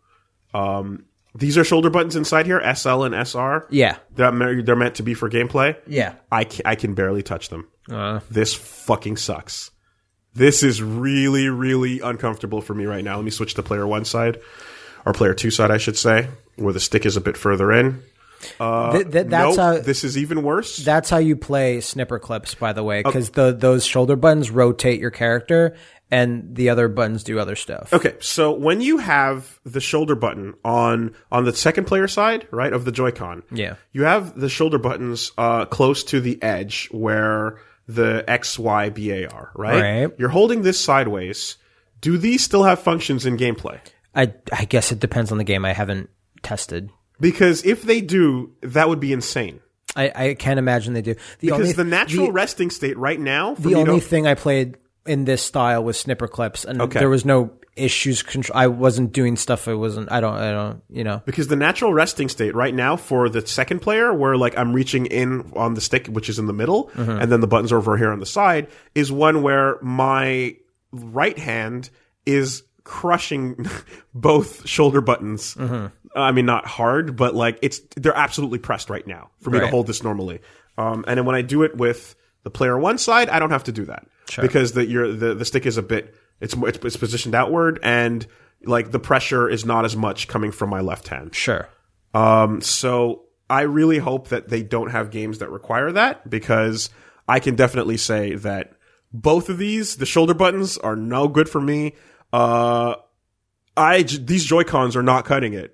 Um, these are shoulder buttons inside here, SL and SR. Yeah. They're, me- they're meant to be for gameplay. Yeah. I ca- I can barely touch them. This fucking sucks. This is really, really uncomfortable for me right now. Let me switch to player one side, or player two side, I should say, where the stick is a bit further in. Th- th- that's Uh, nope, how. this is even worse. that's how you play snipper clips, by the way, because the those shoulder buttons rotate your character, and the other buttons do other stuff. okay, so when you have the shoulder button on on the second player side, right of the Joy-Con, Yeah. you have the shoulder buttons uh, close to the edge where the X Y B A are, right? Right. You're holding this sideways. Do these still have functions in gameplay? I I guess it depends on the game. I haven't tested. Because if they do, that would be insane. I, I can't imagine they do. The Because only the natural resting state right now, for the me only to, thing I played in this style with snipper clips, and Okay. there was no issues. Control. I wasn't doing stuff. It wasn't. I don't. I don't. You know. Because the natural resting state right now for the second player, where like I'm reaching in on the stick, which is in the middle, and then the buttons are over here on the side, is one where my right hand is crushing both shoulder buttons. I mean, not hard, but like it's they're absolutely pressed right now for me to Right. hold this normally. Um, and then when I do it with the player one side, I don't have to do that because the your the, the stick is a bit it's, it's it's positioned outward and like the pressure is not as much coming from my left hand. Sure. Um, so I really hope that they don't have games that require that because I can definitely say that both of these, the shoulder buttons, are no good for me. Uh, I j- these Joy Cons are not cutting it.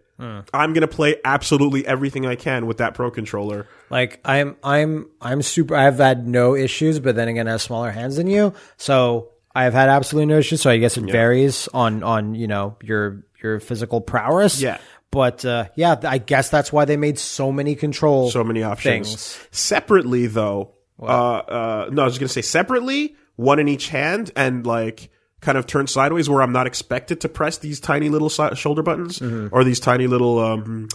I'm gonna play absolutely everything I can with that Pro controller. Like I'm. I'm. I'm super. I've had no issues, but then again, I have smaller hands than you, so I've had absolutely no issues. So I guess it varies on on you know your your physical prowess. Yeah. But uh, yeah, I guess that's why they made so many control. So many options. Things. Separately, though, uh, uh, no, I was just gonna say separately, one in each hand, and like kind of turn sideways where I'm not expected to press these tiny little si- shoulder buttons Mm-hmm. or these tiny little, um,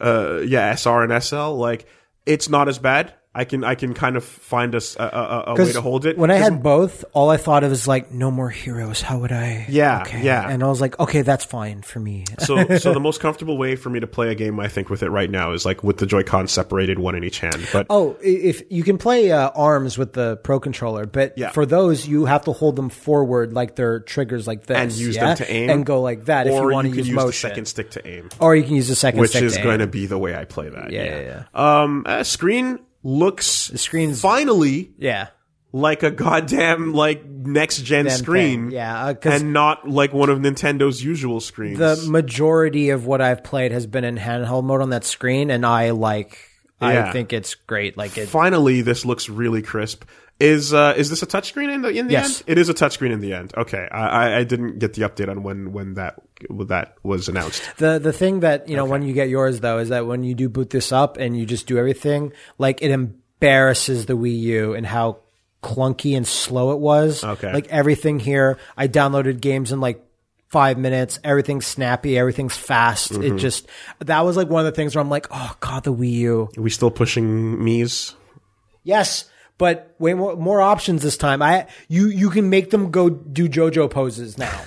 uh, yeah, SR and SL. Like it's not as bad. I can I can kind of find a s- a- a- a- a way to hold it When I 'Cause had both, all I thought of is like, no more heroes. How would I? Yeah, yeah. And I was like, okay, that's fine for me. so so the most comfortable way for me to play a game I think with it right now is like with the Joy-Con separated one in each hand. But Oh, i- if you can play uh, arms with the pro controller, but Yeah. for those you have to hold them forward like they're triggers like this, And use yeah? them to aim. and go like that if you or want you to can use use the motion, second stick to aim. or you can use the second which stick is to going to aim. be the way I play that. yeah, yeah, Um, uh, screen looks the screen's- finally yeah, like a goddamn like next gen Damn screen, thing. yeah, because. and not like one of Nintendo's usual screens. the majority of what I've played has been in handheld mode on that screen, and I like. Yeah. I think it's great. Like it, finally, this looks really crisp. Is uh, is this a touchscreen in the in the Yes. end? It is a touchscreen in the end. Okay, I, I I didn't get the update on when when that that was announced. The the thing that you know when you get yours though is that when you do boot this up and you just do everything, like it embarrasses the Wii U and how clunky and slow it was. Okay. Like everything here, I downloaded games in like five minutes. Everything's snappy. Everything's fast. It just that was like one of the things where I'm like, oh god, the Wii U. Are we still pushing Mii's? Yes. But way more, more options this time. I you you can make them go do JoJo poses now,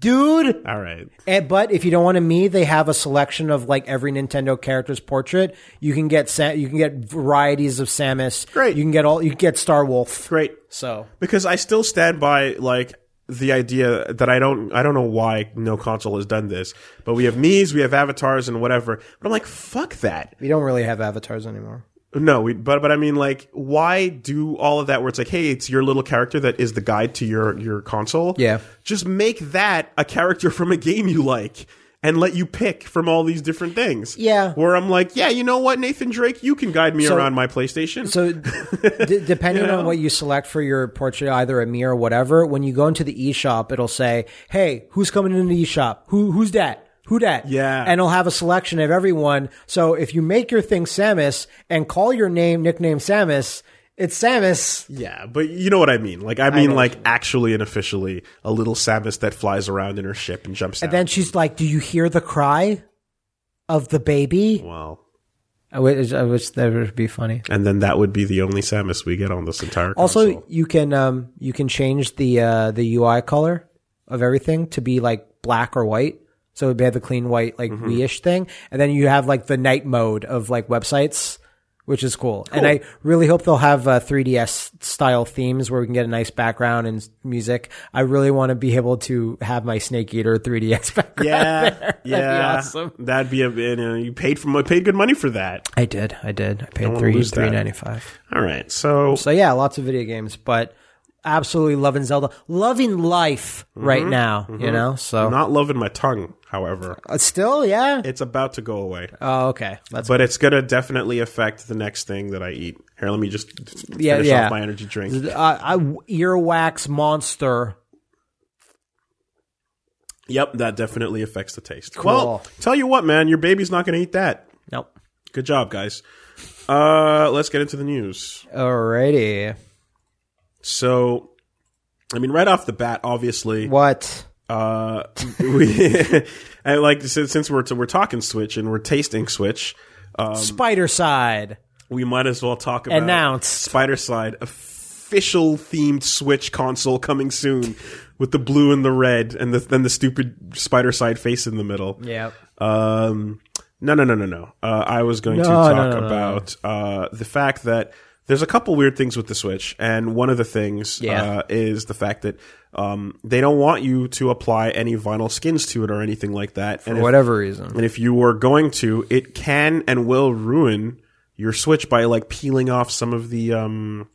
dude. All right. And, Eh, but if you don't want to me, they have a selection of like every Nintendo character's portrait. You can get Sa- you can get varieties of Samus. Great. You can get all you can get Star Wolf. Great. So because I still stand by like the idea that I don't I don't know why no console has done this, but we have Mii's, we have avatars and whatever. But I'm like, fuck that. we don't really have avatars anymore. No, we, but but I mean like why do all of that where it's like, hey, it's your little character that is the guide to your your console. Yeah. Just make that a character from a game you like and let you pick from all these different things. Yeah. Where I'm like, yeah, you know what, Nathan Drake, you can guide me So- around my PlayStation. So d- depending on what you select for your portrait, either a me or whatever, when you go into the eShop, it'll say, "Hey, who's coming into the eShop? Who who's that?" Who dat? Yeah. And it'll have a selection of everyone. So if you make your thing Samus and call your name, nickname Samus, it's Samus. Yeah, but you know what I mean. Like I mean know like actually and officially a little Samus that flies around in her ship and jumps out. Then she's like, "Do you hear the cry of the baby?" well, I wish, I wish that would be funny. and then that would be the only Samus we get on this entire Also, console. you can um you can change the uh the UI color of everything to be like black or white. So it'd have the clean white like Mm-hmm. Wii-ish thing, and then you have like the night mode of like websites, which is cool. And I really hope they'll have uh, 3DS style themes where we can get a nice background and s- music. I really want to be able to have my Snake Eater 3DS background. yeah, yeah, awesome. that'd be a you know you paid for paid good money for that. I did, I did. I paid wanna three lose that. three ninety five. All right, so So yeah, lots of video games, but absolutely loving Zelda, loving life right now. You know, so Mm-hmm. not loving my tongue. However, Uh, still, yeah. it's about to go away, Oh, okay. That's but it's gonna definitely affect the next thing that I eat. Here, let me just f- Yeah, finish yeah. off my energy drink. uh, I, earwax monster. Yep, that definitely affects the taste. Cool. Well, tell you what, man, your baby's not gonna eat that. Nope. Good job, guys. Uh, let's get into the news. Alrighty. So, I mean, right off the bat, obviously, What? uh, we I like since, since we're we're talking Switch and we're tasting Switch, um, uh, Spider Side we might as well talk about announced. Spider Slide official themed Switch console coming soon with the blue and the red and the, then the stupid Spider Slide face in the middle. Yep. Um, no, no, no, no, no. Uh, I was going to No, no, talk no, no, no. about uh, the fact that there's a couple weird things with the Switch, and one of the things Yeah. uh, is the fact that um, they don't want you to apply any vinyl skins to it or anything like that. and if- Whatever reason. and if you were going to, it can and will ruin your Switch by like peeling off some of the um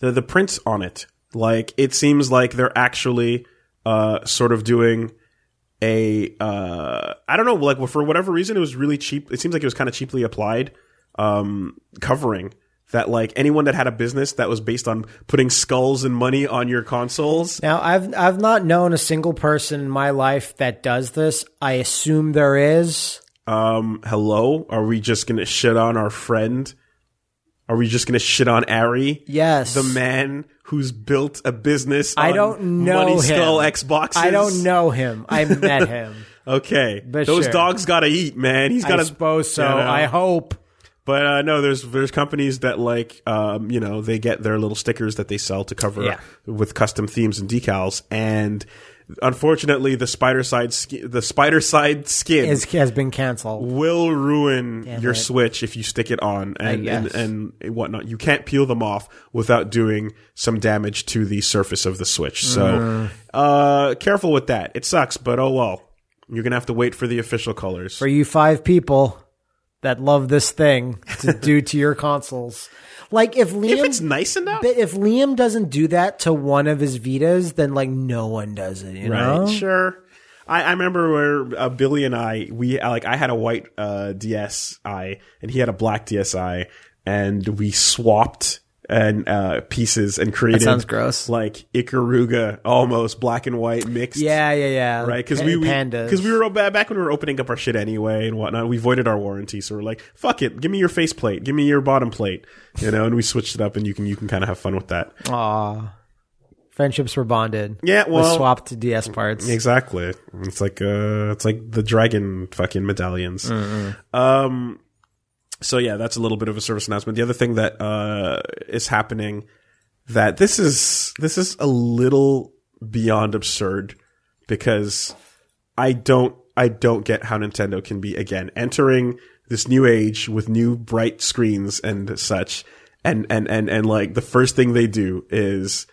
the the prints on it. Like it seems like they're actually uh sort of doing a uh I don't know like for whatever reason it was really cheap. It seems like it was kind of cheaply applied um covering that like anyone that had a business that was based on putting skulls and money on your consoles Now I've I've not known a single person in my life that does this. I assume there is. um, hello? Are we just gonna shit on our friend? Are we just gonna shit on Ari? Yes. The man who's built a business on I don't know Money Skull him. Xboxes. I don't know him. I met him. Okay. But Those sure. dogs gotta eat, man. He's I gotta suppose so. you know. I hope. But uh, no, there's there's companies that like um, you know they get their little stickers that they sell to cover Yeah. with custom themes and decals, and unfortunately the spider side ski- the spider side skin Is has been canceled. will ruin your it. switch if you stick it on and, guess. and and whatnot. You can't peel them off without doing some damage to the surface of the switch. So uh, careful with that. It sucks, but oh well. You're gonna have to wait for the official colors. For you five people that love this thing to do to your consoles, like if if Liam it's nice enough, But if Liam doesn't do that to one of his Vitas, then like no one does it, you right? know? Sure. I, I remember where uh, Billy and I we like I had a white uh, DSi and he had a black DSi and we swapped and uh, pieces and created sounds gross. like Ikaruga almost black and white mixed Yeah, yeah, yeah. right because Pa- we pandas because we, were all ba- back when we were opening up our shit anyway and whatnot we voided our warranty so we're like fuck it give me your face plate give me your bottom plate you know and we switched it up and you can you can kind of have fun with that Aw. friendships were bonded. Yeah, with well- swapped to DS parts. Exactly. It's like uh it's like the dragon fucking medallions. Um so yeah, that's a little bit of a service announcement. The other thing that uh is happening that this is this is a little beyond absurd because I don't I don't get how Nintendo can be again entering this new age with new bright screens and such and and and and like the first thing they do is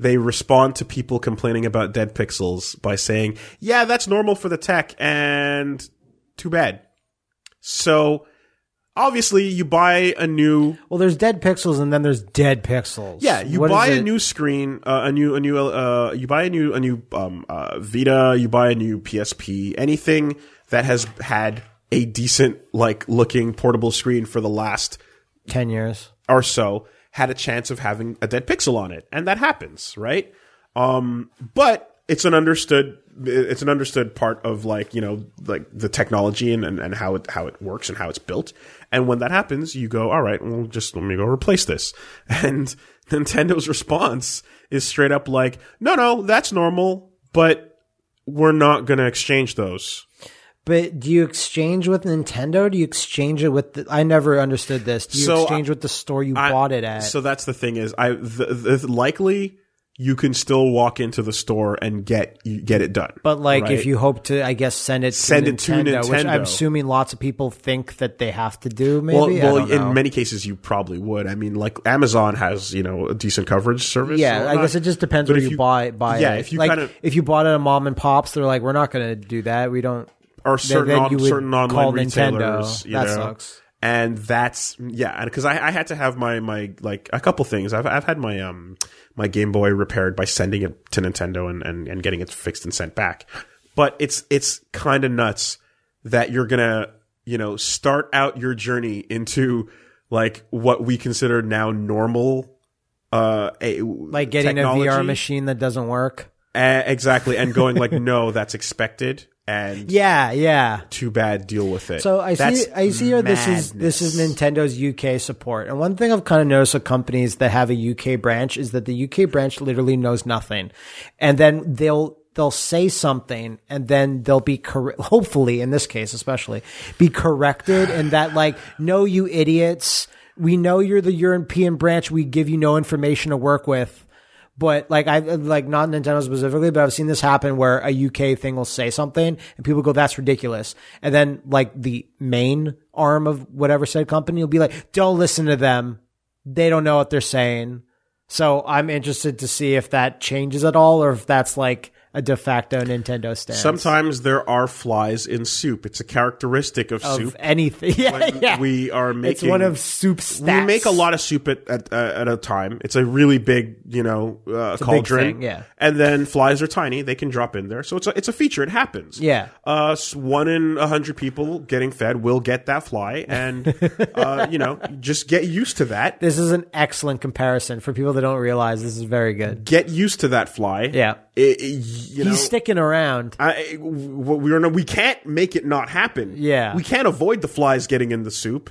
they respond to people complaining about dead pixels by saying, "Yeah, that's normal for the tech and too bad." So obviously you buy a new Well, there's dead pixels and then there's dead pixels. yeah, you What is buy a it? new screen, uh, a new, a new, uh, you buy a new, a new um, uh, Vita, you buy a new PSP, anything that has had a decent like looking portable screen for the last ten years. or so had a chance of having a dead pixel on it, and that happens, right? Um, but it's an understood it's an understood part of like you know like the technology and, and, and how it how it works and how it's built. And when that happens, you go, all right, well, just let me go replace this. And Nintendo's response is straight up like, no, no, that's normal, but we're not going to exchange those. But do you exchange with Nintendo? Do you exchange it with? The, I never understood this. Do you So, exchange with the store you bought it at? So that's the thing is, I the, the, likely you can still walk into the store and get you get it done. But like, right? if you hope to, I guess send it Send to it to Nintendo, which I'm Nintendo. assuming lots of people think that they have to do. Maybe well, I well don't know. in many cases you probably would. I mean, like Amazon has you know a decent coverage service. yeah, or I guess not. it just depends But where if you, buy buy yeah, it. if you like, kind of if you bought it at mom and pops, they're like, we're not going to do that. We don't. or certain then on, you would certain online call retailers, Nintendo. you That know. sucks. And that's yeah, because I, I had to have my my like a couple things. I've I've had my um my Game Boy repaired by sending it to Nintendo and and, and getting it fixed and sent back. But it's it's kind of nuts that you're gonna you know start out your journey into like what we consider now normal uh a, Like getting a technology. VR machine that doesn't work. Uh, exactly, and going like, no, that's expected, and Yeah, yeah. too bad deal with it. So I That's see. I see here. This is this is madness. Nintendo's UK support. And one thing I've kind of noticed with companies that have a UK branch is that the UK branch literally knows nothing, and then they'll they'll say something, and then they'll be cor- hopefully in this case especially be corrected, and that like no, you idiots. We know you're the European branch. We give you no information to work with. But like I like not Nintendo specifically, but I've seen this happen where a UK thing will say something and people go, "That's ridiculous," and then like the main arm of whatever said company will be like, "Don't listen to them. They don't know what they're saying." So I'm interested to see if that changes at all, or if that's like a de facto Nintendo stance Sometimes there are flies in soup. It's a characteristic of, of soup. anything. Yeah, yeah. We are making it's one of soup stats. We make a lot of soup at at, uh, at a time. It's a really big, you know, uh, cauldron. thing, yeah. And then flies are tiny; they can drop in there. So it's a it's a feature. It happens. Yeah. Uh, s- one in a hundred people getting fed will get that fly, and uh, you know, just get used to that. This is an excellent comparison for people that don't realize. This is very good. Get used to that fly. Yeah. It- it- you know, He's sticking around. I, w- we are no, we can't make it not happen. Yeah. we can't avoid the flies getting in the soup.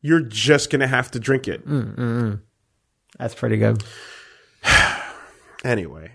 You're just gonna have to drink it Mm. That's pretty good. anyway.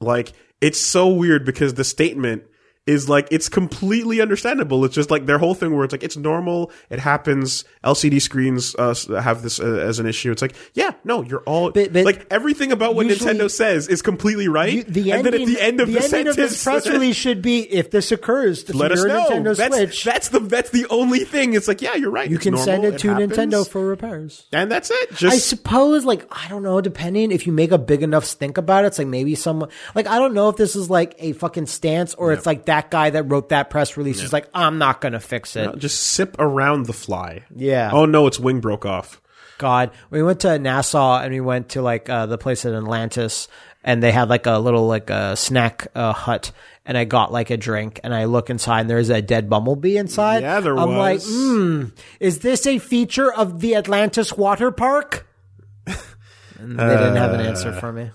Like it's so weird because the statement is like it's completely understandable. It's just like their whole thing where it's like it's normal. It happens. LCD screens uh, s- have this uh, as an issue. It's like yeah, no, you're all But- but like everything about what usually- Nintendo says is completely right. You- the and ending, then at the end of the, ending sentence, of this press release should be if this occurs to let us your know. Nintendo That's, Switch, that's the that's the only thing. It's like yeah, you're right. you can send it to Nintendo for repairs. and that's it. I Just suppose, like I don't know. Depending if you make a big enough stink about it, it's like maybe some like I don't know if this is like a fucking stance or it's like that guy that wrote that press release is like I'm not gonna fix it. just sip around the fly. Yeah. Oh no, its wing broke off. God, we went to Nassau and we went to like uh, the place in Atlantis, and they had like a little like a snack uh, hut, and I got like a drink, and I look inside, and there's a dead bumblebee inside. Yeah, there I'm was. like, hmm, is this a feature of the Atlantis water park? And they didn't have an answer Uh, for me.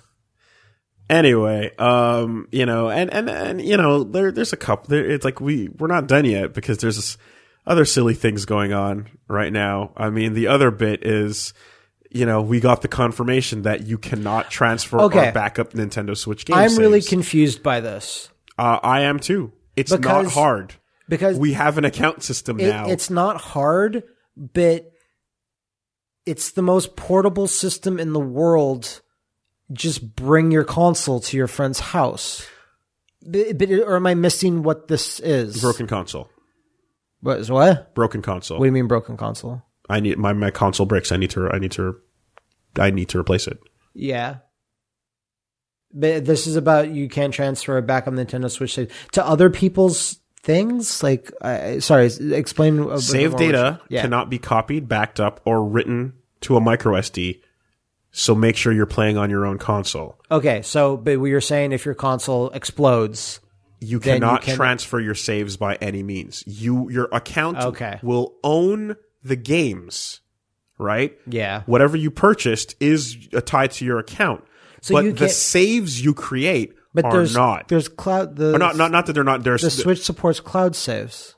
anyway um you know and and and you know there there's a couple there it's like we we're not done yet because there's this other silly things going on right now i mean the other bit is you know we got the confirmation that you cannot transfer Okay. or backup nintendo switch games I'm really saves. confused by this uh, i am too it's not Because- hard because we have an account system it- now it's not hard, but it's the most portable system in the world. Just bring your console to your friend's house. But, but- or am I missing what this is? broken console What, is what? broken console What do you mean broken console? i need my my console breaks i need to i need to i need to replace it Yeah. But this is about you can transfer it back on Nintendo Switch save- to other people's things. Like, I, sorry, s- explain. a bit Save more what you- data yeah. cannot be copied, backed up, or written to a micro SD. So make sure you're playing on your own console. Okay, so but we were saying if your console explodes, You Then you cannot can- transfer your saves by any means. You your account Okay. will own the games, right? yeah, Whatever you purchased is uh, tied to your account. So but you the get- saves you create But are there's not. There's cloud. The Or not, not not that they're not. There's the Switch supports cloud saves,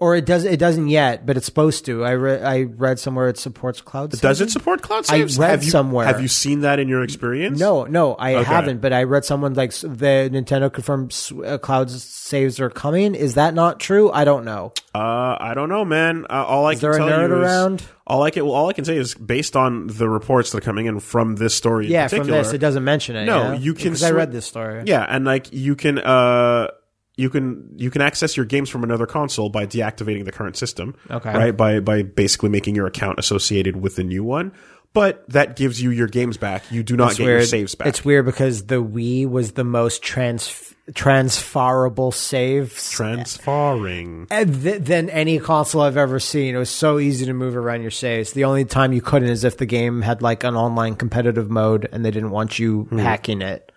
or it does. It doesn't yet, but it's supposed to. I re- I read somewhere it supports cloud. saves. does it support cloud I saves? read have you, somewhere. Have you seen that in your experience? No, no, I Okay. haven't. But I read someone like s- the Nintendo confirmed s- uh, cloud saves are coming. Is that not true? I don't know. Uh, I don't know, man. Uh, all I there can a tell nerd you is, around? all I can well, all I can say is based on the reports that are coming in from this story. in Yeah, from particular, this it doesn't mention it. No, yeah? you can 'Cause I swi- read this story. Yeah, and like you can uh you can you can access your games from another console by deactivating the current system. Okay. Right by by basically making your account associated with the new one, but that gives you your games back. You do not get your saves back. It's weird because the Wii was the most trans transferable save transferring. and th- than any console I've ever seen. It was so easy to move around your saves. The only time you couldn't is if the game had like an online competitive mode and they didn't want you hacking it.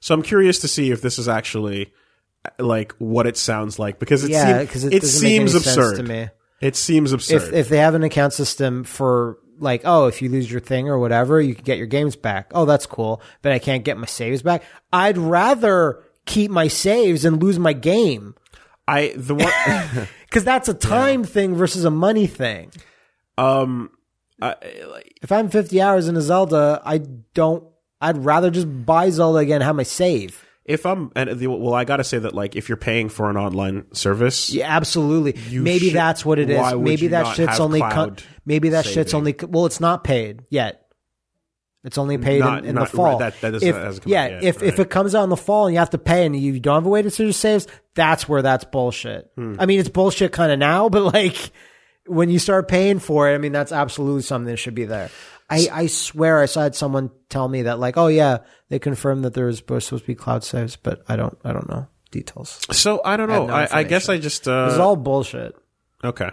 So I'm curious to see if this is actually uh, like what it sounds like because it Yeah, seems because it, it, doesn't seems make any absurd sense to me. It seems absurd. If if they have an account system for like, oh, if you lose your thing or whatever, you can get your games back. Oh, that's cool, but I can't get my saves back. I'd rather keep my saves and lose my game I the one because that's a time thing versus a money thing. um I, like, If I'm 50 hours into Zelda, I don't. I'd rather just buy Zelda again, and have my save. if I'm and the, well I got to say that like if you're paying for an online service Yeah, absolutely. You maybe should- that's what it is. why would Maybe you that not shit's have only. co- cloud maybe that shit's saving? only. co- Well, it's not paid yet. It's only paid Not- in, in not- the fall. that- that doesn't- if, that hasn't come yeah, out yet, if if right. it comes out in the fall and you have to pay and you don't have a way to save your saves, that's where that's bullshit. Hmm. I mean, it's bullshit kind of now, but like when you start paying for it, I mean, that's absolutely something that should be there. I, I swear I saw had someone tell me that like, oh yeah, they confirmed that there was supposed to be cloud saves, but I don't I don't know details. so I don't know no I, I, guess I just It's uh all bullshit. okay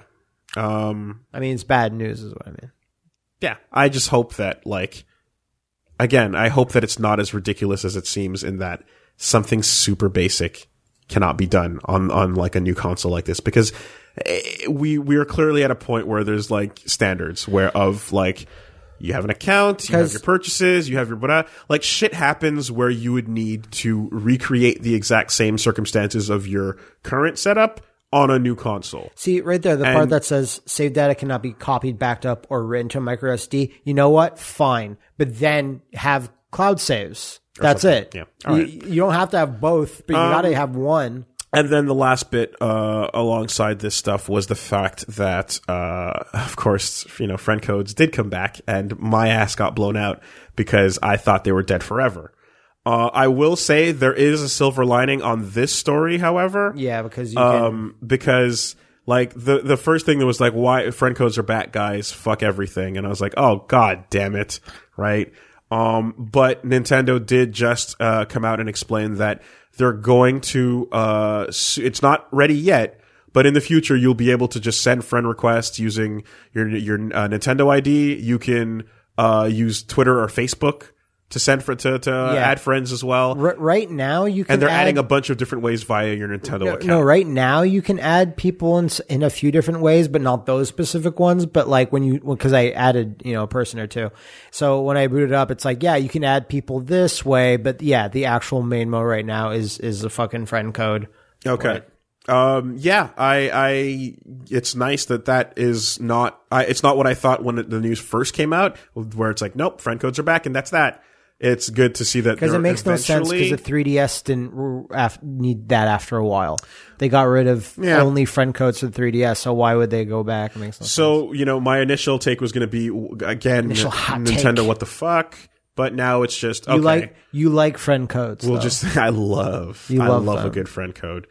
um I mean, it's bad news, is what I mean. yeah i just hope that like again i hope that it's not as ridiculous as it seems in that something super basic cannot be done on on like a new console like this because eh, we we are clearly at a point where there's like standards where of like you have an account, you have 'Cause- your purchases, you have your blah. Like shit happens where you would need to recreate the exact same circumstances of your current setup on a new console. See, right there, the part that says save data cannot be copied, backed up, or written to a micro SD. You know what? Fine. But then have cloud saves. That's it. Yeah. All you, right. you don't have to have both, but you gotta have one. And then the last bit uh, alongside this stuff was the fact that, uh, of course, you know, friend codes did come back, and my ass got blown out because I thought they were dead forever. Uh, I will say there is a silver lining on this story, however, Yeah, because you um, because like the the first thing that was like, why friend codes are back, guys? Fuck everything, and I was like, oh god damn it, right? Um, but Nintendo did just uh, come out and explain that they're going to. Uh, s- it's not ready yet. But in the future, you'll be able to just send friend requests using your your uh, Nintendo ID. You can uh, use Twitter or Facebook to send for to, to add friends as well. can. R- right now, you can. And they're add, adding a bunch of different ways via your Nintendo account. No, right now you can add people in s- in a few different ways, but not those specific ones. But like when you because I added you know a person or two, so when I booted up, it's like yeah, you can add people this way, but yeah, the actual main mo right now is is a fucking friend code. Okay. Um, yeah, I, I, it's nice that that is not, I, it's not what I thought when the news first came out, where it's like, nope, friend codes are back and that's that. It's good to see that Because it makes no sense because the 3DS didn't r- af- need that after a while. They got rid of Yeah. only friend codes for 3DS, so why would they go back? It makes no sense. So, you know, my initial take was going to be, w- again, Initial hot Nintendo, take. what the fuck? But now it's just, okay. You like you like friend codes. We'll though. just I love You I love, love a them. good friend code.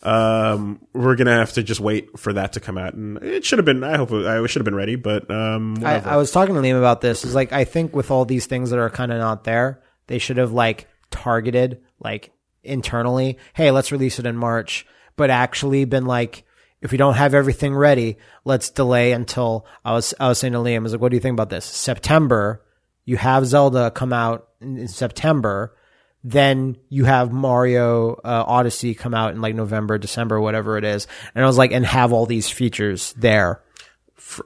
Um, we're gonna have to just wait for that to come out, and it should have been. I hope it, I should have been ready, but um, I, whatever. I was talking to Liam about this. Is like I think with all these things that are kind of not there, they should have like targeted like internally. Hey, let's release it in March, but actually been like, if we don't have everything ready, let's delay until I was I was saying to Liam, I was like, what do you think about this? September, you have Zelda come out in, in September. Then you have Mario uh, Odyssey come out in like November, December, whatever it is, and I was like, and have all these features there.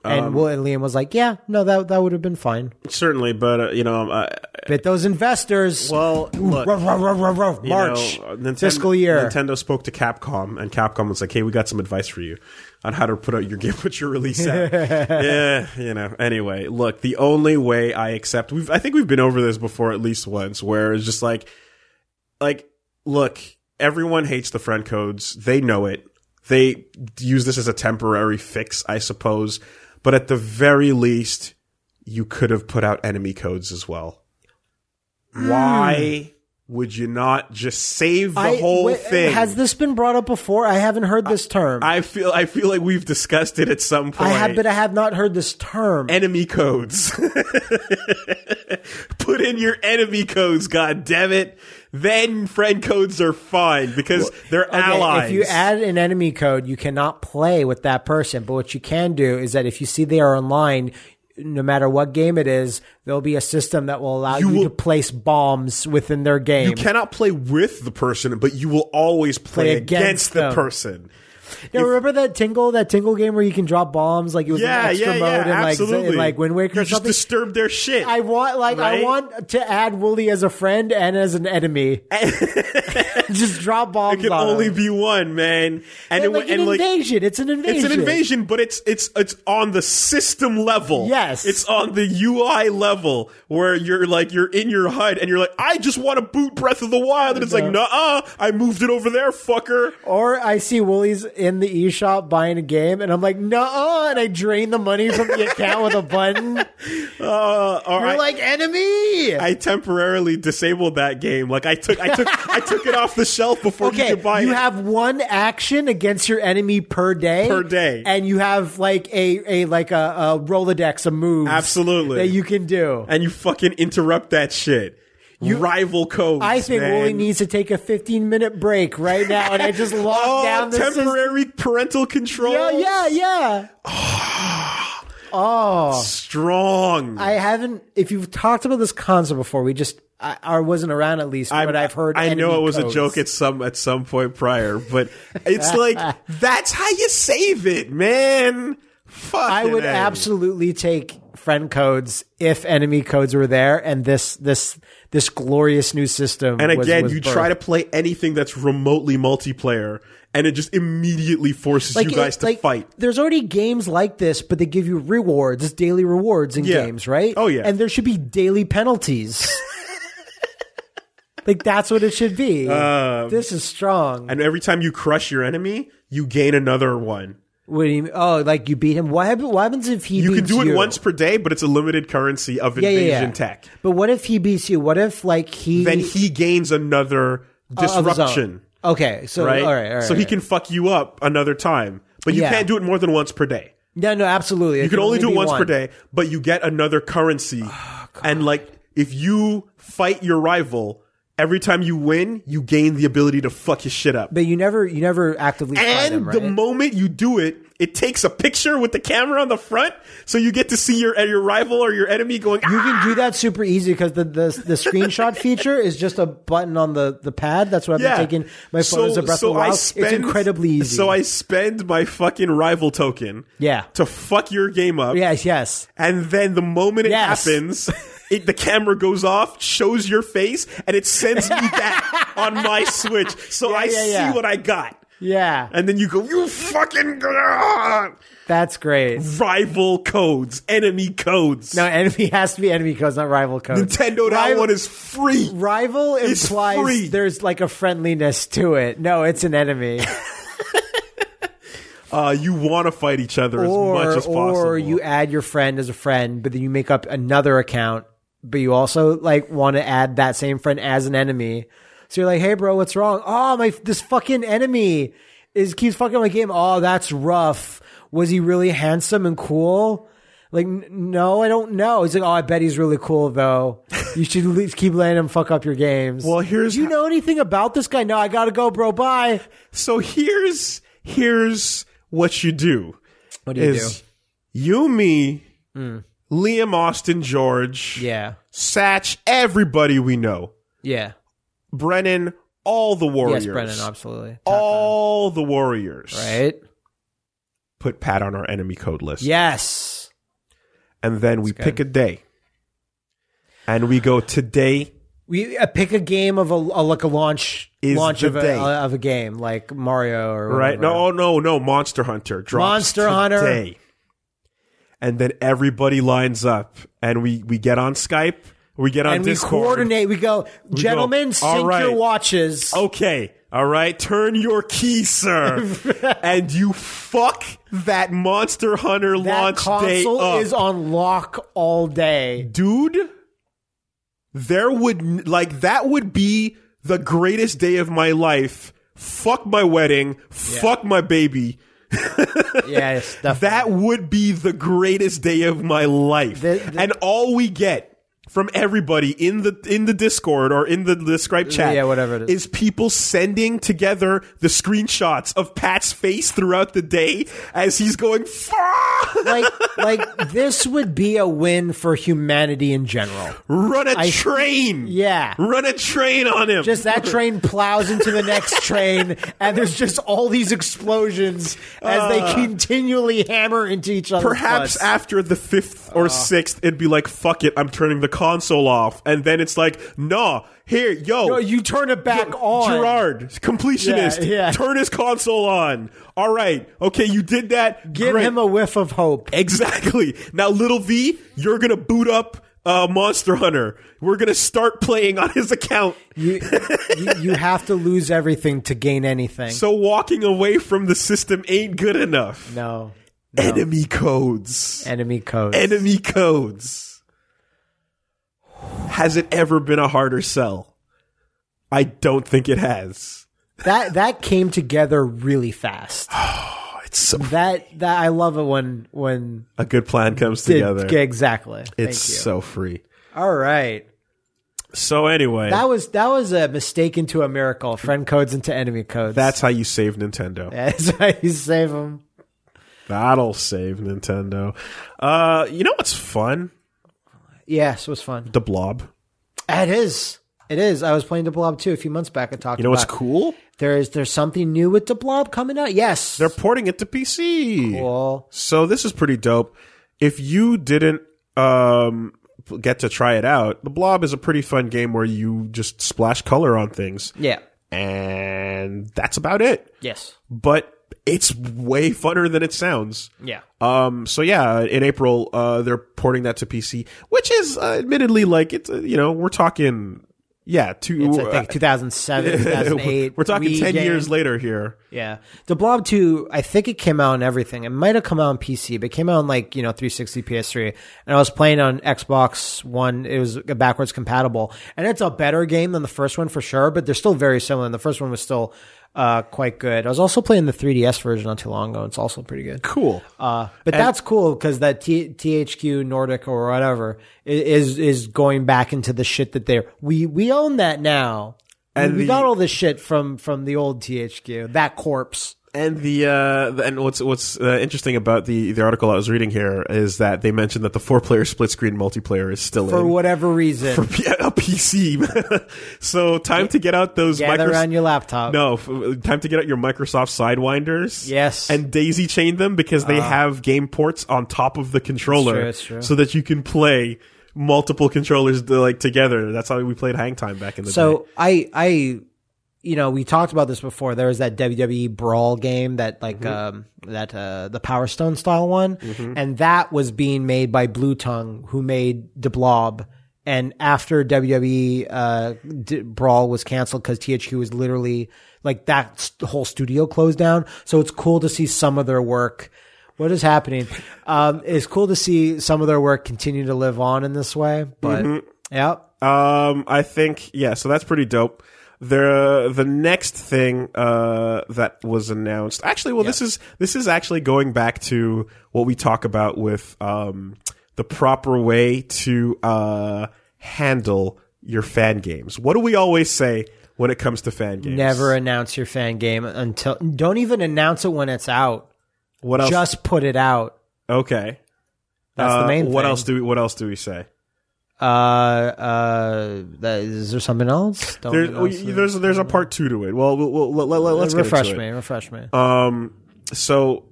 Um, And, Will and Liam was like, "Yeah, no, that that would have been fine." certainly, but uh, you know, I, But those investors, well, look, ruh, ruh, ruh, ruh, ruh, you know, uh, March Nintendo- fiscal year. Nintendo spoke to Capcom, and Capcom was like, "Hey, we got some advice for you on how to put out your game, put your release out." yeah, you know. Anyway, look, the only way I accept, we've, I think we've been over this before at least once, where it's just like, like, look, everyone hates the friend codes. They know it. They use this as a temporary fix, I suppose. But at the very least, you could have put out enemy codes as well. Hmm. Why would you not just save the I- whole wait, thing? Has this been brought up before? I haven't heard this term. I, I feel I feel like we've discussed it at some point. have, but I have not heard this term. enemy codes. Put in your enemy codes, god damn it. Then friend codes are fine because they're Okay, allies. If you add an enemy code, you cannot play with that person. But what you can do is that if you see they are online, no matter what game it is, there'll be a system that will allow you, will- to place bombs within their game. you cannot play with the person, but you will always play, Play against, against the them. person. Yeah, remember that tingle, that tingle game where you can drop bombs like it was Yeah, an extra yeah, mode yeah, in like Z- absolutely. in, like Wind Waker you or just something. disturb their shit. I want like I Right? want to add Wooly as a friend and as an enemy. just drop bombs. it can on only him. be one, man. And And, it, like and an like invasion. It's an invasion. it's an invasion, but it's it's it's on the system level. Yes. it's on the UI level where you're like you're in your HUD and you're like, I just want to boot Breath of the Wild, and it's like, nah, I moved it over there, fucker. Or I see Woolies in the eShop buying a game, and I'm like, no, and I drain the money from the account with a button. Uh, or You're I, like enemy. I temporarily disabled that game. Like I took I took I took it off the shelf before you okay, could buy you it. have one action against your enemy per day, Per day. and you have like a a like a, a rolodex of moves, Absolutely. that you can do. and you fucking interrupt that shit. You rival codes. I think man. Wooly needs to take a 15 minute break right now, and I just lock oh, down the system. temporary parental control. Yeah, yeah, yeah. oh, Strong. I haven't. If you've talked about this concept before, we just I, I wasn't around at least, I'm- but I've heard. I know enemy it was codes. a joke at some at some point prior, but it's like that's how you save it, man. Fuck. I would absolutely take friend codes if enemy codes were there, and this this this glorious new system. And again, you try to play anything that's remotely multiplayer, and it just immediately forces you guys to fight. There's already games like this, but they give you rewards, it's daily rewards in Yeah. games, right? Oh, yeah. and there should be daily penalties. like that's what it should be. Um, this is strong. And every time you crush your enemy, you gain another one. what do you mean? Oh, like you beat him. What, happen, what happens if he? You can beats do it you? once per day, but it's a limited currency of yeah, invasion yeah. tech. But what if he beats you? What if like he Then he gains another of his own? disruption. Okay, so right? all right, all right. so he all right. can fuck you up another time, but you Yeah. can't do it more than once per day. No, no, absolutely. You can only do it be once per one. Oh, day, but you get another currency. and like, if you fight your rival, every time you win, you gain the ability to fuck his shit up. But you never, you never actively fight And them, the right? moment you do it, it takes a picture with the camera on the front, so you get to see your your rival or your enemy going. you "Ah!" can do that super easy because the, the the screenshot feature is just a button on the, the pad. That's what I've Yeah. been taking my so, photos of Breath so of the Wild. I spend, it's incredibly easy. So I spend my fucking rival token. Yeah. To fuck your game up. yes, yes. And then the moment it Yes. happens, it, the camera goes off, shows your face, and it sends me back on my Switch. So I yeah, yeah. see what I got. Yeah. And then you go, you fucking ah!" that's great. rival codes, enemy codes. No, enemy has to be enemy codes, not rival codes. Nintendo that Rival- one is free. Rival It's implies free. there's like a friendliness to it. No, it's an enemy. Uh, you want to fight each other or as much as possible. or you add your friend as a friend, but then you make up another account, but you also like want to add that same friend as an enemy. So you're like, hey, bro, what's wrong? Oh, my this fucking enemy is keeps fucking my game. Oh, that's rough. Was he really handsome and cool? Like, n- no, I don't know. He's like, oh, I bet he's really cool though. You should at least keep letting him fuck up your games. Well, here's do you ho- know anything about this guy? No, I gotta go, bro. Bye. so here's here's what you do. What do Hmm. you Is you, me, Liam Austin, George, do? Yeah, Satch. everybody we know. Yeah. Brennan, all the warriors. Yes, Brennan, absolutely. Oh, all the warriors. Right? Put Pat on our enemy code list. Yes. And then we pick a day. And we go today. We uh, pick a game of a, a- like a launch Is launch the of a, uh, day. of a game like Mario or Right? whatever. No, oh, no, no. Monster Hunter drops Monster Hunter. today. And then everybody lines up, and we we get on Skype, we get on and we Discord. coordinate. We go, gentlemen, all sync right. your watches. Okay, all right, turn your key, sir, and you fuck that Monster Hunter that launch day console up. is on lock all day. dude there would like that would be the greatest day of my life fuck my wedding fuck my baby yes, definitely. that would be the greatest day of my life The- the- and all we get from everybody in the in the discord or in the, the skype chat yeah, whatever it is. is people sending together the screenshots of pat's face throughout the day as he's going fuck like like this would be a win for humanity in general. Run a train. Yeah. Run a train on him. Just that train plows into the next train, and there's just all these explosions as they continually hammer into each other. Uh, Perhaps after the fifth Oh. or sixth, it'd be like, fuck it, I'm turning the console off. And then it's like, nah, here, yo, you turn it back on. Gerard, completionist, Yeah, yeah. turn his console on. All right, okay, you did that. Give Great. him a whiff of hope. Exactly. Now, little V, you're gonna boot up uh, Monster Hunter. We're gonna start playing on his account. You, you, you have to lose everything to gain anything. So walking away from the system ain't good enough. no. Enemy codes. Enemy code. Enemy codes. Has it ever been a harder sell? I don't think it has. that that came together really fast. Oh, it's so, That that I love it when when a good plan comes did- together. exactly. it's Thank you. so free. All right. So anyway, That was that was a mistake into a miracle. Friend codes into enemy codes. that's how you save Nintendo. that's how you save them. That'll save Nintendo. Uh, you know what's fun? Yes, it was fun. The Blob. It is. It is. I was playing the Blob too a few months back. I talked. You know what's about. cool? There is there's something new with the Blob coming out. Yes. They're porting it to PC. cool. So this is pretty dope. If you didn't um, get to try it out, The Blob is a pretty fun game where you just splash color on things, Yeah. and that's about it. Yes. But it's way funner than it sounds. Yeah. Um, so yeah, in April, uh, they're porting that to PC, which is uh, admittedly like it's uh, you know we're talking yeah two It's, I think 2007, 2008. we're talking Wii ten game. years later here. Yeah. The Blob 2, I think it came out on everything. It might have come out on PC, but it came out on like, you know, 360 PS3. And I was playing on Xbox One. It was backwards compatible. And it's a better game than the first one for sure, but they're still very similar. And the first one was still uh, quite good. I was also playing the 3DS version not too long ago. It's also pretty good. Cool. Uh, but that's cool because that T- THQ Nordic or whatever i- is is going back into the shit that they're we we own that now. And And we the- got all this shit from from the old THQ that corpse. And the, uh, the- and what's what's uh, interesting about the the article I was reading here is that they mentioned that the four player split screen multiplayer is still for in whatever reason. P- a PC. so time to get out those gather micro- on your laptop. no f- time to get out your Microsoft Sidewinders. Yes. and daisy chain them because they have game ports on top of the controller, true, Ah. it's true. so that you can play multiple controllers like together. That's how we played Hang Time back in the day. so I I you know, we talked about this before. There was that WWE Brawl game that like Mm-hmm. um that uh the Power Stone style one and that was being made by Blue Tongue who made the Blob and after WWE uh, D- Brawl was canceled because THQ was literally like that st- whole studio closed down. So it's cool to see some of their work. What is happening? Um, it's cool to see some of their work continue to live on in this way. But Mm-hmm. yeah, Um, I think yeah, so that's pretty dope. The the next thing uh, that was announced, actually, well, this is this is actually going back to what we talk about with um, the proper way to uh, handle your fan games. What do we always say when it comes to fan games? Never announce your fan game until. Don't even announce it when it's out. What else? Just put it out. okay. That's Uh, the main. What thing. else do we? What else do we say? Uh, uh, that, is there something Oh, else? Don't There's announce it. there's there's a part two to it. Well, we'll, we'll let, us refresh get into it. me. Refresh me. Um, so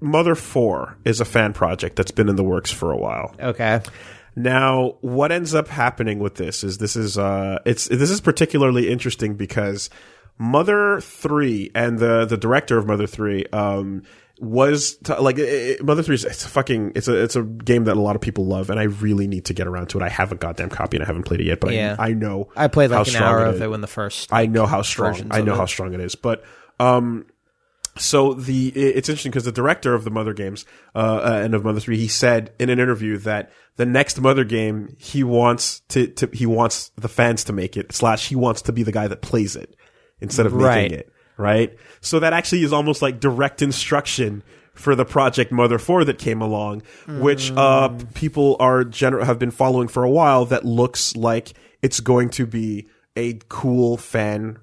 Mother 4 is a fan project that's been in the works for a while. okay. Now, what ends up happening with this is this is uh it's this is particularly interesting because Mother 3 and the the director of Mother 3 um was t- like it, it- Mother 3 is it's a fucking it's a it's a game that a lot of people love and I really need to get around to it. I have a goddamn copy and I haven't played it yet, but Yeah. I, I know I played how like an strong hour it of is. it when the first. I know how strong. versions I of know it. how strong it is. But um, so the i- it's interesting because the director of the Mother games uh, uh, and of Mother Three, he said in an interview that the next Mother game he wants to, to he wants the fans to make it slash he wants to be the guy that plays it instead of Right. making it right. So that actually is almost like direct instruction. For the project Mother Four that came along, which uh, p- people are gener- have been following for a while, that looks like it's going to be a cool fan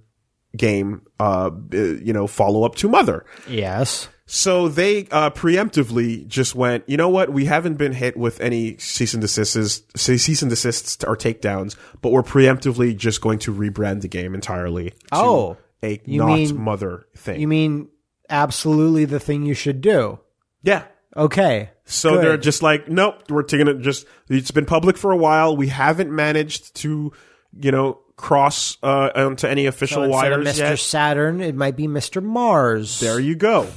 game, uh, uh, you know, follow up to Mother. Yes. So they uh, preemptively just went, you know what? We haven't been hit with any cease and desists, ce- cease and desists or takedowns, but we're preemptively just going to rebrand the game entirely. to Oh. a You not mean- mother thing. You mean absolutely the thing you should do? yeah. Okay. So Good. they're just like, nope, we're taking it. Just it's been public for a while. We haven't managed to, you know, cross uh, onto any official So instead of wires Mr. yet. Saturn, it might be Mr. Mars. There you go.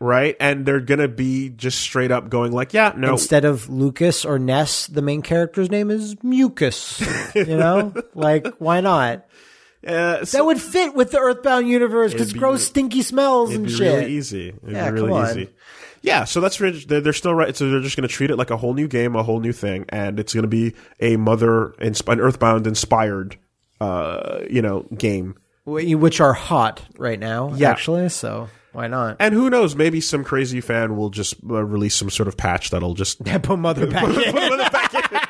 Right, and they're gonna be just straight up going like, yeah, no, Instead of Lucas or Ness, the main character's name is Mucus. You know? like, why not? uh, so That would fit with the Earthbound universe because It'd be- gross, stinky smells it'd and be shit. really easy. It'd Yeah, be really come on. easy. Yeah, so that's rid- they're, they're still right. So they're just gonna treat it like a whole new game, a whole new thing, and it's gonna be a mother, insp- an Earthbound inspired, uh, you know, game. Wh- Which are hot right now, e- Yeah. actually. So why not? And who knows? Maybe some crazy fan will just uh, release some sort of patch that'll just Put Mother back in.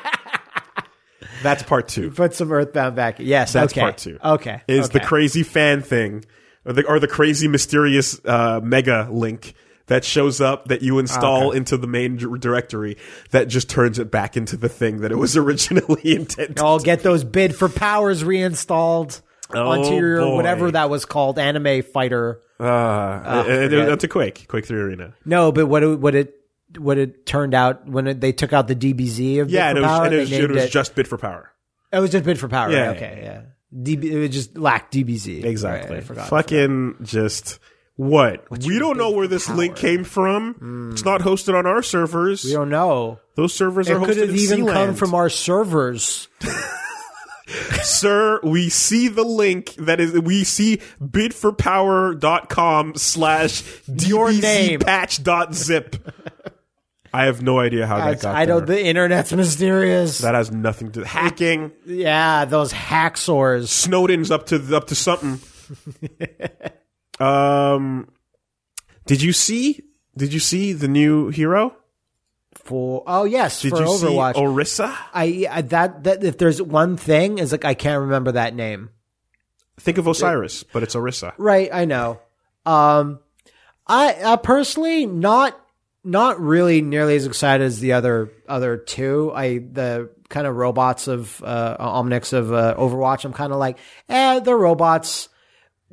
that's part two. Put some Earthbound back in. Yes, That's okay. part two. Okay. Is okay. the crazy fan thing, or the or the crazy mysterious uh, mega link that shows up that you install into the main dir- directory that just turns it back into the thing that it was originally intended. I'll get those bid for powers reinstalled onto Oh, your boy. whatever that was called, anime fighter. Uh, and- and forget. that's a Quake, Quake Three Arena. No, but what it, what it what it turned out when it, they took out the DBZ of Yeah, and bid for it was, power, and it they was, named Oh, it was just bid for power. it was just bid for power. Yeah, right? okay, yeah. DB, it was just lacked DBZ. Exactly. Right, I forgot. Fucking just what? we don't know where this link came from. It's not hosted on our servers. Hmm. We don't know. Those servers are It could hosted have in even come Sealand. from our servers. Sir, we see the link that is we see bidforpower.com slash Your name. dbcpatch.zip. I have no idea how that That's- got I there. know the internet's mysterious. that has nothing to hacking. yeah, those hacksaws. Snowden's up to up to something. um, did you see? Did you see the new hero? For oh yes, Did for you Overwatch. see Orisa? I, I that that if there's one thing is like I can't remember that name. Think of Osiris, but it's Orisa. Right, I know. Um, I uh, personally not not really nearly as excited as the other other two. I the kind of robots of uh, Omnix of uh, Overwatch. I'm kind of like, eh, they're robots.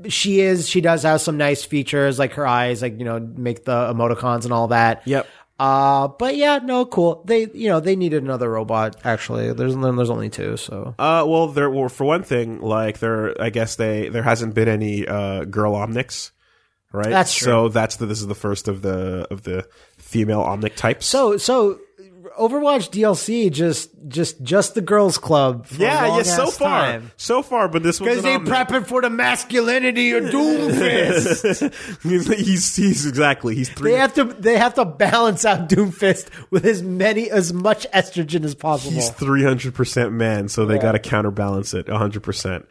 She is. She does have some nice features, like her eyes, like you know, make the emoticons and all that. Yep. Uh, but yeah, no, cool. They, you know, they needed another robot. Actually, there's there's only two, so Uh, well, there well, for one thing, like there, I guess they there hasn't been any uh, girl Omnics, right? That's true. So that's the, this is the first of the of the female Omnic types. So so Overwatch DLC just just just the girls club. For yeah, a long yeah, so ass far, time. so far, but this one's an Omnic. for the masculinity of Doomfist. he's, he's he's- exactly he's three. they have to they have to balance out Doomfist with as many as much estrogen as possible. he's three hundred percent man, so they got to counterbalance it hundred percent,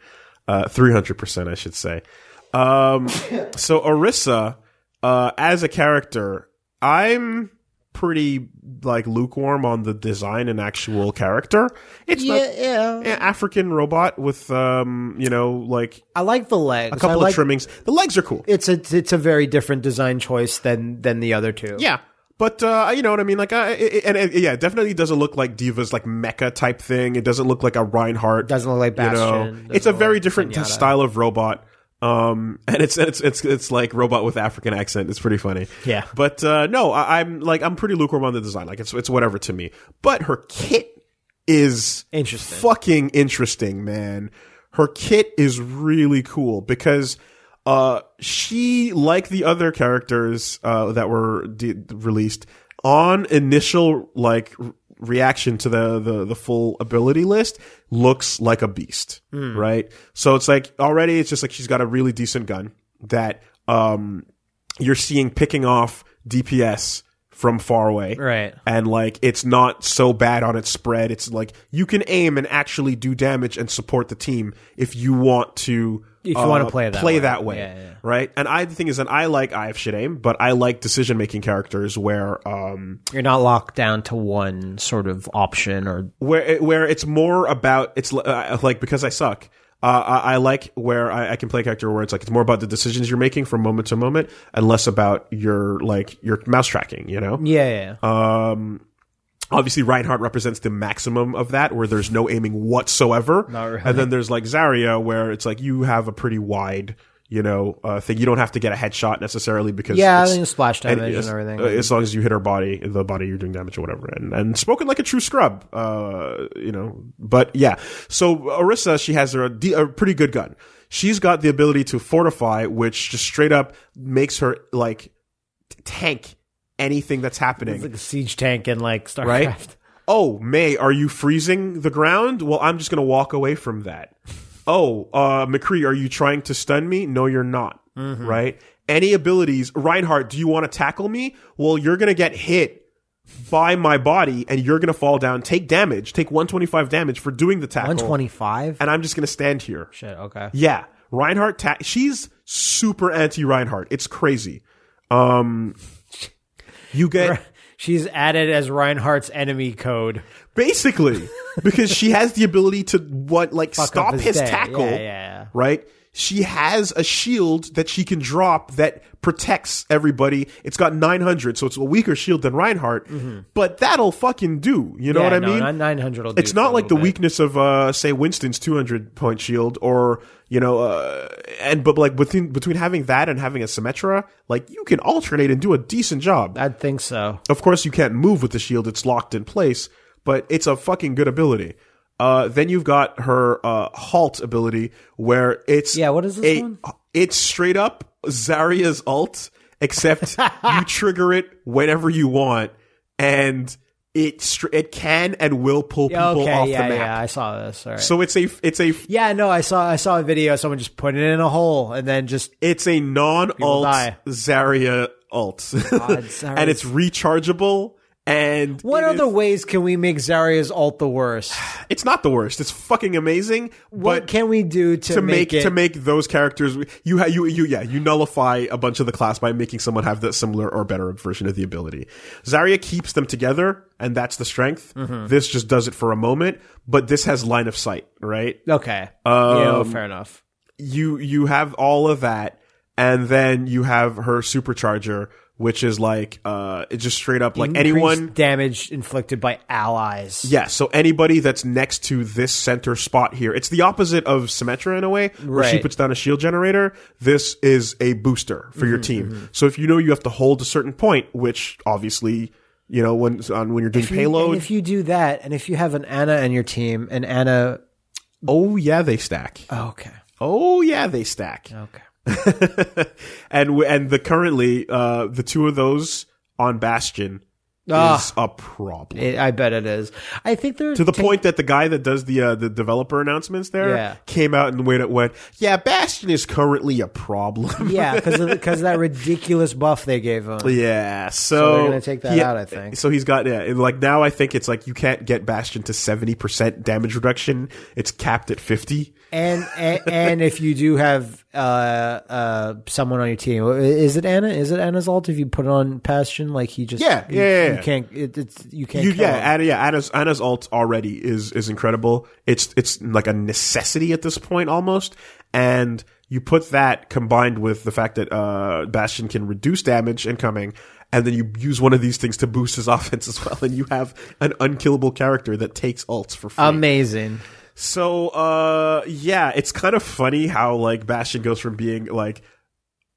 Uh, three hundred percent, I should say. Um, so Orissa, uh, as a character, I'm pretty like lukewarm on the design and actual character. It's yeah, not yeah. an African robot with um, you know, like I like the legs. a couple I like, of trimmings. The legs are cool. It's a it's a very different design choice than than the other two. Yeah. But uh, you know what I mean, like, uh, it, it- and it, yeah, it definitely doesn't look like Diva's like mecha type thing. It doesn't look like a Reinhardt. Doesn't look like you Bastion. know, doesn't it's a look very like different Zenyatta. style of robot. Um, and it's, it's it's it's like robot with African accent. It's pretty funny. Yeah. But uh, no, I, I'm like I'm pretty lukewarm on the design. Like it's it's whatever to me. But her kit is Interesting. fucking interesting, man. Her kit is really cool because uh, she, like the other characters uh, that were de- released, on initial like re- reaction to the, the the full ability list, looks like a beast, Hmm. right? So it's like already it's just like she's got a really decent gun that um, you're seeing picking off DPS from far away, Right. and like it's not so bad on its spread. It's like you can aim and actually do damage and support the team if you want to. uh, If you wanna play it that way. Yeah, yeah. right? And I the thing is that I like I have shit aim, but I like decision making characters where um You're not locked down to one sort of option or where it, where it's more about it's li- uh, like because I suck. Uh, I, I like where I, I can play a character where it's like it's more about the decisions you're making from moment to moment and less about your like your mouse tracking. You know, Yeah, yeah. Uh, obviously Reinhardt represents the maximum of that, where there's no aiming whatsoever. Not really. And then there's like Zarya, where it's like you have a pretty wide, you know, uh, thing. You don't have to get a headshot necessarily because yeah, I it's- think it's splash and damage and, as, everything. uh, as long as you hit her body, the body you're doing damage or whatever, and and spoken like a true scrub, uh, you know. But yeah, so Orisa, she has her a, de- a pretty good gun. She's got the ability to fortify, which just straight up makes her like t- tank anything that's happening. it's like a siege tank and like StarCraft. Right? Oh, May, are you freezing the ground? Well, I'm just going to walk away from that. Oh, uh, McCree, are you trying to stun me? No, you're not. Mm-hmm. Right? Any abilities, Reinhardt, do you want to tackle me? Well, you're going to get hit by my body and you're going to fall down, take damage, take 125 damage for doing the tackle. One twenty five. And I'm just going to stand here. Shit. Okay. Yeah, Reinhardt. Ta- she's super anti Reinhardt. It's crazy. Um, you get She's added as Reinhardt's enemy code. Basically, because she has the ability to what like Fuck up stop his, day. tackle, Yeah, yeah. right? She has a shield that she can drop that protects everybody. It's got 900, so it's a weaker shield than Reinhardt, but that'll fucking do. You know Mm-hmm. yeah, what I no, mean? Nine hundred will do. it's for a not like the little bit. weakness of uh, say Winston's 200 point shield or you know uh, and but like between between having that and having a Symmetra, like you can alternate and do a decent job. I'd think so. Of course, you can't move with the shield; it's locked in place. But it's a fucking good ability. Uh, then you've got her uh, halt ability, where it's Yeah, what is this one? It's straight up Zarya's alt, except you trigger it whenever you want, and it str- it can and will pull people okay. off yeah, the map. yeah. I saw this. All right. So it's a it's a yeah, no, I saw I saw a video. Someone just put it in a hole and then just it's a non alt die. Zarya alt, and it's rechargeable. And What it is- other ways can we make Zarya's alt the worst? It's not the worst. It's fucking amazing. What but can we do to, to make, it? to make those characters you ha- you you yeah you nullify a bunch of the class by making someone have the similar or better version of the ability. Zarya keeps them together, and that's the strength. Mm-hmm. This just does it for a moment, but this has line of sight, right? okay, yeah, no, Um, fair enough. you you have all of that and then you have her supercharger which is like uh it's just straight up like anyone Increased damage inflicted by allies. yeah so anybody that's next to this center spot here it's the opposite of symmetra in a way where she Right. puts down a shield generator this is a booster for your Mm-hmm, team so if you know you have to hold a certain point which obviously you know when on when you're doing If you- payload And if you do that, and if you have an Anna in your team, and Anna, oh yeah they stack okay, oh yeah they stack okay, and w- and the currently uh the two of those on Bastion Ah. is a problem. It- I bet it is. I think they're to the point that the guy that does the uh, the developer announcements there Yeah. came out and went, went, yeah, Bastion is currently a problem. yeah, because because that ridiculous buff they gave him. yeah, so, they're gonna take that he- out, I think. So he's got yeah, and, like now I think it's like you can't get Bastion to seventy percent damage reduction. It's capped at fifty. And, and and if you do have uh uh someone on your team, is it Anna? Is it Anna's alt? If you put it on Passion, like he just Yeah, you, yeah, yeah, yeah. you can't it, it's you can't You, kill yeah, him. Anna, yeah, Anna's, Anna's alt already is is incredible. It's it's like a necessity at this point almost, and you put that combined with the fact that uh, Bastion can reduce damage incoming, and then you use one of these things to boost his offense as well, and you have an unkillable character that takes alts for Um, free. amazing. So, uh, yeah, it's kind of funny how like Bastion goes from being like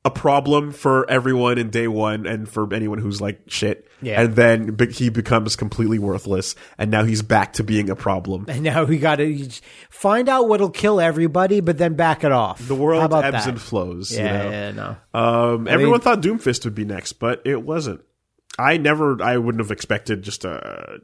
a problem for everyone in day one and for anyone who's like shit, Yeah. and then be- he becomes completely worthless, and now he's back to being a problem. And now we got to find out what'll kill everybody, but then back it off. The world How about ebbs that? and flows. yeah, you know? yeah, no. Um, everyone thought Doomfist would be next, but it wasn't. I never, I wouldn't have expected just a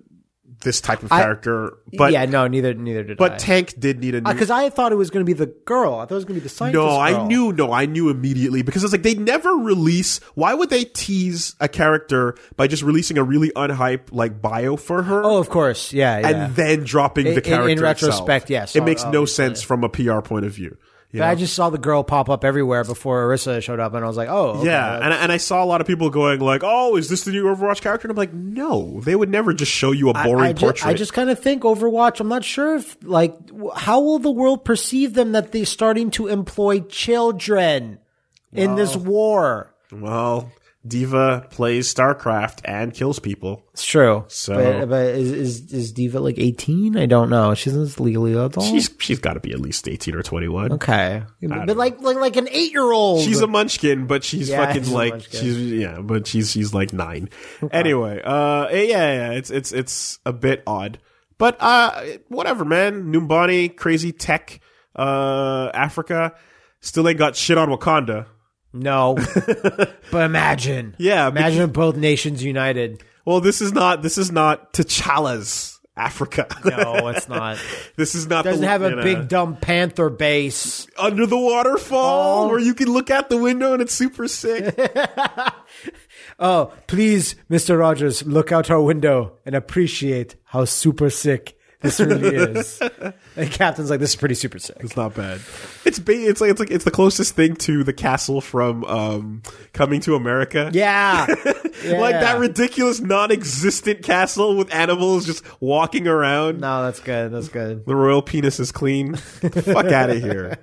this type of character, but yeah, no. Neither, neither did but I. Tank did need a new Because Uh, I thought it was going to be the girl. I thought it was going to be the scientist. No, I girl. knew. No, I knew immediately because it's like they never release. Why would they tease a character by just releasing a really unhype like bio for her Oh, of course. Yeah, yeah. and then dropping the in- in character? itself? retrospect, yes, it makes no obviously. sense from a PR point of view. you But I know? just saw the girl pop up everywhere before Arissa showed up, and I was like, oh, okay. yeah, and, and I saw a lot of people going like, "Oh, is this the new Overwatch character?" And I'm like, "No, they would never just show you a boring I, ju- portrait." I just kind of think Overwatch. I'm not sure if like w- how will the world perceive them that they're starting to employ children in this war. well, Diva plays StarCraft and kills people. It's true. So- but, but is, is is Diva like 18? I don't know. She's legally adult. She's she's got to be at least 18 or 21. okay, but like like like an eight year old. She's a munchkin, but she's Yeah, fucking she's a like munchkin. she's yeah, but she's she's like nine. Anyway, uh, yeah, yeah, it's it's it's a bit odd, but uh, whatever, man. Numbani, crazy tech, uh, Africa, still ain't got shit on Wakanda. no, but imagine. Yeah, imagine if both nations united. Well, this is not this is not T'Challa's Africa. No, it's not. this is not Doesn't the, have you a know, big dumb panther base. under the waterfall Oh. where you can look out the window and it's super sick. Oh, please, Mr. Rogers, look out our window and appreciate how super sick this really is. and Captain's like, this is pretty super sick. It's not bad. It's ba- it's like it's like it's the closest thing to the castle from um, Coming to America. Yeah. Like Yeah. that ridiculous non-existent castle with animals just walking around. No, that's good. That's good. The royal penis is clean. Get the fuck out of here.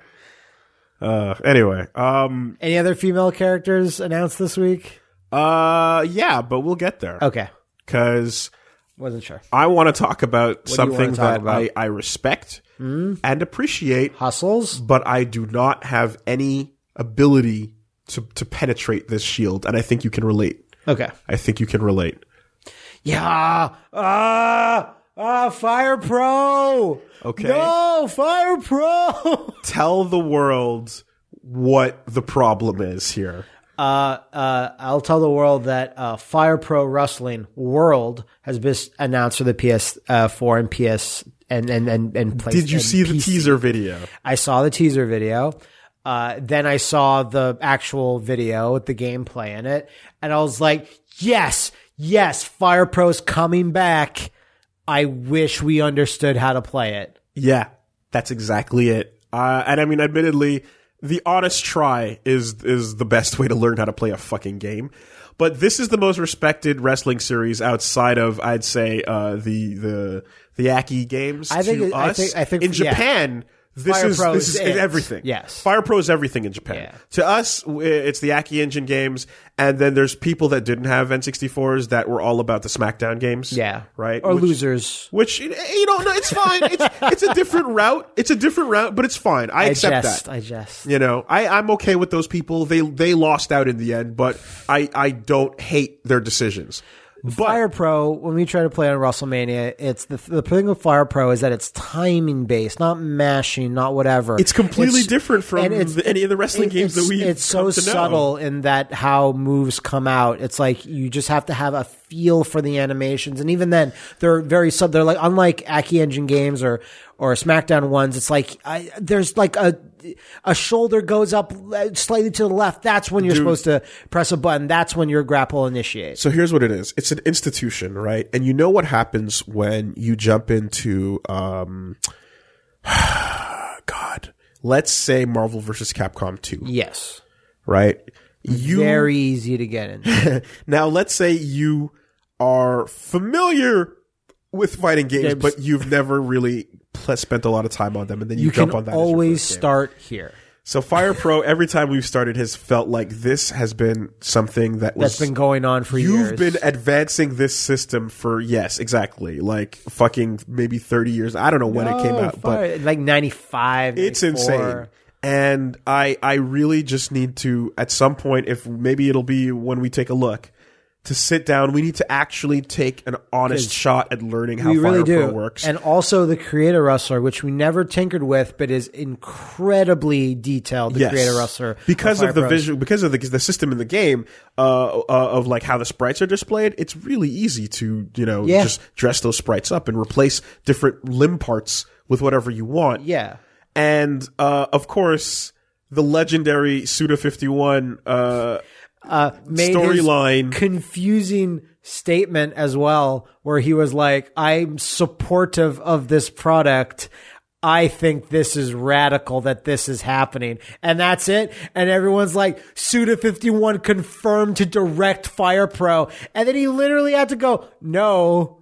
Uh, anyway, um, Any other female characters announced this week? uh, yeah, but we'll get there Okay. because Wasn't sure. I want to talk about you wanna something talk that about? Hmm? I, I respect and appreciate, Hustles? but I do not have any ability to, to penetrate this shield. And I think you can relate. Okay. I think you can relate. Yeah. Ah. Ah, Fire Pro. Okay. No, Fire Pro. Tell the world what the problem is here. uh, uh, I'll tell the world that uh, Fire Pro Wrestling World has been announced for the PS4 and PS and and and and place, Did you and see the PC. teaser video? I saw the teaser video. Uh, then I saw the actual video with the gameplay in it, and I was like, "Yes, yes, Fire Pro's coming back." I wish we understood how to play it. Yeah, that's exactly it. Uh, and I mean, admittedly, the honest try is is the best way to learn how to play a fucking game. But this is the most respected wrestling series outside of, I'd say, uh, the the the Yaki games. I think to it- I us. think- I think- in yeah. Japan. This Fire is, Pro this is is, it. everything. Yes. Fire Pro is everything in Japan. Yeah. To us, w- it's the Aki Engine games, and then there's people that didn't have N64s that were all about the SmackDown games. Yeah, Right? Or Which- losers. which you know, no, it's fine. It's it's a different route. It's a different route, but it's fine. I, I accept jest. that. I jest. You know, I I'm okay with those people. They they lost out in the end, but I I don't hate their decisions. But Fire Pro, when we try to play on WrestleMania, it's the the thing with Fire Pro is that it's timing based, not mashing, not whatever. it's completely different from and it's- the, any of the wrestling it- games that it's- we It's so subtle in that how moves come out. It's like you just have to have a feel for the animations, and even then, they're very sub. They're like unlike Aki Engine games or or SmackDown ones. It's like I, there's like a a shoulder goes up slightly to the left. That's when you're supposed to press a button. That's when your grapple initiates. So here's what it is. It's an institution, right? And you know what happens when you jump into um God. Let's say Marvel versus Capcom 2, Yes, right? You very easy to get in. Now, let's say you are familiar with fighting games, Games. but you've never really pl- spent a lot of time on them, and then you, you jump can on that. as your always first game. start here. So, Fire Pro, every time we've started, has felt like this has been something that was That's been going on for You've years. been advancing this system for yes, exactly, like fucking maybe thirty years. I don't know when it came Oh, out, but fire- like 95 it's insane. And I I really just need to at some point, if maybe it'll be when we take a look, to sit down. We need to actually take an honest shot at learning how we really Fire do Pro works. and also the creator wrestler which we never tinkered with but is incredibly detailed the Yes. creator wrestler because Fire of the Bros. visual, because of the, the system in the game uh, uh, of like how the sprites are displayed. It's really easy to you know Yeah. just dress those sprites up and replace different limb parts with whatever you want. yeah and uh, of course the legendary Suda Fifty One uh, uh made his Storyline. confusing statement as well where he was like i'm supportive of this product I think this is radical that this is happening. And that's it. And everyone's like, Suda51 confirmed to direct Fire Pro. And then he literally had to go, no,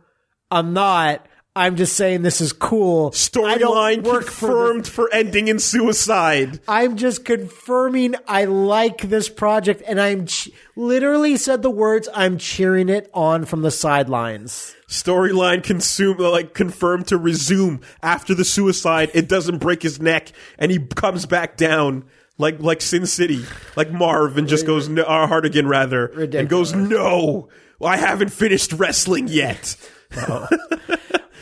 I'm not. I'm just saying this is cool. I don't Storyline work for this. confirmed for ending in suicide. I'm just confirming I like this project, and I'm ch- literally said the words I'm cheering it on from the sidelines. Storyline consume like confirmed to resume after the suicide. It doesn't break his neck, and he comes back down like like Sin City, like Marv, and just goes no, or Hardigan rather, and goes no. I haven't finished wrestling yet.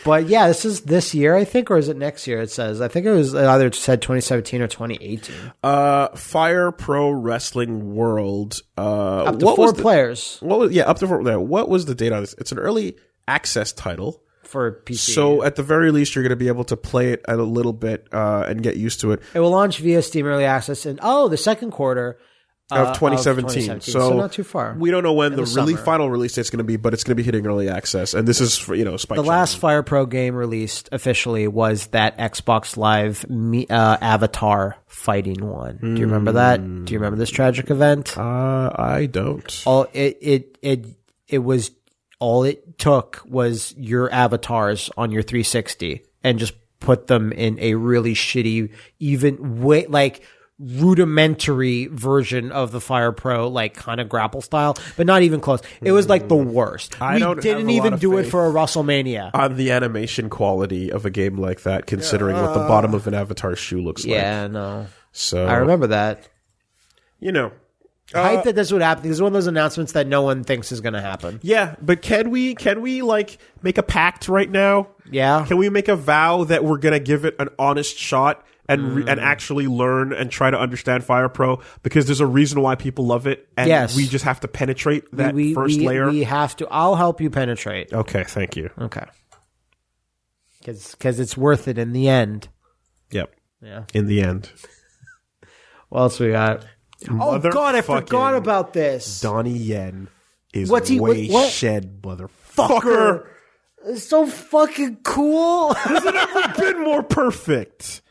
But yeah, this is this year, I think, or is it next year? It says I think it was it either said 2017 or 2018. Uh, Fire Pro Wrestling World. Uh, Up to what four was the- players What was yeah up to four? There. What was the date on this? It's an early access title. for PC. So at the very least, you're going to be able to play it a little bit uh, and get used to it it will launch via Steam Early Access in oh the second quarter uh, of 2017. So, not too far. We don't know when the, the really summer. final release date's going to be, but it's going to be hitting early access. And this is for, you know Spike. the last Fire Pro game released officially was that Xbox Live me, uh, Avatar fighting one. Do you remember that? Do you remember this tragic event? Uh, I don't. all it it it it was all it took was your avatars on your 360 and just put them in a really shitty even way like rudimentary version of the fire pro like kind of grapple style but not even close it was like the worst Hmm. I we don't have didn't a lot even of do it faith. for a wrestlemania On Uh, the animation quality of a game like that, considering what the bottom of an avatar shoe looks like. yeah no So i remember that you know. uh, i hate that this would happen this is one of those announcements that no one thinks is going to happen Yeah, but can we can we like make a pact right now? Yeah. Can we make a vow that we're gonna give it an honest shot and re- Mm. and actually learn and try to understand Fire Pro because there's a reason why people love it, and Yes. we just have to penetrate that we, first we, layer. we have to i'll help you penetrate okay, thank you. Okay. Because it's worth it in the end. Yep. Yeah. In the end, What else we got? Oh God, I forgot about this. Donnie Yen is What's he- what- way what? shed motherfucker. It's so fucking cool. Been more perfect.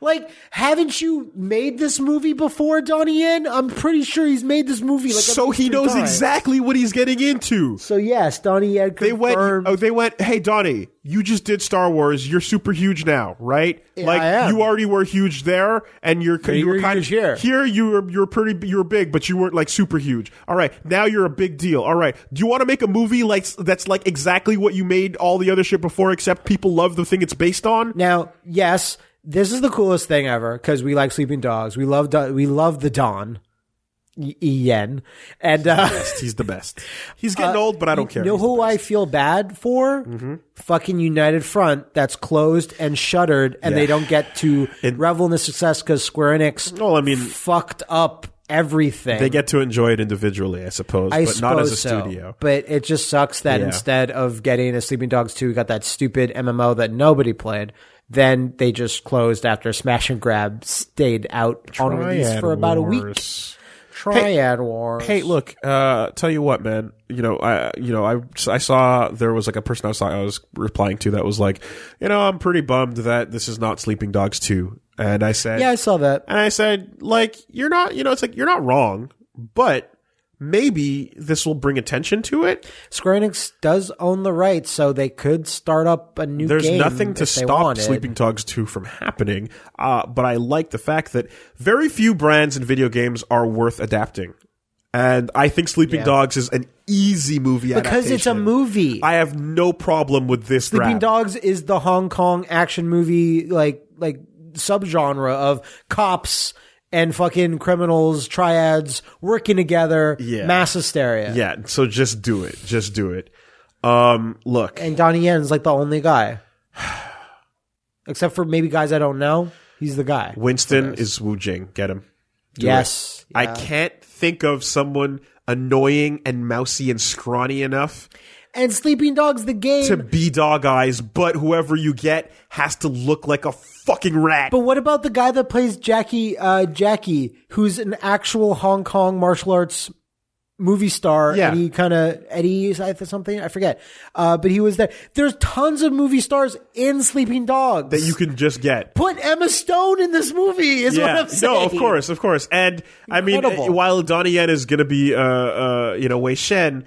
like, haven't you made this movie before, Donnie Yen? I'm pretty sure he's made this movie. Like, at so least he three knows times. exactly what he's getting into. So yes, Donnie Yen. They went. confirmed- Oh, they went. Hey, Donnie, you just did Star Wars. You're super huge now, right? like I am. you already were huge there, and you're you were you're kind of huge here. Here, you were you were pretty you were big, but you weren't like super huge. All right, now you're a big deal. All right, do you want to make a movie like that's like exactly what you made all the other shit before, except people love the thing it's based on? Now, yes, this is the coolest thing ever because we like sleeping dogs. We love Do- we love the Don. Y- Yen and uh, He's the best. He's getting old, but I don't care. Mm-hmm. You know He's the who I feel bad for? Fucking United Front that's closed and shuttered, and they don't get to revel in the success because Square Enix Well, I mean- fucked up everything. They get to enjoy it individually, I suppose, I but not as a suppose so. studio. But it just sucks that Yeah. instead of getting a Sleeping Dogs 2, we got that stupid MMO that nobody played. Then they just closed after Smash and Grab stayed out on release Triad for about a week. Wars. Triad Wars. Hey, look. Uh, tell you what, man. You know, I, you know, I, I saw there was like a person I saw I was replying to that was like, you know, I'm pretty bummed that this is not Sleeping Dogs two. And I said, yeah, I saw that. and I said, like, you're not, you know, it's like you're not wrong, but maybe this will bring attention to it. Square Enix does own the rights, so they could start up a new There's game. nothing to if they stop wanted. Sleeping Dogs 2 from happening, uh, but I like the fact that very few brands in video games are worth adapting. And I think Sleeping Dogs is an easy movie because it's a adaptation. movie. I have no problem with this Sleeping grab. Dogs is the Hong Kong action movie like like subgenre of cops and fucking criminals triads working together, Yeah. mass hysteria. Yeah, so just do it. Just do it. Um, look, And Donnie Yen's like the only guy, except for maybe guys I don't know. He's the guy. Winston is Wu Jing. Get him. Do yes, it. I can't think of someone annoying and mousy and scrawny enough and Sleeping Dogs the game. to be dog eyes, but whoever you get has to look like a fucking rat. But what about the guy that plays Jackie uh, Jackie, who's an actual Hong Kong martial arts movie star Yeah. Eddie kind of Eddie something I forget, uh, but he was there. There's tons of movie stars in Sleeping Dogs that you can just get. put Emma Stone in this movie. Is what I'm saying. No, of course, of course. And I mean, Incredible. uh, while Donnie Yen is going to be, uh, uh, you know, Wei Shen,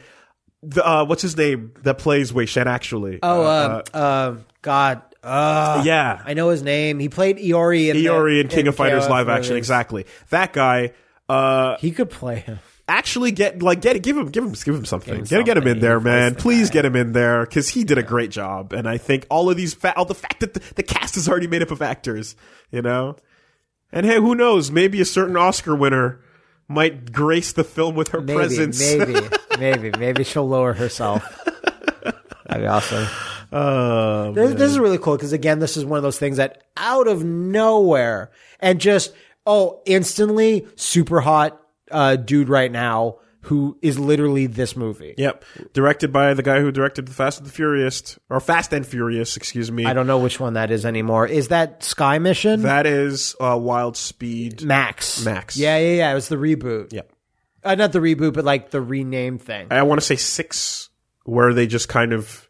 the, uh, what's his name that plays Wei Shen actually? Oh, uh, uh, God. Uh, yeah. I know his name. He played Iori in the- Iori in King of Fighters KOF live action, movies. exactly. That guy, uh, He could play him. actually get like get give him give him give him something. him get get him in something. there, man. Listen, Please get him in there because he did a great job, and I think all of these fa- all the fact that the, the cast is already made up of actors, you know. And hey, who knows? Maybe a certain Oscar winner might grace the film with her Maybe, presence. maybe, maybe, maybe she'll lower herself. That'd be awesome. Um, This, this is really cool because again, this is one of those things that out of nowhere and just oh, instantly super hot uh, dude right now who is literally this movie. yep, directed by the guy who directed the Fast and the Furious or Fast and Furious, excuse me. I don't know which one that is anymore. Is that Sky Mission? that is uh, Wild Speed. Max. Max. Yeah, yeah, yeah. It was the reboot. Yep. Uh, not the reboot, but like the rename thing. I want to say six, where they just kind of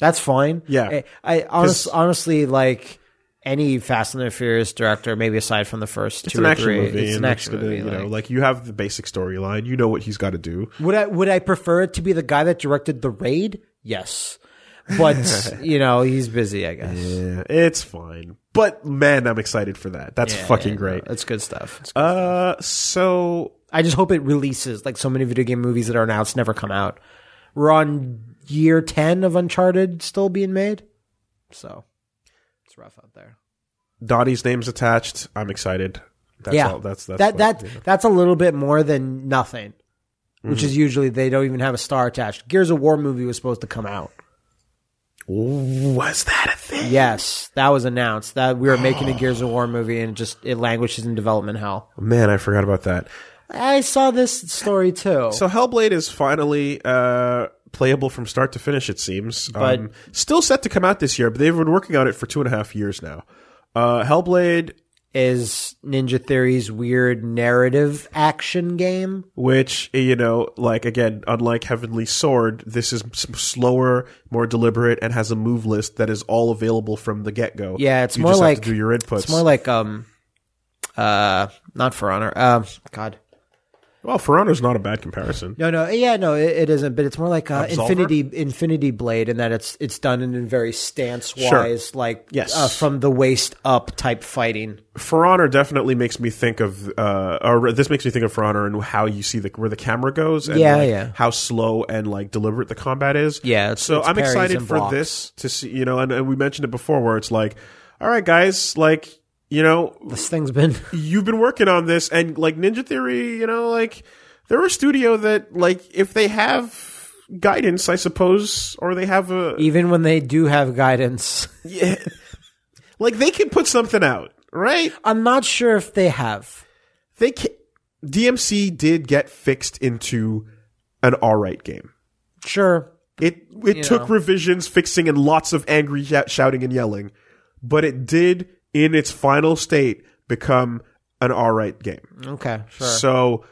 That's fine. Yeah. I, I honest, 'Cause- honestly like any Fast and the Furious director, maybe aside from the first it's two an or action three, movie. it's an and action gonna, movie. You like- know, like you have the basic storyline. You know what he's got to do. would I would I prefer it to be the guy that directed the raid? Yes, but you know he's busy. I guess. Yeah, it's fine. But man, I'm excited for that. That's fucking Yeah, great. no, It's good stuff. It's- Uh, so I just hope it releases like so many video game movies that are announced never come out. We're on year ten of Uncharted still being made, so it's rough out there. Dottie's name's attached. I'm excited. That's yeah, all, that's that's that what- that that's a little bit more than nothing, Mm-hmm. which is usually they don't even have a star attached. Gears of War movie was supposed to come out. Ooh, was that a thing? Yes, that was announced that we were making a Gears of War movie, and it just it languishes in development hell. Man, I forgot about that. I saw this story too. So Hellblade is finally uh playable from start to finish. It seems. But- um, still set to come out this year, but they've been working on it for two and a half years now. Uh, Hellblade is Ninja Theory's weird narrative action game? which you know like again unlike heavenly sword this is s- slower more deliberate and has a move list that is all available from the get-go Yeah, it's you more just like have to do your inputs It's more like um, uh, not for honor. Um, God, well for honor's not a bad comparison No, no, yeah, no, it, it isn't. But it's more like uh, Absolver? Infinity Infinity Blade, in that it's it's done in a very stance wise, like Yes. uh, from the waist up type fighting. for honor definitely makes me think of uh or this makes me think of for honor and how you see the where the camera goes and Yeah, like, yeah. how slow and like deliberate the combat is Yeah, it's- so it's i'm parries excited and for blocks. this to see you know and, and we mentioned it before where it's like all right guys like you know This thing's been you've been working on this and like ninja theory you know like they're a studio that like if they have guidance i suppose or they have a even when they do have guidance. yeah, like they can put something out right I'm not sure if they have. they can dmc did get fixed into an all right game Sure, it it took know. revisions fixing and lots of angry ye- shouting and yelling but it did in its final state become an all right game okay, sure. So,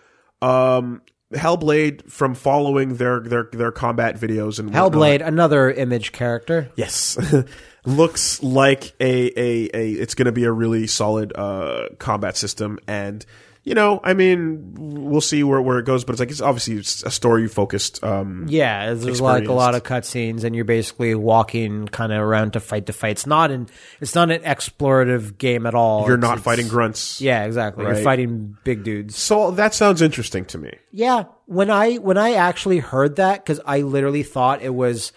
um, Hellblade from following their their their combat videos and whatnot- Hellblade, another image character. yes, looks like a a a. It's going to be a really solid uh combat system and. You know, I mean, we'll see where, where it goes, but it's like it's obviously it's a story focused. Um, Yeah, there's like a Experienced. lot of cutscenes, and you're basically walking kind of around to fight to fight. It's not an it's not an explorative game at all. you're It's- not it's- fighting grunts, Mm-hmm. Yeah, exactly. Right. You're fighting big dudes. So that sounds interesting to me. Yeah, when I when I actually heard that because I literally thought it was,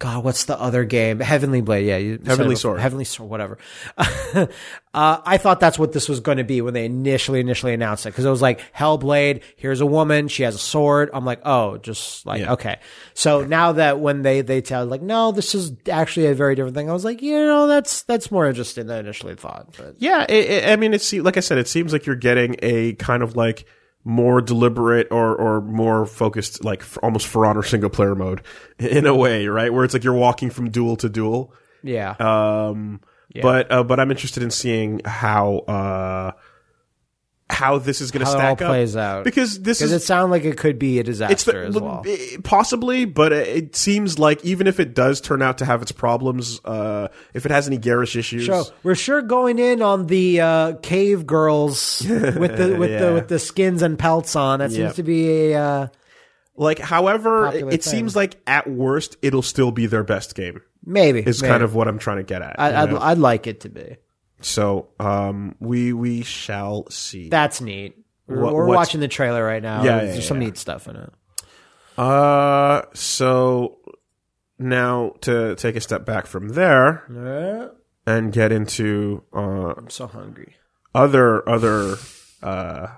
God, what's the other game? Heavenly Blade. Yeah, you said Heavenly it before. Sword. Heavenly Sword. Whatever. uh, I thought that's what this was going to be when they initially initially announced it because it was like Hellblade. Here's a woman. She has a sword. I'm like, oh, just like Yeah. okay. So now that when they they tell like, no, this is actually a very different thing. I was like, you know, that's that's more interesting than I initially thought. But Yeah, it, it, I mean, it's like I said, it seems like you're getting a kind of like more deliberate or or more focused, like f- almost for honor single player mode in a way, right? Where it's like you're walking from duel to duel. yeah, Um, But uh, but I'm interested in seeing how uh, how this is going to How it stack all up plays out. because this Because is it sounded like it could be a it's disaster the, as well. it- possibly, but it- it seems like even if it does turn out to have its problems, uh, if it has any garish issues, So we're sure going in on the uh, cave girls with the with Yeah. the with the skins and pelts on. That Yep. seems to be a uh, like however, it, Popular it thing. seems like at worst it'll still be their best game. maybe. Is maybe. kind of what I'm trying to get at. you I, I'd, know? I'd like it to be. so um, we we shall see. That's neat. We're, What- we're what's- watching the trailer right now. Yeah, There's, yeah, there's some yeah. neat stuff in it. Uh, so now to take a step back from there and get into uh, Uh, I'm so hungry. other other uh,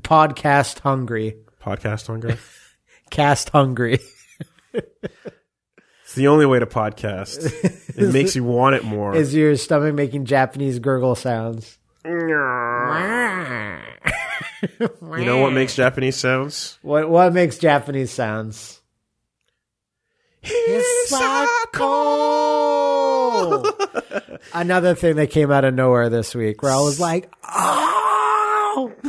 Podcast hungry. podcast hunger. Cast hungry. It's the only way to podcast. It makes you want it more. Is your stomach making Japanese gurgle sounds? you know what makes Japanese sounds? What what makes Japanese sounds? Hisako! Another thing that came out of nowhere this week where I was like, oh,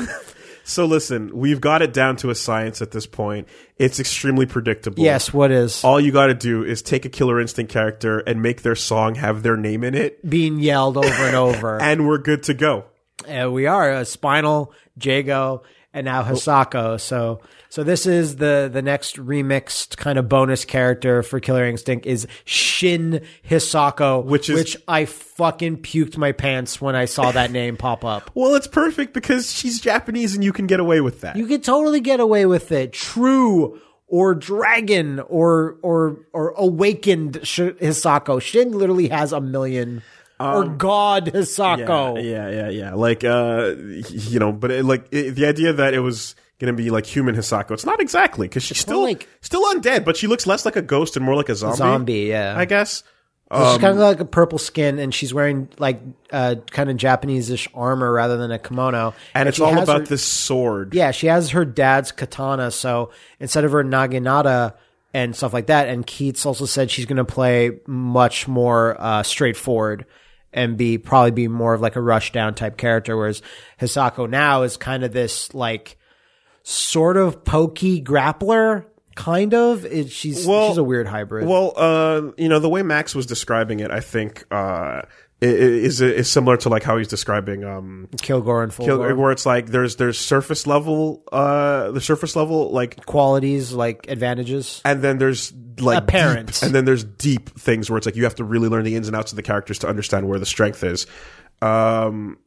So listen, we've got it down to a science at this point. It's extremely predictable. yes, what is All you got to do is take a Killer Instinct character and make their song have their name in it, being yelled over and over? and we're good to go. and we are a Spinal, Jago, and now Hisako. So, so this is the the next remixed kind of bonus character for Killer Instinct is Shin Hisako, Which is- which I fucking puked my pants when I saw that name pop up. Well, it's perfect because she's Japanese and you can get away with that. You could totally get away with it. True. Or dragon, or or or awakened Sh- Hisako. Shin literally has a million. or God Hisako. Um, Uh, Yeah, yeah, yeah. Like, uh, you know, but it, like it, the idea that it was gonna be like human Hisako, it's not exactly because she's still more like- still undead, but she looks less like a ghost and more like a zombie. Zombie, yeah. I guess. Oh, She's Um, kind of like a purple skin, and she's wearing like uh, kind of Japanese-ish armor rather than a kimono. And it's she all has about her- this sword. Yeah, she has her dad's katana. So instead of her naginata and stuff like that, and Keats also said she's going to play much more uh, straightforward and be probably be more of like a rush down type character. Whereas Hisako now is kind of this like sort of pokey grappler, kind of. It, she's Well- she's a weird hybrid. Well, uh, you know, the way Max was describing it, I think, uh, i- i- is is similar to like how he's describing um, Kilgore and Fulgore. where it's like there's there's surface level, uh, the surface level like qualities like advantages. and then there's like Apparent. deep- and then there's deep things where it's like you have to really learn the ins and outs of the characters to understand where the strength is. Um,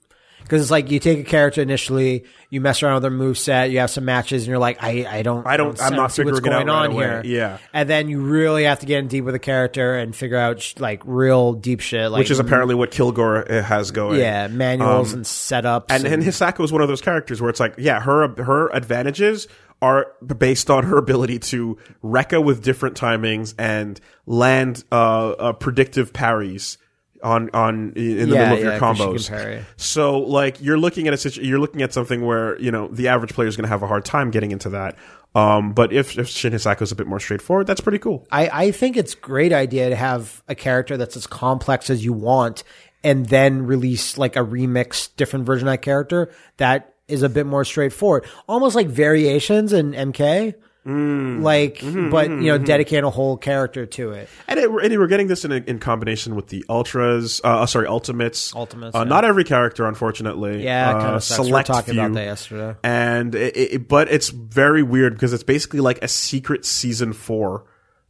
Because it's like you take a character initially, you mess around with their moveset, you have some matches, and you're like, I, I don't, I don't- I'm see not what's figuring it out going right on away. here. Yeah. and then you really have to get in deep with a character and figure out sh- like real deep shit, like which is apparently what Kilgore uh, has going. Mm-hmm. yeah, manuals and setups. and, and Hisako is one of those characters where it's like, yeah, her her advantages are based on her ability to rekka with different timings and land uh, uh, predictive parries on on in the Yeah, middle of yeah, your 'cause she combos. can parry. So like you're looking at a situ- you're looking at something where you know the average player is going to have a hard time getting into that. Um, but if if Shin Hisako is a bit more straightforward, that's pretty cool. I, I think it's a great idea to have a character that's as complex as you want and then release like a remix different version of that character that is a bit more straightforward. Almost like variations in MK. Mm. like Mm-hmm, but you know, dedicate a whole character to it. And, it, and we're getting this in, in combination with the ultras, uh, uh, sorry, ultimates. Ultimates, Uh, yeah. Not every character, unfortunately. Yeah, it uh, kind of sucks. We were Select talking few. about that yesterday. And it, it, it- but it's very weird because it's basically like a secret season four.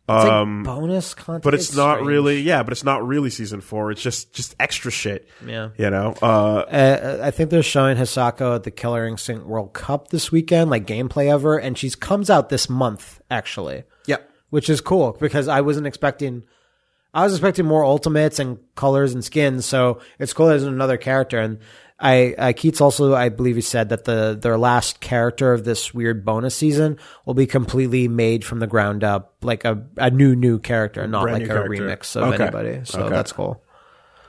It's Um, like bonus content. but it's, not strange. really, yeah. But it's not really season four. It's just just extra shit. Yeah. you know. Uh, Uh, I think they're showing Hisako at the Killer Instinct World Cup this weekend, like gameplay of her, and she's comes out this month actually. yeah, which is cool because I wasn't expecting. I was expecting more ultimates and colors and skins, so it's cool there's another character. And I uh, Keats also, I believe, he said that the their last character of this weird bonus season will be completely made from the ground up, like a, a new new character, not Brand like a new character. remix of Okay. anybody. So Okay. that's cool.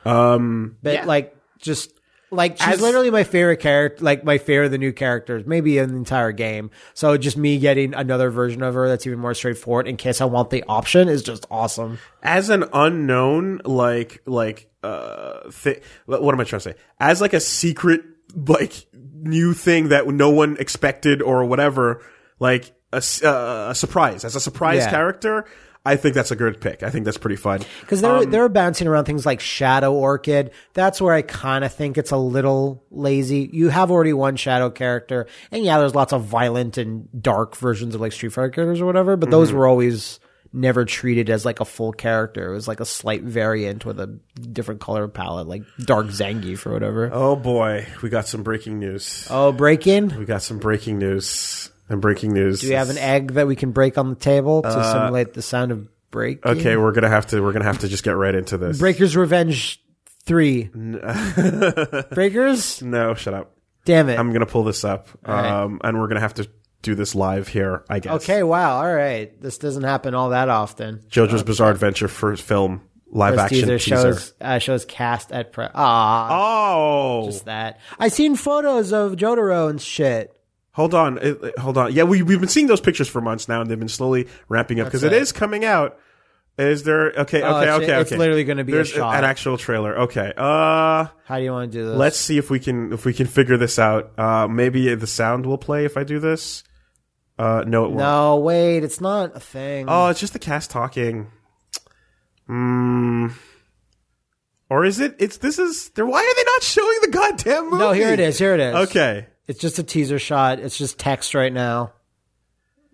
um, But like, just like she's As- literally my favorite character, like my favorite of the new characters, maybe in the entire game. So just me getting another version of her that's even more straightforward in case I want the option is just awesome. as an unknown, like like uh, thi- what am I trying to say? As like a secret like new thing that no one expected or whatever, like a, s- uh, a surprise as a surprise Yeah. character. I think that's a good pick. I think that's pretty fun. Because they're Um, they're bouncing around things like Shadow Orchid. That's where I kind of think it's a little lazy. You have already one Shadow character, and yeah, there's lots of violent and dark versions of like Street Fighter characters or whatever. But Mm-hmm. those were always never treated as like a full character. It was like a slight variant with a different color palette, like Dark Zangief or whatever. Oh, Oh boy, we got some breaking news. break in. Do We got some breaking news. And breaking news. Do we have an egg that we can break on the table to simulate the sound of break? Uh, Okay, we're gonna have to. We're gonna have to just get right into this. Breaker's Revenge three. Breakers. no, shut up. Damn it. I'm gonna pull this up, um, and we're gonna have to do this live here. I guess. Okay, wow, all right. This doesn't happen all that often. JoJo's Bizarre Adventure first film live This action teaser teaser. shows uh, shows cast at pre. Ah, Oh, that I seen photos of Jotaro and shit. hold on, It- it- hold on. Yeah, we we've been seeing those pictures for months now, and they've been slowly ramping up because it is coming out. Is there okay? okay, Oh, it's- okay, okay. it's literally gonna be a There's shot. an actual trailer. Okay. Uh, How do you want to do this? let's see if we can if we can figure this out. Uh, maybe the sound will play if I do this. Uh, no, it won't. no, wait, it's not a thing. Oh, it's just the cast talking. Hmm. Or is it? It's this is. They're, why are they not showing the goddamn movie? no, here it is. Here it is. Okay. it's just a teaser shot. It's just text right now.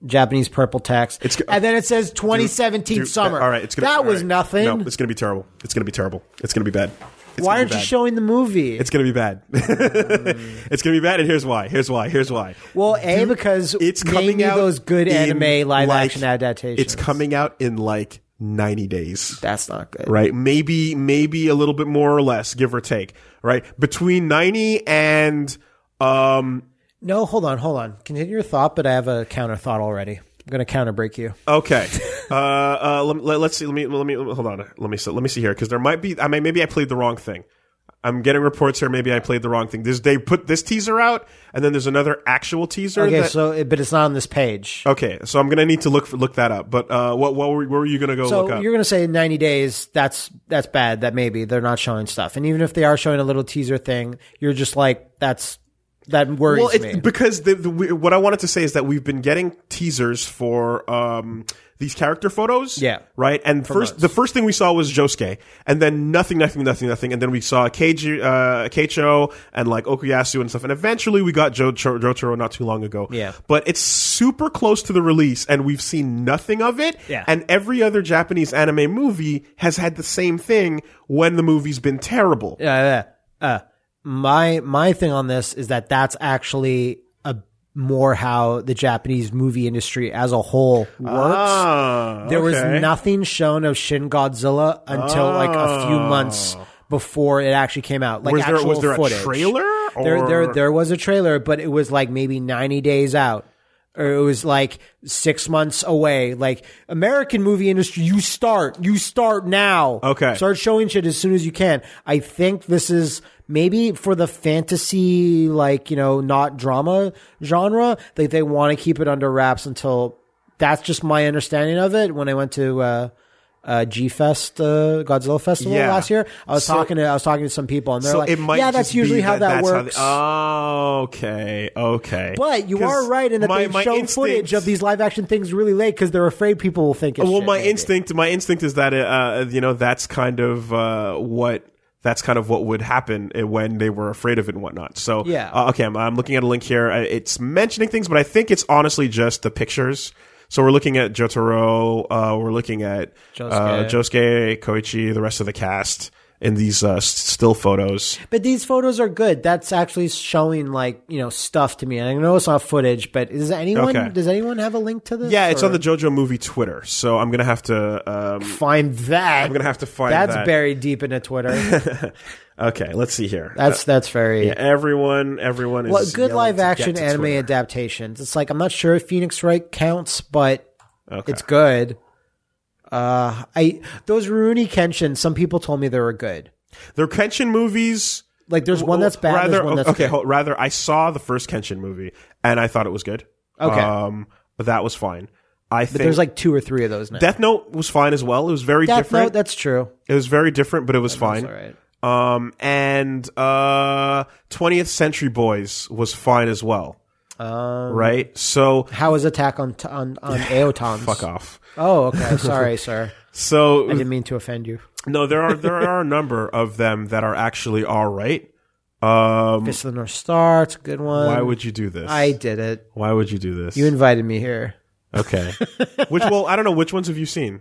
Japanese purple text. It's go- and then it says 2017 Dude, summer. All right, it's gonna, that all was right. nothing. No, it's gonna be terrible. It's gonna be terrible. It's gonna be bad. It's Why gonna aren't be you bad. showing the movie? It's gonna be bad. it's gonna be bad, and here's why. Here's why. Here's why. Well, a because It's coming name out. those good in, anime live like- action adaptations. It's coming out in like 90 days. That's not good. right? Maybe maybe a little bit more or less, give or take, right? Between ninety and um. No, hold on, hold on. Continue your thought, but I have a counter thought already. I'm gonna counter break you. Okay, uh, uh, let, let, let's see. Let me let me hold on. Let me see- let me see here because there might be. I mean, maybe I played the wrong thing. I'm getting reports here. Maybe I played the wrong thing. This they put this teaser out, and then there's another actual teaser. Okay, that- Oh, so it, but it's not on this page. okay, so I'm gonna need to look for, look that up. But uh, what what were, what were you gonna go So look up? you're gonna say in 90 days? That's that's bad. That maybe they're not showing stuff, and even if they are showing a little teaser thing, you're just like that's that worries Well, me. it's because the, the, we, what I wanted to say is that we've been getting teasers for um, these character photos. Yeah. Right. And first, the first thing we saw was Josuke, and then nothing, nothing, nothing, nothing, and then we saw Keiji, uh, Keicho and like Okuyasu and stuff, and eventually we got jo- Cho- Jotaro not too long ago. Yeah. But it's super close to the release, and we've seen nothing of it. Yeah. And every other Japanese anime movie has had the same thing when the movie's been terrible. uh, uh, my my thing on this is that that's actually a more how the Japanese movie industry as a whole works. Ah, there okay. was nothing shown of Shin Godzilla until like a few months before it actually came out. Like Oh. Was there actual was there footage. a trailer? There, or- there, there was a trailer, but it was like maybe ninety days out, or it was like six months away. Like American movie industry, you start, you start now. Okay. start showing shit as soon as you can. I think this is maybe for the fantasy, like you know, not drama genre. Like they want to keep it under wraps until. That's just my understanding of it. When I went to uh, uh, G Fest, uh, Godzilla Festival Yeah. last year, I was talking to I was talking to some people, and they're So like, it might "Yeah, that's just be usually how that that's they- works." oh, okay, okay. But you 'Cause are right in that my- they've my shown instinct- footage of these live action things really late because they're afraid people will think it's Well, shit, my maybe. instinct, my instinct is that uh, you know that's kind of uh, what that's kind of what would happen uh, when they were afraid of it and whatnot. So Yeah. uh, okay, I'm, I'm looking at a link here. Uh, It's mentioning things, but I think it's honestly just the pictures. So we're looking at Jotaro, uh, we're looking at Uh, Josuke. Josuke, Koichi, the rest of the cast in these uh, s- still photos. But these photos are good. That's actually showing like you know stuff to me. And I know it's not footage, but is anyone Okay. does anyone have a link to this? Yeah, it's or- on the JoJo movie Twitter, so I'm gonna have to. Um, find that. I'm gonna have to find that's that. buried deep into Twitter. okay, let's see here. That's that's very everyone, everyone is Uh, well, good yelling live to get action to anime Twitter. adaptations. It's like I'm not sure if Phoenix Wright counts, but Okay. it's good. Uh, I those Rurouni Kenshin. Some people told me they were good. They're Kenshin movies. Like there's one that's bad, Rather, oh, there's one that's okay. good. hold- Rather, I saw the first Kenshin movie and I thought it was good. Okay. um, but that was fine. I think There's like two or three of those now. Death Note was fine as well. It was very Death different. Note, that's true. it was very different, but it was fine. right. Um, and uh, 20th Century Boys was fine as well, Um, right? So how is Attack on on on Aotons? fuck off. Oh, okay. Sorry, sir. So I didn't mean to offend you. no, there are there are a number of them that are actually all right. Um, Fist of the North Star. It's a good one. why would you do this? Um, I did it? why would you do this? You invited me here. okay. which well, I don't know which ones have you seen.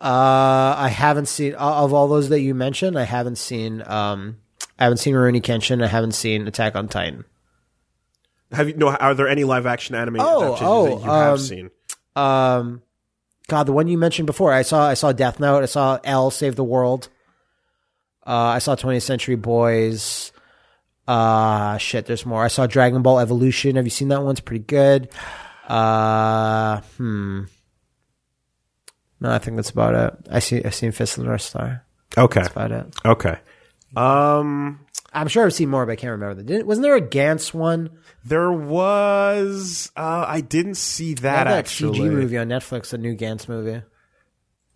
Uh, I haven't seen o- of all those that you mentioned. I haven't seen. Um, I haven't seen Rurouni Kenshin. I haven't seen Attack on Titan. Have you no? Are there any live action anime Oh, adaptations oh, that you have um, seen? Um, God, the one you mentioned before. I saw. I saw Death Note. I saw L Save the World. Uh, I saw 20th Century Boys. Uh, shit. There's more. I saw Dragon Ball Evolution. Have you seen that one? It's pretty good. Uh, hmm. No, I think that's about it. I see. I've seen Fist of the North Star. Okay, About it. okay. Um, I'm sure I've seen more, but I can't remember. Didn't, wasn't there a Gantz one? there was. Uh, I didn't see that, They have actually. CG movie on Netflix, a new Gantz movie.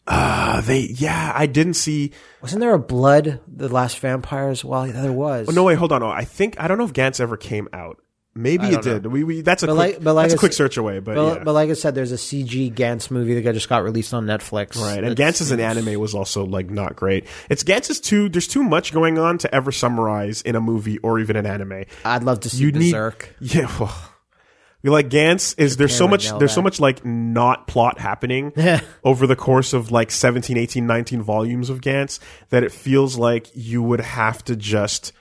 Uh, they yeah, I didn't see. Wasn't there a Blood, the Last Vampires? Well, yeah, there was. Oh, no, wait, hold on. Oh, I think I don't know if Gantz ever came out. Maybe it don't know. did. We, we that's a But quick, like- but like that's a I quick s- search away. But, But, yeah. but like I said, there's a CG Gantz movie that got- just got released on Netflix. right, and That's- Gantz as an anime was also like not great. It's Gantz is too. There's too much going on to ever summarize in a movie or even an anime. I'd love to see You need Berserk. yeah. Well, you like Gantz is there's so would much know there's so that. much like not plot happening over the course of like 17, 18, 19 volumes of Gantz that it feels like you would have to just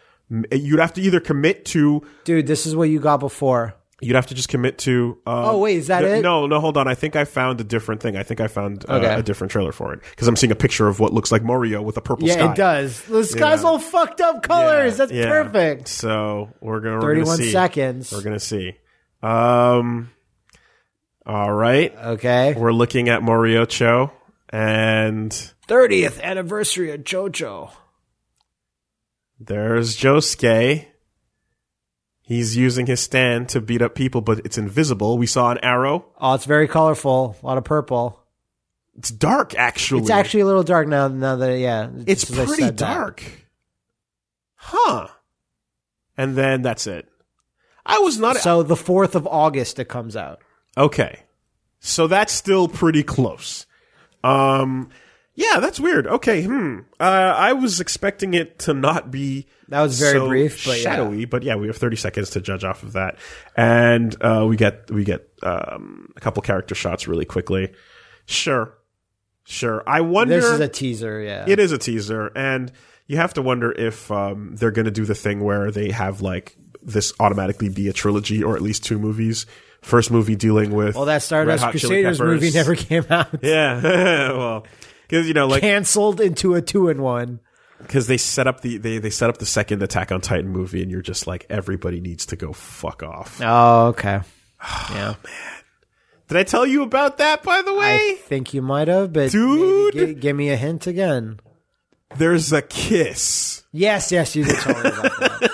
you'd have to either commit to Dude, this is what you got before. You'd have to just commit to. Uh, Oh, wait, is that no, it? No, no, hold on. I think I found a different thing. I think I found uh, Okay. a different trailer for it because I'm seeing a picture of what looks like Mario with a purple sky. Yeah, it does. The sky's all fucked up colors. That's Yeah. perfect. So we're gonna we're gonna 31 see. seconds. We're gonna see. Um, all right, Okay. we're looking at Mario Cho, and 30th anniversary of JoJo. there's Josuke. He's using his stand to beat up people, but it's invisible. We saw an arrow. Oh, it's very colorful. A lot of purple. It's dark, actually. It's actually a little dark now. Now that yeah, It's just as I pretty said that. dark. Huh. And then that's it. I was not So the fourth of August it comes out. Okay. So that's still pretty close. Um yeah, that's weird. Okay, hmm. Uh, I was expecting it to not be That was very so brief, but yeah. shadowy, but yeah, we have 30 seconds to judge off of that. And uh, we get we get um, a couple character shots really quickly. Sure. Sure. I wonder This is a teaser. Yeah, it is a teaser and you have to wonder if um, they're going to do the thing where they have like this automatically be a trilogy or at least two movies first movie dealing with well, that Red Stardust Hot Chili Crusaders Peppers. movie never came out. yeah well because you know like Cancelled into a two in one. because they set up the they, they set up the second attack on titan movie and you're just like everybody needs to go fuck off Oh, okay. Yeah, did i tell you about that by the I way think you might have, but Dude. maybe gi- give me a hint again. there's a kiss Yes, yes, you did tell me about that.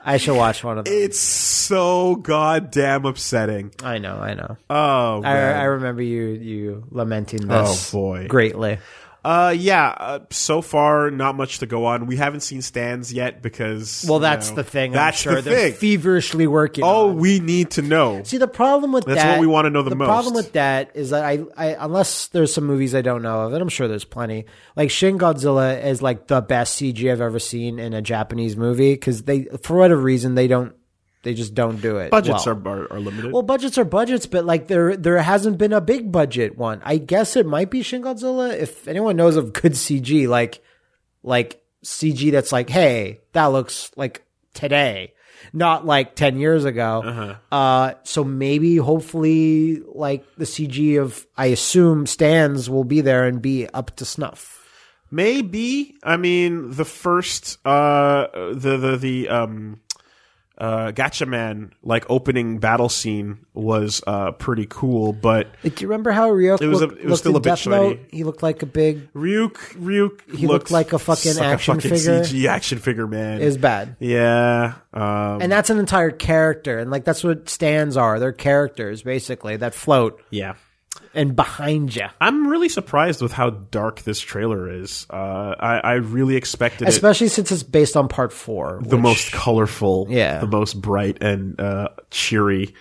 I should watch one of them. it's so goddamn upsetting I know, I know. oh I, man. I remember you you lamenting Oh, this boy. greatly. Uh, yeah. Uh, so far, not much to go on. We haven't seen stands yet because. Well, you that's know, the thing. That's I'm sure the they're thing. feverishly working. oh, on. we need to know. See, the problem with That's that, what we wanna know the most. problem with that is that I, I, unless there's some movies I don't know of, and I'm sure there's plenty. Like Shin Godzilla is like the best CG I've ever seen in a Japanese movie because they, for whatever reason, they don't, they just don't do it. Budgets well. are, are are limited. Well, budgets are budgets, but like there, there hasn't been a big budget one. I guess it might be Shin Godzilla. If anyone knows of good CG, like, like CG that's like, hey, that looks like today, not like ten years ago. Uh-huh. Uh, so maybe, hopefully, like the CG of I assume stands will be there and be up to snuff. Maybe. I mean, the first uh the the the um uh Gatchaman like opening battle scene was uh pretty cool, but Like, do you remember how Ryuk was a- looked, it was looked still in a bit Death Note? shitty. He looked like a big Ryuk Ryuk He looked like a fucking like a action fucking figure. CG action figure man. is bad. yeah. Um And that's an entire character, and like that's what stands are. They're characters basically that float. yeah. and behind you. I'm really surprised with how dark this trailer is. Uh, I, I really expected it Especially since it's based on part four. the most colorful, Yeah. the most bright and uh, cheery.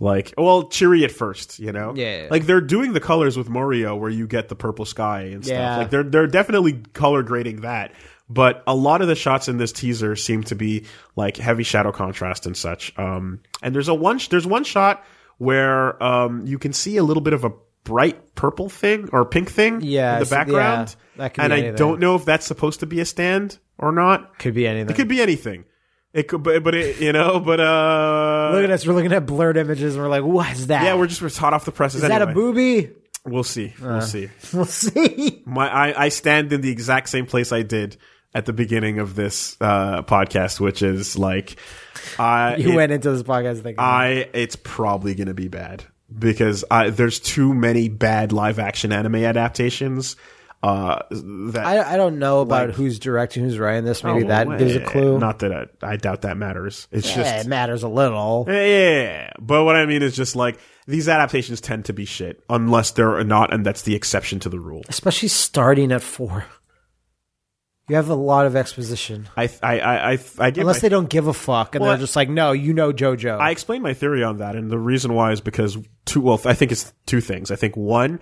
Like, well, cheery at first, you know. Yeah. Like they're doing the colors with Mario, where you get the purple sky and stuff. Yeah. Like they're they're definitely color grading that. But a lot of the shots in this teaser seem to be like heavy shadow contrast and such. Um, and there's a one sh- there's one shot where um you can see a little bit of a bright purple thing or pink thing Yeah, in the it's- yeah, background. that could and be I anything. don't know if that's supposed to be a stand or not. Could be anything. It could be anything. It could, but, but it, you know, but uh, Look at us. We're looking at blurred images and we're like, what is that? yeah, we're just we're hot off the presses. is that a Uh. booby? We'll see. We'll see. We'll see. My I, I stand in the exact same place I did at the beginning of this uh, podcast, which is like, I You it- went into this podcast thinking, I it's probably gonna be bad because I there's too many bad live action anime adaptations. Uh, that I, I don't know about who's directing, who's writing this. Oh, Maybe that gives a clue. Not that I, I doubt that matters. It's Eh, just it matters a little. Yeah, but what I mean is just like these adaptations tend to be shit unless they're not, and that's the exception to the rule. Especially starting at four. You have a lot of exposition. I I I I, I give Unless my, they don't give a fuck and Well, they're just like, no, you know JoJo. I explained my theory on that, and the reason why is because two. Well, I think it's two things. I think one.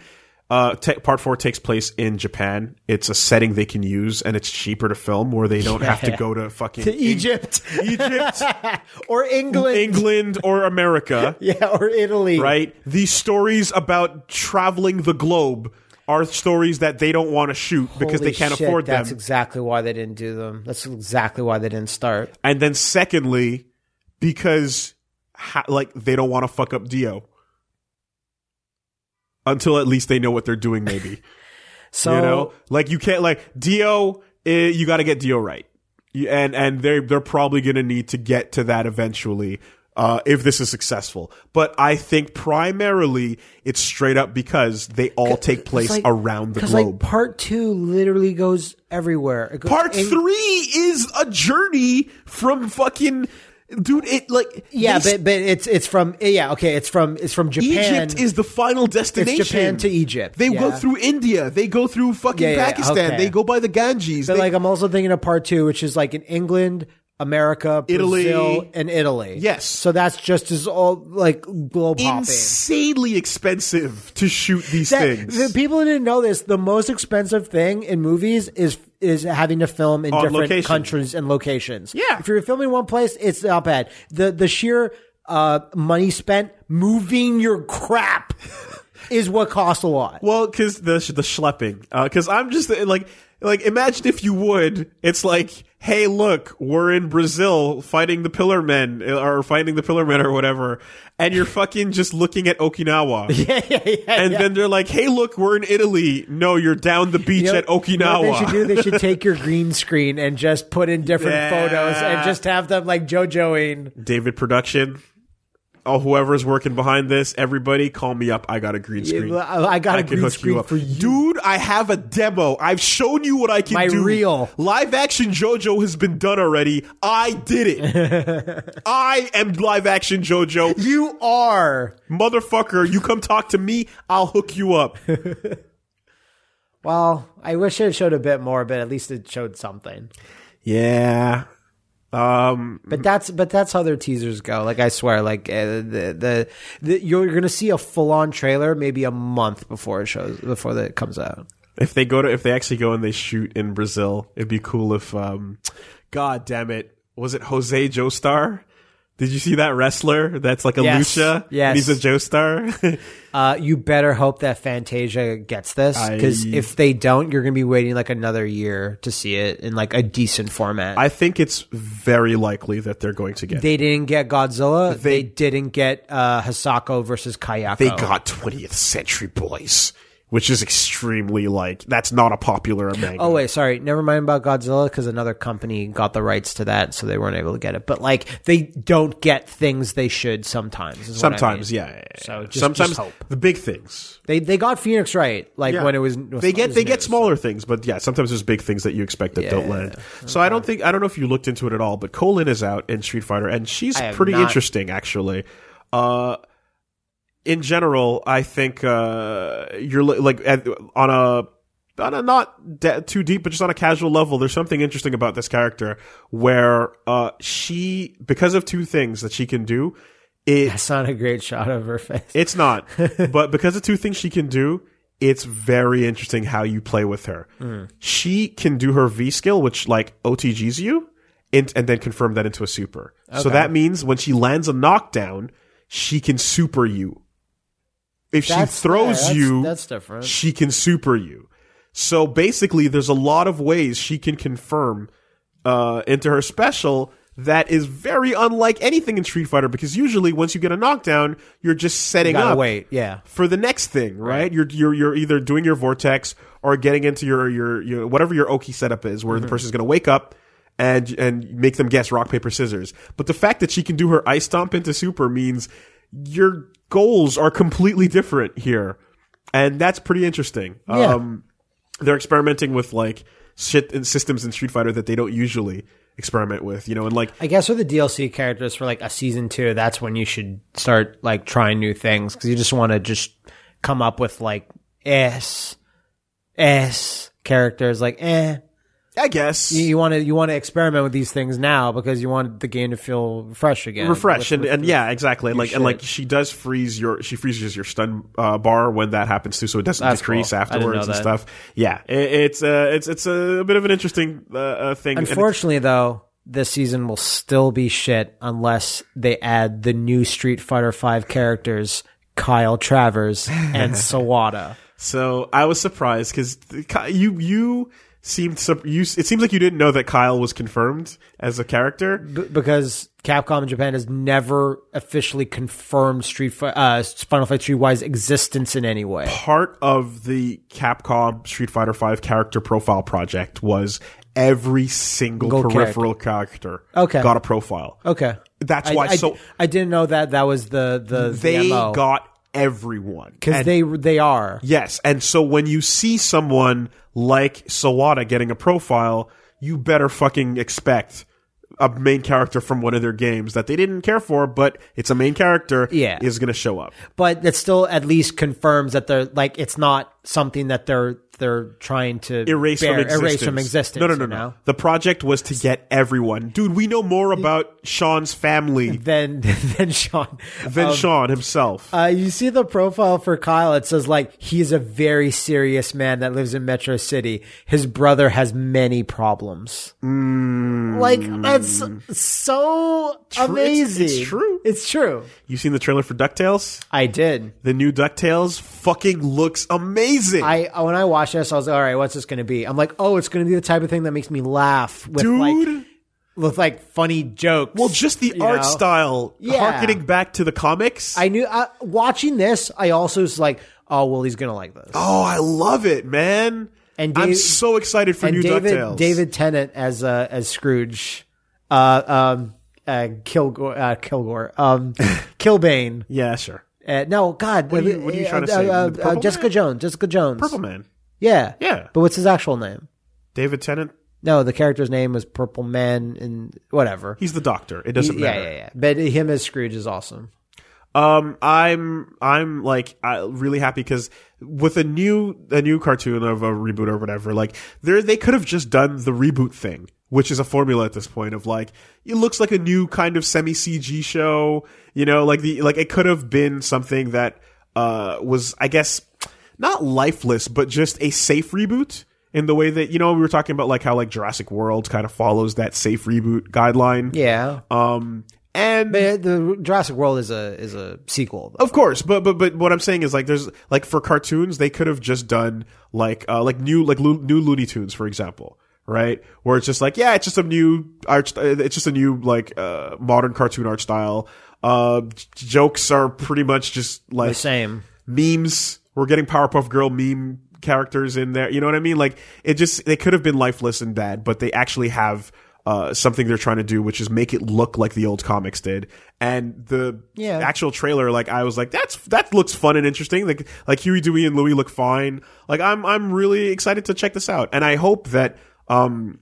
Uh, ta part four takes place in Japan. It's a setting they can use, and it's cheaper to film where they don't have to go to fucking to Egypt Egypt, or England. England, or America. Yeah, or Italy. right? These stories about traveling the globe are stories that they don't want to shoot because Holy they can't shit, afford them. That's exactly why they didn't do them. That's exactly why they didn't start. and then secondly, because ha- like they don't want to fuck up Dio until at least they know what they're doing. Maybe So you know, like you can't like Dio. eh, you got to get Dio right, You- and and they they're probably gonna need to get to that eventually. Uh, if this is successful, but I think primarily it's straight up because they all take place like- around the because like globe. part two literally goes everywhere. It goes Part in- three is a journey from fucking dude. It like Yeah, they but but it's it's from yeah okay it's from it's from Japan. Egypt is the final it's destination. Japan to Egypt. They go yeah. through India. They go through fucking Yeah, yeah, Pakistan. okay. They go by the Ganges. But They- like I'm also thinking of part two, which is like in England, America, Italy. Brazil, and Italy. Yes. So that's just as all like globe hopping. insanely expensive to shoot these That- things. The people who didn't know this, the most expensive thing in movies is is having to film in On different location. countries and locations. Yeah. If you're filming one place, it's not bad. The the sheer uh, money spent moving your crap is what costs a lot. well, because the the schlepping. Because I'm just uh, like like imagine if you would. It's like. Hey, look, we're in Brazil fighting the Pillar Men uh, or fighting the Pillar Men or whatever, and you're fucking just looking at Okinawa. yeah, yeah, yeah. and then they're like, "Hey, look, we're in Italy. No, you're down the beach You know- at Okinawa." you know what they should do? They should take your green screen and just put in different Yeah. photos and just have them like JoJoing. David Production, oh, whoever's working behind this, everybody, call me up. I got a green screen. I got I a can green hook screen you up. for you. dude. I have a demo. I've shown you what I can My do. reel. live action JoJo has been done already. I did it. I am live action JoJo, You are. motherfucker. You come talk to me. I'll hook you up. Well, I wish it showed a bit more, but at least it showed something. yeah. Um. But that's but that's how their teasers go. Like I swear, like uh, the, the the you're gonna see a full on trailer maybe a month before it shows before that it comes out. If they go to, if they actually go and they shoot in Brazil, it'd be cool if, um, God damn it, was it Jose Joestar? Did you see that wrestler that's like a Yes. lucha? Yes. And He's a Joestar. Uh, you better hope that Fantasia gets this because I- if they don't, you're gonna be waiting like another year to see it in like a decent format. I think it's very likely that they're going to get. they didn't get Godzilla. They, didn't get uh, Hisako versus Kayako. They got 20th Century Boys, which is extremely like, that's not a popular manga. Oh wait, sorry. Never mind about Godzilla because another company got the rights to that, so they weren't able to get it. But like, they don't get things they should sometimes. is what I Sometimes, mean. yeah, yeah, yeah. So just- sometimes just hope. the big things. they they got Phoenix right, like Yeah. when it was. they get was they get news. smaller things, but yeah, sometimes there's big things that you expect that don't land. So I don't think I don't know if you looked into it at all, but Colin is out in Street Fighter, and she's have pretty not. interesting actually. Uh, in general, I think uh, you're li- like at, on a on a not de- too deep, but just on a casual level. There's something interesting about this character where uh, she, because of two things that she can do, it That's not a great shot of her face. it's not. but because of two things she can do, it's very interesting how you play with her. Mm. She can do her V skill, which like OTGs you, and, and then confirm that into a super. So that means when she lands a knockdown, she can super you. If she throws yeah, that's- you, That's different. she can super you. So basically, there's a lot of ways she can confirm uh, into her special that is very unlike anything in Street Fighter because usually once you get a knockdown, you're just setting Gotta up wait. Yeah. for the next thing, right? You're, you're you're either doing your vortex or getting into your your, your whatever your Oki setup is, where the person's going to wake up and and make them guess rock paper scissors. But the fact that she can do her ice stomp into super means your goals are completely different here, and that's pretty interesting. Yeah. Um, they're experimenting with like shit and systems in Street Fighter that they don't usually experiment with, you know, and like I guess for the DLC characters for like a season two, that's when you should start like trying new things because you just want to just come up with like s s characters like eh. I guess You want to you want to experiment with these things now because you want the game to feel fresh again. refresh and, and yeah exactly and like and like she does freeze your she freezes your stun uh, bar when that happens too so it doesn't That's decrease cool. I didn't know afterwards and that. stuff yeah it, it's uh it's it's a, bit of an interesting uh, uh thing And it's- Unfortunately, though, this season will still be shit unless they add the new Street Fighter Five characters, Kyle Travers and Sawada. so i was surprised because you you seemed sup- you it seems like you didn't know that kyle was confirmed as a character B- because Capcom in Japan has never officially confirmed Street Fi- uh, Final Fight Three Y's existence in any way. part of the capcom street fighter 5 character profile project was every single Single peripheral character. Okay. got a profile Okay, that's I, why I- so I didn't know that that was the the they got everyone. because And- they they are yes, and so when you see someone like Sawada getting a profile, you better fucking expect a main character from one of their games that they didn't care for, but it's a main character Yeah. is going to show up. but that still at least confirms that they're like it's not something that they're they're trying to Erase bear- from existence. erase from existence. No, no, no, you no. know? The project was to get everyone. Dude, we know more about Sean's family Then then Sean. um, than Sean himself. Uh, you see the profile for Kyle. It says like he's a very serious man that lives in Metro City. His brother has many problems. Like that's so amazing. Mm. it's true. It's true. you seen the trailer for DuckTales? I did. The new DuckTales fucking looks amazing. I when I watched this, I was like, all right, what's this going to be? I'm like, oh, it's going to be the type of thing that makes me laugh with Dude. like with like funny jokes. Well, just the art know? style, Yeah. harkening back to the comics. I knew uh, watching this. I also was like, oh, well, he's going to like this. oh, I love it, man! And I'm Dave- so excited for new and David Ducktales. David Tennant as uh, as Scrooge, uh, um, uh, Kilgore, uh, Kilgore, um, Kilbane. yeah, sure. Uh, no, God, What are you- what are you trying to say? Uh, uh, The Purple uh, Jessica Man? Jones, Jessica Jones. Purple Man, Yeah, Yeah. But what's his actual name? David Tennant. No, the character's name was Purple Man, and whatever. He's the Doctor. It doesn't yeah, matter. yeah, yeah. But him as Scrooge is awesome. Um, I'm I'm like I, really happy because with a new a new cartoon of a reboot or whatever, like there they could have just done the reboot thing, which is a formula at this point of like it looks like a new kind of semi CG show, you know, like the like it could have been something that uh was I guess not lifeless, but just a safe reboot in the way that you know we were talking about like how like Jurassic World kind of follows that safe reboot guideline. Yeah, Um, and but the Jurassic World is a is a sequel. Though. of course, but but but what I'm saying is like there's like for cartoons they could have just done like uh like new like lo- new Looney Tunes for example, right? Where it's just like yeah, it's just a new art, st- it's just a new like uh modern cartoon art style. Uh, j- jokes are pretty much just like The same. memes. We're getting Powerpuff Girl meme characters in there. You know what I mean? Like it just they could have been lifeless and bad, but they actually have uh, something they're trying to do, which is make it look like the old comics did. And the Yeah. actual trailer, like I was like, that's that looks fun and interesting. Like like Huey, Dewey, and Louie look fine. Like I'm I'm really excited to check this out, and I hope that um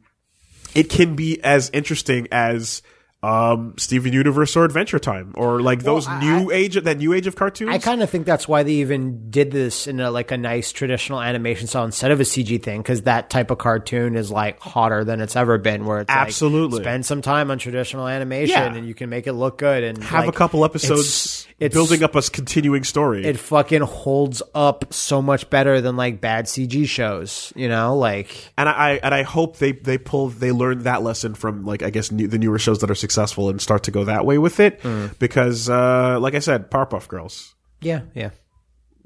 it can be as interesting as um, Steven Universe or Adventure Time or like those new age that new age of cartoons. I kind of think that's why they even did this in a, like a nice traditional animation style instead of a CG thing, because that type of cartoon is like hotter than it's ever been. Where it's like, Absolutely. spend some time on traditional animation Yeah. and you can make it look good and have like, a couple episodes it's- building up a s- continuing story. It fucking holds up so much better than like bad CG shows. You know, like and I, I and I hope they they pull they learn that lesson from like I guess new, the newer shows that are successful and start to go that way with it Mm. because uh, like I said, Powerpuff Girls. yeah, yeah.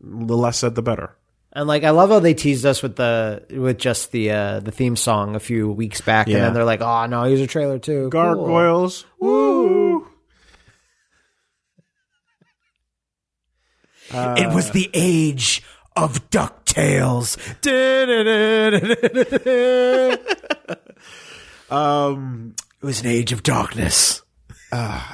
The less said, the better. And like I love how they teased us with the with just the uh the theme song a few weeks back, and Yeah. then they're like, "Oh no, here's a trailer too." Cool. Gargoyles. Woo! It was the age of Ducktales. Um, It was an age of darkness.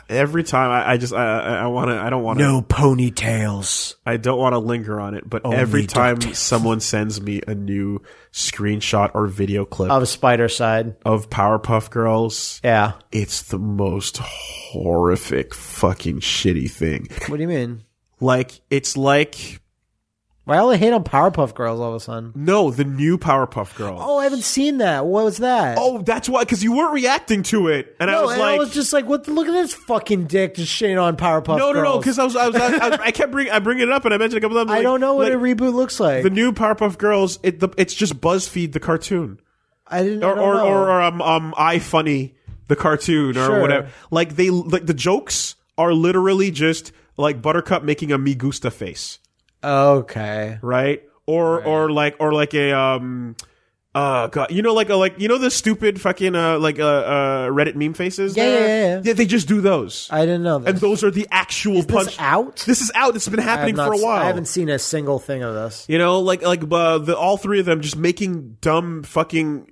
every time I, I just I I- I want to I don't want to No Oh, ponytails. I don't want to linger on it, but every time DuckTales. someone sends me a new screenshot or video clip Of Spider Side. of Powerpuff Girls, Yeah. it's the most horrific fucking shitty thing. What do you mean? Like it's like Why all the hate on Powerpuff Girls all of a sudden? no, the new Powerpuff Girls. Oh, I haven't seen that. What was that? Oh, that's why because you weren't reacting to it, and I no, was and like, I was just like, "What? the- Look at this fucking dick just shitting on Powerpuff." no, no, no, Girls. because I was I was I, I, I kept bring I bring it up and I mentioned a couple of times. I like- don't know what like, a reboot looks like. the new Powerpuff Girls. It the, it's just BuzzFeed the cartoon. I didn't. I or don't or, know. or, or um, um I Funny the cartoon or Sure. whatever. Like they like the jokes are literally just like Buttercup making a me gusta face, okay. right? Or or like or like a um uh god, you know like a like you know the stupid fucking uh like uh, uh Reddit meme faces. Yeah, there? yeah, yeah. they just do those. I didn't know this. and those are the actual this punch. out? This is out. It's been I have happening not for a s- while. I haven't seen a single thing of this. You know, like like uh, the all three of them just making dumb fucking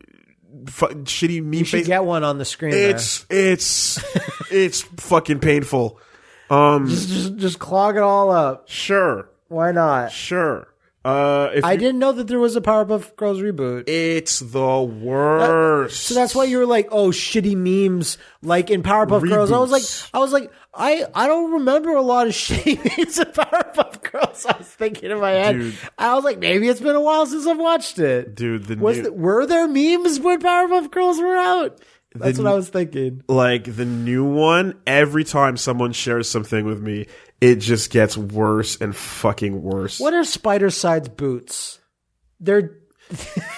fu- shitty meme You should faces. get one on the screen. there. It's it's it's fucking painful. just, just just clog it all up. Sure, Why not? sure. Uh, if I you- didn't know that there was a Powerpuff Girls reboot. it's the worst. So that's why you were like, "Oh, shitty memes like in Powerpuff Girls." I was Reboots. like, I was like, I I don't remember a lot of shitty memes in Powerpuff Girls. I was thinking in my head, Dude. I was like, maybe it's been a while since I've watched it. dude. The was new, th- were there memes when Powerpuff Girls were out? That's The- what I was thinking. like the new one. Every time someone shares something with me, it just gets worse and fucking worse. What are Spider Side's boots? They're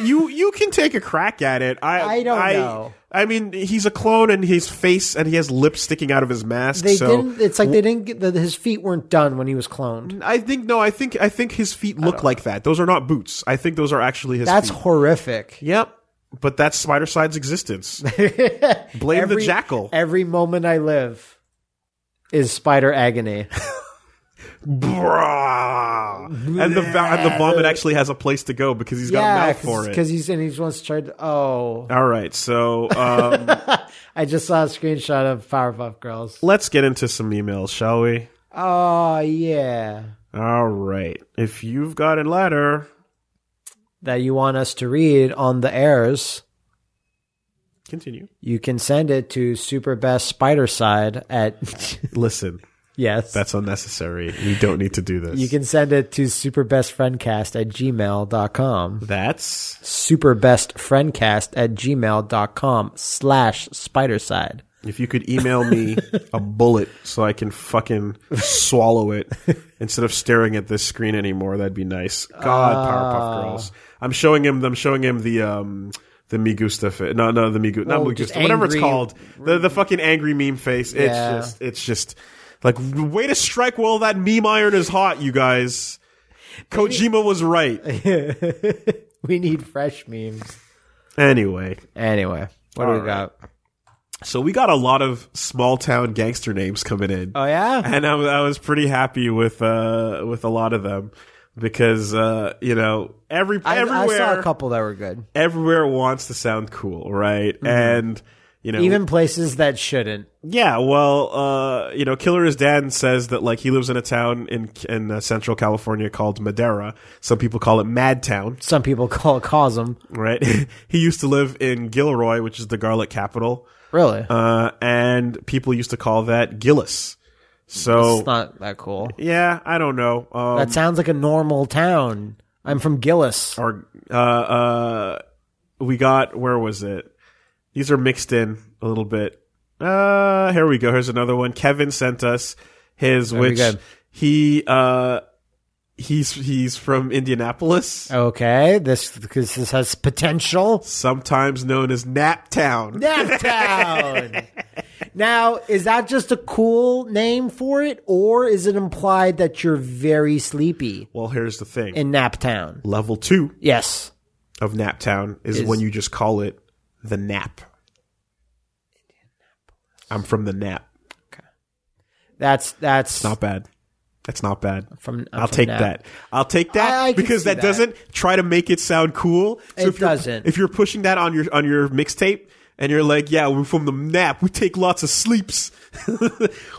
you you can take a crack at it. I I don't know. I mean, he's a clone, and his face and he has lips sticking out of his mask. they so didn't. It's like they didn't get the, his feet weren't done when he was cloned. I think no. I think I think his feet look like that. Those are not boots. I think those are actually his. That's feet. horrific. yep. But that's Spider Side's existence. Blame the jackal. Every e-, moment I live is spider agony. Brah. And the va- and the vomit actually has a place to go because he's got a yeah, mouth for it. because he's and he wants to try to. Oh, All right, so um, I just saw a screenshot of Powerpuff Girls. let's get into some emails, shall we? Oh yeah, All right. If you've got a letter, that you want us to read on the airs. continue. You can send it to superbestspiderside at Listen, yes. that's unnecessary. We don't need to do this. You can send it to superbestfriendcast at gmail.com. That's Superbestfriendcast at gmail.com slash spiderside. if you could email me a bullet so I can fucking swallow it instead of staring at this screen anymore. That'd be nice. God, Powerpuff Ah. Girls. I'm showing him. I'm showing him the um the Migusta. Fa- no, no, the Migu. not Well, Oh, just Migusta. Whatever it's angry- called. The the fucking angry meme face. It's Yeah. just. It's just. Like way to strike while that meme iron is hot, you guys. Kojima was right. We need fresh memes. Anyway, Anyway, what do we got? so we got a lot of small town gangster names coming in. Oh, yeah? and I, was- I was pretty happy with uh, with a lot of them because uh, you know every I, I everywhere saw a couple that were good. everywhere wants to sound cool, right? And you know, Mm-hmm. Even places that shouldn't. yeah, well, uh, you know, Killer is Dan says that like he lives in a town in in uh, Central California called Madera. Some people call it Mad Town, Some people call cause them. right? he used to live in Gilroy, which is the garlic capital. Really? uh, and people used to call that Gillis. So it's not that cool. yeah, I don't know. Um, That sounds like a normal town. I'm from Gillis. or uh, uh, we got where was it? These are mixed in a little bit. Uh, here we go. Here's another one. Kevin sent us his, which good. he uh, he's he's from Indianapolis, Okay, this because this has potential. sometimes known as Nap Town. Naptown. now, is that just a cool name for it, or is it implied that you're very sleepy Well, here's the thing. in Naptown? Level two Yes. of Nap Town is, when you just call it the Nap. I'm from the Nap. That's that's Not bad. That's not bad. from. I'll take that. I'll take that I- I can because see that, that. doesn't try to make it sound cool. So It if you're- doesn't. If you're pushing that on your on your mixtape and you're like, yeah, we're from the nap. We take lots of sleeps.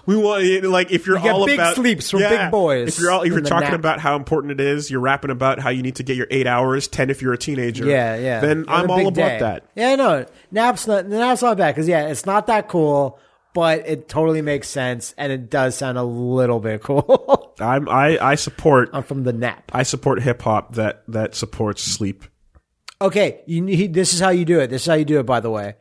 we want you know, like if you're get all big about sleeps from big boys If you're all if in you're the talking nap. about how important it is, you're rapping about how you need to get your eight hours, ten if you're a teenager. Yeah, yeah. Then What I'm a all big about day. that. Yeah, no, nap's not nap's not bad because yeah, it's not that cool, but it totally makes sense and it does sound a little bit cool. I'm I I support I'm from the nap. I support hip hop that that supports sleep. Okay, you need, this is how you do it. This is how you do it. By the way,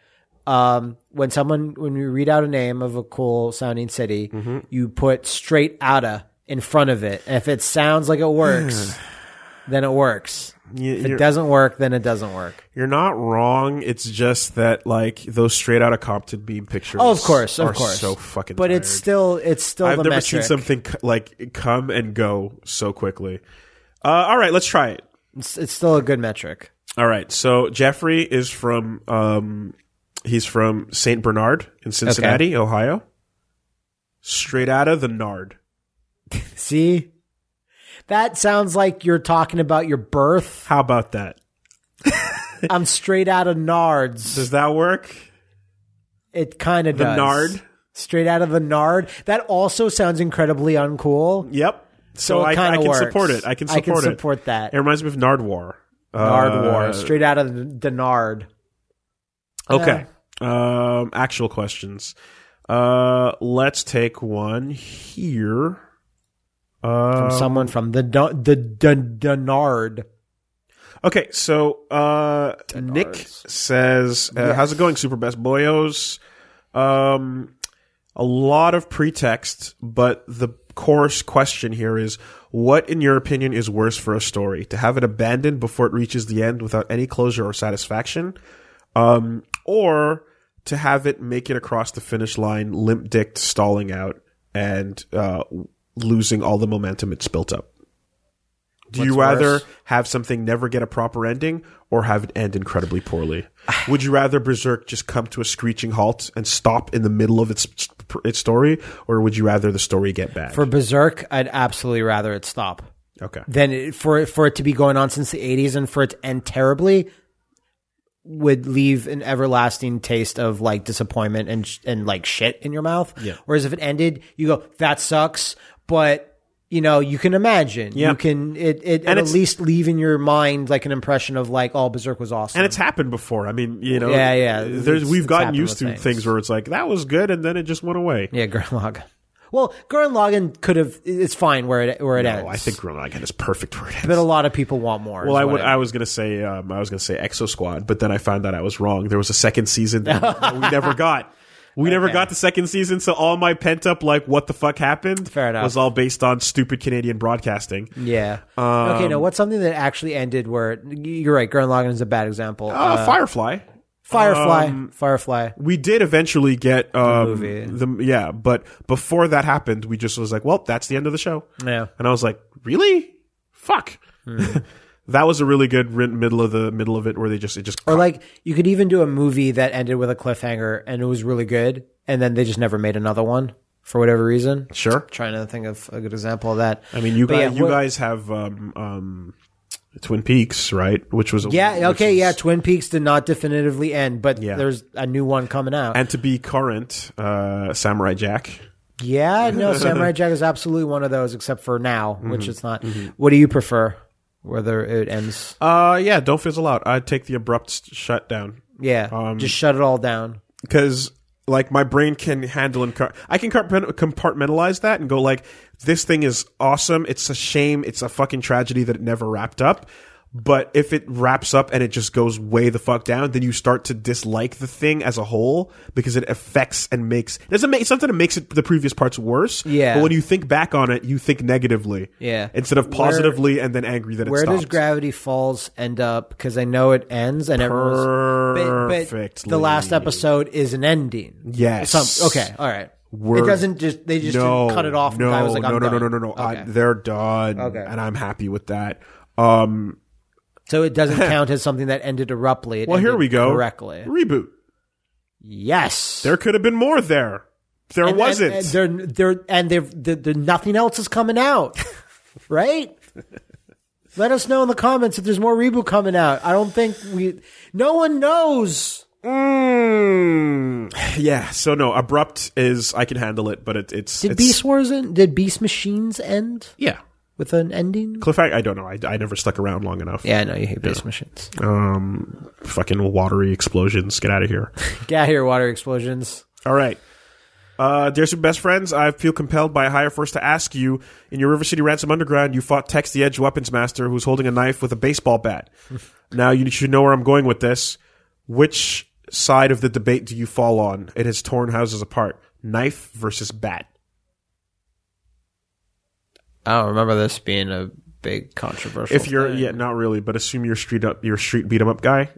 um, when someone when you read out a name of a cool sounding city, Mm-hmm. you put straight outta in front of it. And if it sounds like it works, then it works. You- If you're- it doesn't work, then it doesn't work. You're not wrong. It's just that like those straight out of Compton beam pictures. Oh, of course, of are course. So fucking. But it's tired. still it's still I've the never seen metric. something c- like come and go so quickly. Uh, all right, let's try it. It's, it's still a good metric. All right, so Jeffrey is from um, he's from Saint Bernard in Cincinnati, Ohio. Straight out of the Nard. See, that sounds like you're talking about your birth. How about that? I'm straight out of Nards. Does that work? It kind of The does. Nard. Straight out of the Nard. That also sounds incredibly uncool. Yep. So, So it I, I kind of can works. support it. I can I support can it. support that. It reminds me of Nard War. Nard War. Uh, Straight out of the- the Nard. Okay. Um, actual questions. Uh, let's take one here. From Uh, someone from the Da- the the, the Nard. okay, so uh, Nick says, uh, "How's it going, Super Best Boyos?" Um, a lot of pretext, but the chorus question here is: What, in your opinion, is worse for a story? To have it abandoned before it reaches the end without any closure or satisfaction, um, or to have it make it across the finish line, limp dicked, stalling out, and uh, losing all the momentum it's built up. Do you What's rather worse? have something never get a proper ending or have it end incredibly poorly? Would you rather Berserk just come to a screeching halt and stop in the middle of its its story, or would you rather the story get bad? For Berserk, I'd absolutely rather it stop. okay, Then it, for for it to be going on since the 80s and for it to end terribly would leave an everlasting taste of like disappointment and sh- and like shit in your mouth. Yeah. Whereas if it ended, you go that sucks, but you know you can imagine. Yeah. You can it it and at it's- least leave in your mind like an impression of like oh Berserk was awesome. and it's happened before. I mean, you know, Yeah, yeah. There's It's- we've it's gotten happened used to with things. things. where it's like that was good, and then it just went away. yeah, Gurren Lagann. Well, Gurren Lagann could have. It's fine where it where it ends. Oh, I think Gurren Lagann is perfect for it. ends. but a lot of people want more. Well, is I what would. I was gonna say. Um, I was gonna say Exo Squad, but then I found out I was wrong. There was a second season that, that we never got. We never got the second season, so all my pent up like what the fuck happened Fair enough. was all based on stupid Canadian broadcasting. Yeah. okay. Um, Now, what's something that actually ended where you're right? Gurren Lagann is a bad example. Uh, Firefly. Firefly. Um, Firefly. We did eventually get um, the movie. yeah, but before that happened, we just was like, well, that's the end of the show. Yeah. Hmm. And I was like, really? Fuck. that was a really good ri- middle of the middle of it where they just it just Or like you could even do a movie that ended with a cliffhanger and it was really good, and then they just never made another one for whatever reason. sure. Trying to think of a good example of that. I mean, you But guys, yeah, you what- guys have um, um, Twin Peaks, right? Which was a, which Yeah. Okay. was- Yeah. Twin Peaks did not definitively end, but Yeah. there's a new one coming out. And to be current, uh, Samurai Jack. yeah. No, Samurai Jack is absolutely one of those, except for now, which Mm-hmm. it's not. What do you prefer? Whether it ends, Uh, yeah, don't fizzle out. I'd take the abrupt s- shutdown yeah, just shut it all down. because like my brain can handle and car- I can compartment- compartmentalize that and go like this thing is awesome. It's a shame. It's a fucking tragedy that it never wrapped up. But if it wraps up and it just goes way the fuck down, then you start to dislike the thing as a whole because it affects and makes it doesn't make it's something that makes it the previous parts worse. Yeah. But when you think back on it, you think negatively. Yeah. Instead of Where- positively and then angry that it Where does stopped. Gravity Falls end up? Because I know it ends, and everyone's but, but Perfectly. the last episode is an ending. Yes. Some, okay. All right. We're- it doesn't just they just didn't cut it off. No, and I was like, I'm no, no, no, done. no, no, no. I, Okay. they're done, Okay. and I'm happy with that. Um, so it doesn't count as something that ended abruptly. It well, Oh, here ended we go. Correctly. Reboot. Yes. There could have been more there. There And- wasn't. And, and they're, they're and they've they're, they're- nothing else is coming out, right? Let us know in the comments if there's more reboot coming out. I don't think we. No one knows. Mm. yeah. So no, abrupt is I can handle it, but it, it's Did it's, Beast Wars end? Did Beast Machines end Yeah. with an ending? Cliffhanger. I don't know. I, I never stuck around long enough. Yeah, I know you hate Beast Machines. Um, fucking watery explosions. Get out of here. Get out of here, water explosions. All right. Uh, dear super best friends, I feel compelled by a higher force to ask you. In your River City Ransom Underground, you fought Tex the Edge Weapons Master, who's holding a knife with a baseball bat. now you should know where I'm going with this. Which side of the debate do you fall on? It has torn houses apart. Knife versus bat. I don't remember this being a big controversial. If you're yeah, not really, but assume you're street up, you're a street beat 'em up guy,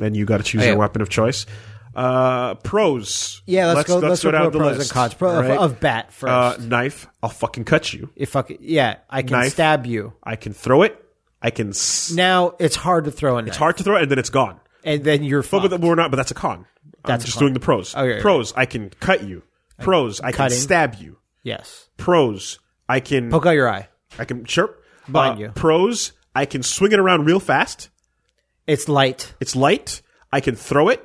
and you got to choose Oh, yeah. your weapon of choice. Uh, pros. yeah, let's, go. Let's, go, down the pros and cons. Pro, all right? of, of bat first. uh, knife. I'll fucking cut you. if I c- yeah, I can Knife. stab you. I can throw it. I can. S- Now it's hard to throw a knife, it's hard to throw it, and then it's gone. and then you're fucked. But the- we're not. But that's a con. I'm That's a just con. doing the pros. Okay. Pros. I can cut you. Pros. I cutting. can stab you. yes, Pros. I can. poke out your eye. I can chirp. Bind you. Pros. I can swing it around real fast. It's light. It's light. I can throw it.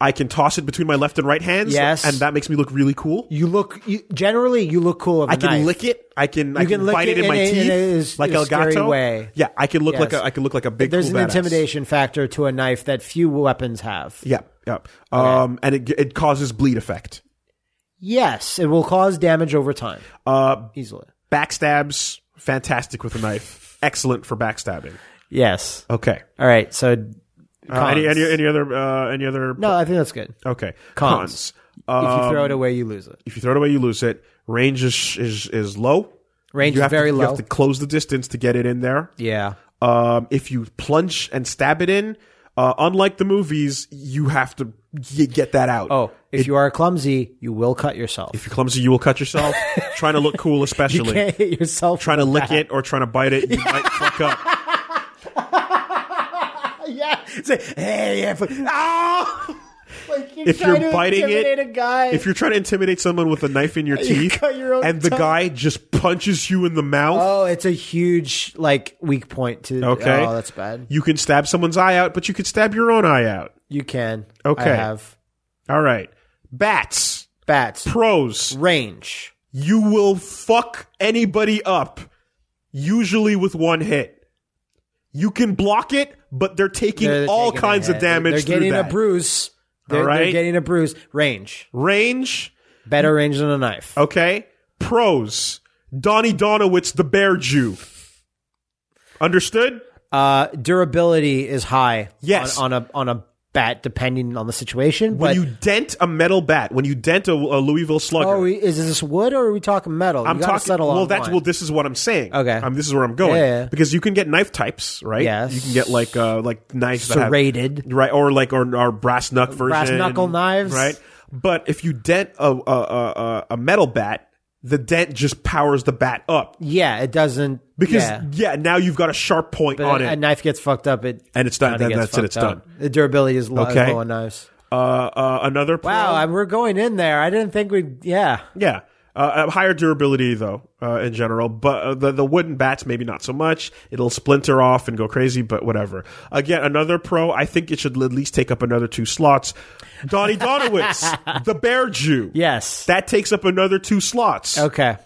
I can toss it between my left and right hands. Yes. And that makes me look really cool. You look you, generally. You look cool. With I can knife. lick it. I can. I You can, can lick bite it it in my in a- teeth, in a s- like in a scary Elgato. way. Yeah, I can look like Yes. a. I can look like a big. There's cool an badass. intimidation factor to a knife that few weapons have. Yeah, yeah. Um, and it it causes bleed effect. Yes, it will cause damage over time Uh, easily. backstabs, fantastic with a knife, excellent for backstabbing. Yes. Okay. All right. So, Uh, any, cons. any any other uh, any other? no, I think that's good. Okay. Cons. Cons. if you Um, throw it away, you lose it. if you throw it away, you lose it. Range is is, is low. Range You is have very to, You low. have to close the distance to get it in there. Yeah. Um, if you plunge and stab it in, uh, unlike the movies, you have to y- get that out. Oh, if you are clumsy, you will cut yourself. If you're clumsy, you will cut yourself. trying to look cool, especially. you can't hit yourself. trying to lick it or trying to bite it, you might fuck up. yeah. Say, hey, yeah. Ah! But, ow! like you're If trying you're to biting it- intimidate a guy. If you're trying to intimidate someone with a knife in your teeth cut your own and the tongue. guy just punches you in the mouth, oh, it's a huge like weak point to. Okay. Oh, that's bad. you can stab someone's eye out, but you could stab your own eye out. You can. Okay. I have All right. Bats. bats Pros. range. You will fuck anybody up, usually with one hit. You can block it, but they're taking They're all taking a kinds of hit. damage They're through getting that. a bruise. They're, All they're right. getting a bruise. Range. Range. Better range than a knife. Okay. Pros. Donnie Donowitz, the bear Jew. Understood? Uh, durability is high. Yes. On, on a on a bat, depending on the situation. When but you dent a metal bat, when you dent a, a Louisville Slugger, Oh, is this wood or are we talking metal? I'm you gotta talking. Settle on well, that's one. well. This is what I'm saying. Okay. Um, this is where I'm going Yeah, yeah. because you can get knife types, right? Yes. You can get like uh like knives that serrated. have right or like or, or brass knuck version, Brass knuckle knives. right? But if you dent a a a, a- a metal bat, the dent just powers the bat up Yeah, it doesn't because yeah. yeah, now you've got a sharp point But on a, a it, knife gets fucked up. It and it's done. kinda Then gets that's it. fucked It's up. done. The durability is low, is Okay. low on knives. Uh, uh, another pro- Wow, I, we're going in there. I didn't think we'd. Yeah, Yeah. Uh, Uh, higher durability though, uh, in general, but uh, the the wooden bats maybe not so much. It'll splinter off and go crazy, but whatever. Again, another pro. I think it should at least take up another two slots. Donnie Donowitz, the Bear Jew, yes. that takes up another two slots. okay.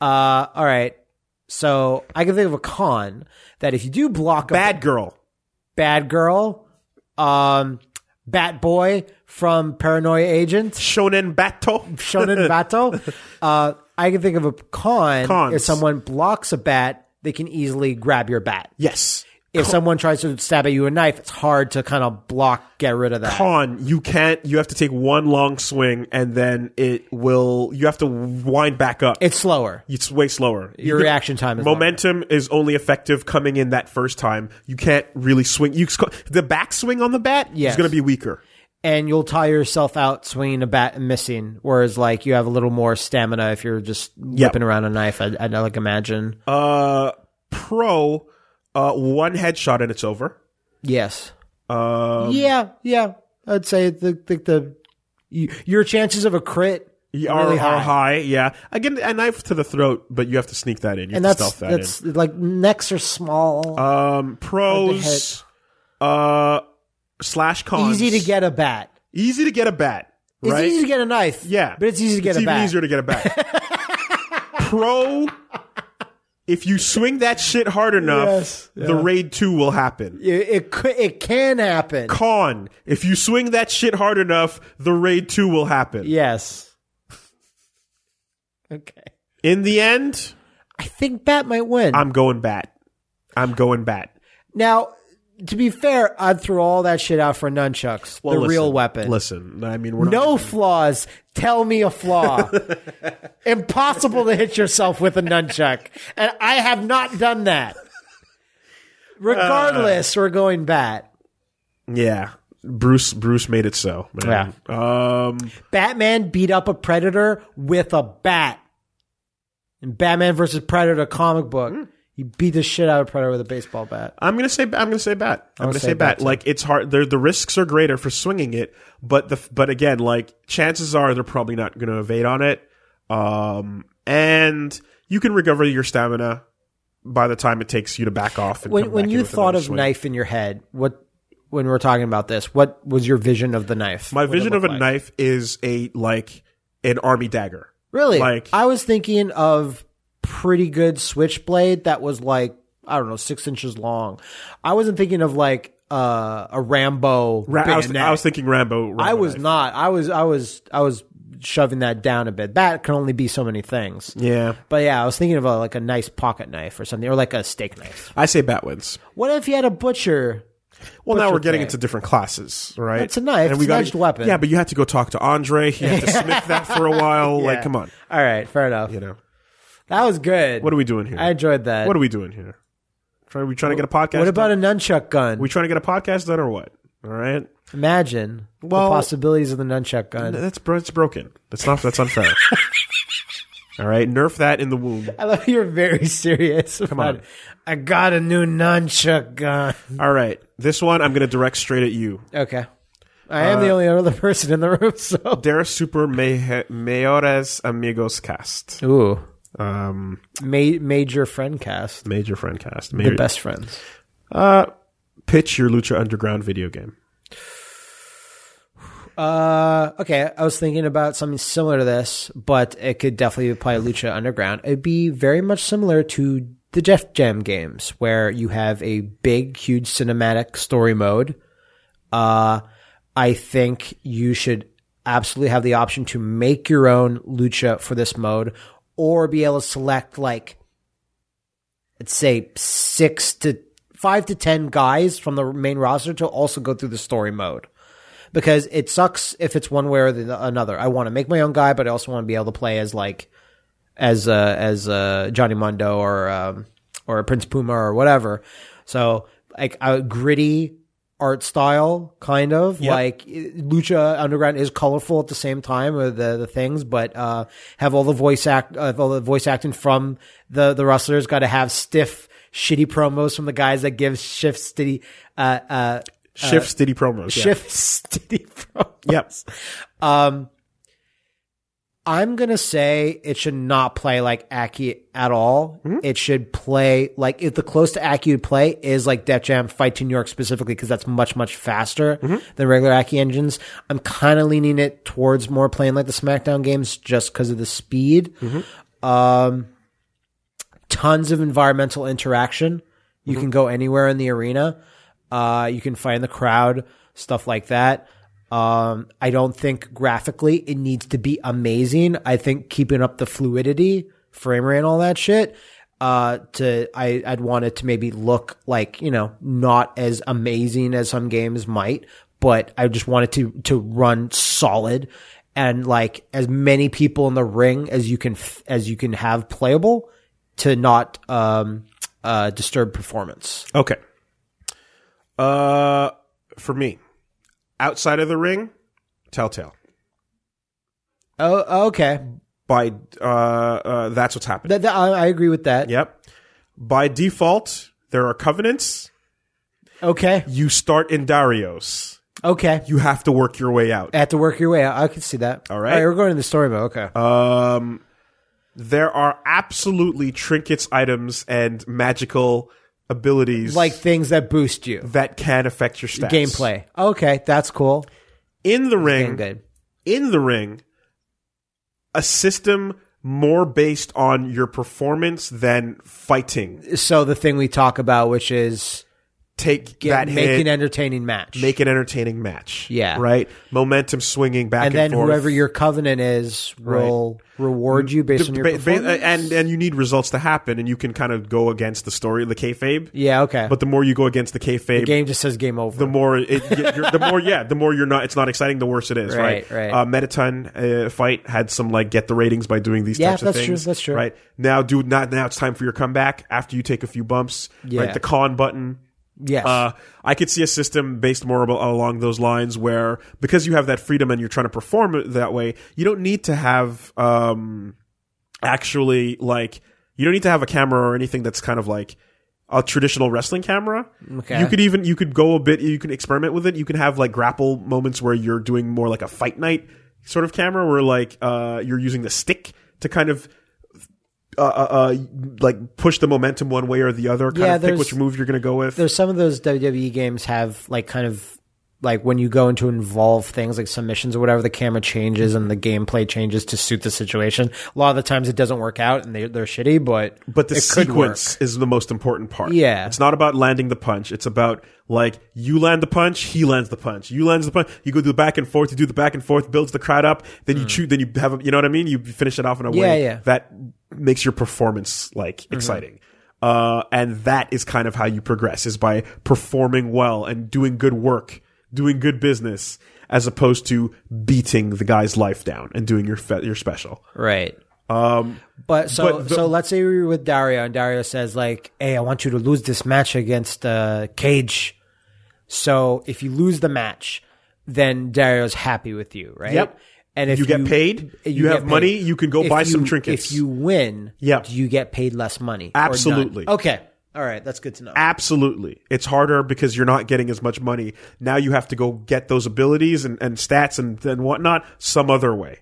Uh, all right. So I can think of a con that if you do block a Bad girl, bad girl, um, Bat Boy from Paranoia Agent, Shonen Bato. Shonen Bato. Uh, I can think of a con. Cons. If someone blocks a bat, they can easily grab your bat. Yes. If someone tries to stab at you with a knife, it's hard to kind of block, get rid of that. Pawn, you can't, you have to take one long swing and then it will, you have to wind back up. it's slower. It's way slower. Your You- reaction time is longer. momentum is only effective coming in that first time. You can't really swing. You the backswing on the bat Yes. is going to be weaker. and you'll tire yourself out swinging a bat and missing. Whereas, like, you have a little more stamina if you're just whipping around a knife. I, I like imagine. Uh, pro, uh, one headshot and it's over. yes. Uh, yeah. Yeah. I'd say the the, the you, your chances of a crit are, really are high. high. Yeah, again, a knife to the throat, but you have to sneak that in. You and have that's to stealth that that's like necks are small, in. Um, pros, uh, slash cons. easy to get a bat. Easy to get a bat. It's right? easy to get a knife. Yeah, but it's easy to get a even bat. easier to get a bat. Pro, if you swing that shit hard enough, Yes, the raid two will happen. it, it could it can happen. Con, if you swing that shit hard enough, the raid two will happen. yes. okay. In the end, I think bat might win. I'm going bat. I'm going bat. Now, to be fair, I'd throw all that shit out for nunchucks, the Well, real listen, weapon. Listen, I mean, we're not, No flaws. Tell me a flaw. Impossible to hit yourself with a nunchuck, and I have not done that. Regardless, we're going bat. Yeah, Bruce. Bruce made it so. Man. Yeah. Um. Batman beat up a predator with a bat. In Batman versus Predator comic book, Hmm. he beat the shit out of Predator with a baseball bat. I'm gonna say I'm gonna say bat. I'm, gonna say say, bat. bat, too. Like it's hard. The the risks are greater for swinging it, but the but again, like chances are they're probably not gonna evade on it. Um, and you can recover your stamina by the time it takes you to back off. And When come when back in you with thought another of swing. knife in your head, what when we were talking about this, what was your vision of the knife? my What did it vision look of a like? knife is a like an army dagger. Really? Like- I was thinking of pretty good switchblade that was like I don't know six inches long. I wasn't thinking of like uh, a Rambo. Ra- I, was, bayonet. I was thinking Rambo. Rambo I was knife. not. I was. I was. I was shoving that down a bit. That can only be so many things. Yeah, But yeah, I was thinking of a, like a nice pocket knife or something, or like a steak knife. I say bat wins. What if you had a butcher? Well, now we're getting thing. into different classes, right? It's a knife. It's an edged weapon. Yeah, but you had to go talk to Andre. He had to sniff that for a while. Like, Yeah. come on, All right, fair enough. you know. That was good. What are we doing here? I enjoyed that. what are we doing here? Try- Are we trying to get a podcast? What about Done? a nunchuck gun? we trying to get a podcast done or what? All right, Imagine Well- the possibilities of the nunchuck gun. that's bro- it's broken. That's not. That's unfair. All right, nerf that in the womb. I love you're very serious. Come on. I got a new nunchuck gun. All right, this one I'm going to direct straight at you. Okay. Uh, I am the only other person in the room, so. Dera Super Mehe- Mejores Amigos Cast. Ooh. Um, Ma- major friend cast. major friend cast. The Major, best friends. Uh, pitch your Lucha Underground video game. Uh, okay. I was thinking about something similar to this, but it could definitely apply to Lucha Underground. It'd be very much similar to the Def Jam games, where you have a big, huge cinematic story mode. Uh, I think you should absolutely have the option to make your own lucha for this mode, or be able to select like let's say six to five to ten guys from the main roster to also go through the story mode because it sucks if it's one way or the another. I want to make my own guy, but I also want to be able to play as like as uh, as uh, Johnny Mundo or um, or Prince Puma or whatever. So like a gritty art style kind of like it- lucha underground is colorful at the same time with the the things but uh have all the voice act uh, have all the voice acting from the the wrestlers got to have stiff shitty promos from the guys that give shift stitty uh uh Shift Stitty promos. yeah. shift stitty promos Yep. um, I'm gonna say it should not play like Aki at all. It should play like if the close to Aki would play is like Def Jam Fight to New York specifically because that's much much faster than regular Aki engines. I'm kind of leaning it towards more playing like the SmackDown games just because of the speed. Um, tons of environmental interaction. You can go anywhere in the arena. Uh, you can find the crowd, stuff like that. Um, I don't think graphically it needs to be amazing. I think keeping up the fluidity, frame rate, and all that shit. Uh, to I, I'd want it to maybe look like you know not as amazing as some games might, but I just want it to to run solid and like as many people in the ring as you can f- as you can have playable to not um uh disturb performance. Okay. Uh, for me, outside of the ring, Telltale. Oh, okay. By uh, uh that's what's happening. That, that- I, I agree with that. yep. By default, there are covenants. Okay. You start in Darius. Okay. You have to work your way out. Have to work your way out. I can see that. All right. All right we're going to the story mode. Okay. Um, there are absolutely trinkets, items, and magical abilities like things that boost you. that can affect your stats. Gameplay. Okay, that's cool. in the Damn ring. good. in the ring a system more based on your performance than fighting. So the thing we talk about, which is Take get, that make hit, an entertaining match, make an entertaining match. Yeah. right. Momentum swinging back and, and then forth. whoever your covenant is will reward you based on your Ba- ba- performance. and and you need results to happen, and you can kind of go against the story, the kayfabe. yeah, okay. But the more you go against the kayfabe, the game just says game over. the more it, you're, the more yeah the more you're not it's not exciting the worse it is right Right, right. uh, Metaton uh, fight had some like get the ratings by doing these Yeah, types of that's things true, that's true. right now do not now it's time for your comeback after you take a few bumps right Yeah. the con button yes. uh, I could see a system based more abo- along those lines where because you have that freedom and you're trying to perform it that way, you don't need to have um, actually like you don't need to have a camera or anything that's kind of like a traditional wrestling camera. Okay. You could even you could go a bit. You can experiment with it. You can have like grapple moments where you're doing more like a fight night sort of camera where like uh, you're using the stick to kind of. Uh, uh, uh, like push the momentum one way or the other. Kind Yeah, of pick there's- which move you're going to go with. there's some of those WWE games have like kind of like when you go into involve things like submissions or whatever, the camera changes and the gameplay changes to suit the situation. A lot of the times it doesn't work out and they, they're shitty, but But the it could sequence is the most important part. Yeah. It's not about landing the punch. It's about like you land the punch, he lands the punch. You lands the punch, you go do the back and forth, you do the back and forth, builds the crowd up, then you shoot, then you have a, you know what I mean? You finish it off in a Mm. Yeah, way yeah. Mm-hmm. that makes your performance like exciting. Uh, and that is kind of how you progress is by performing well and doing good work, doing good business, as opposed to beating the guy's life down and doing your fe- your special. right. Um, but so but the- so let's say you're with Dario and Dario says like, "Hey, I want you to lose this match against uh, Cage." So if you lose the match, then Dario's happy with you, right? Yep. And if You get paid, you have money, you can go If buy some you- trinkets. If you win, Yep. do you get paid less money? or none? Absolutely. Okay. All right, that's good to know. Absolutely. It's harder because you're not getting as much money. Now you have to go get those abilities and, and stats and, and whatnot some other way.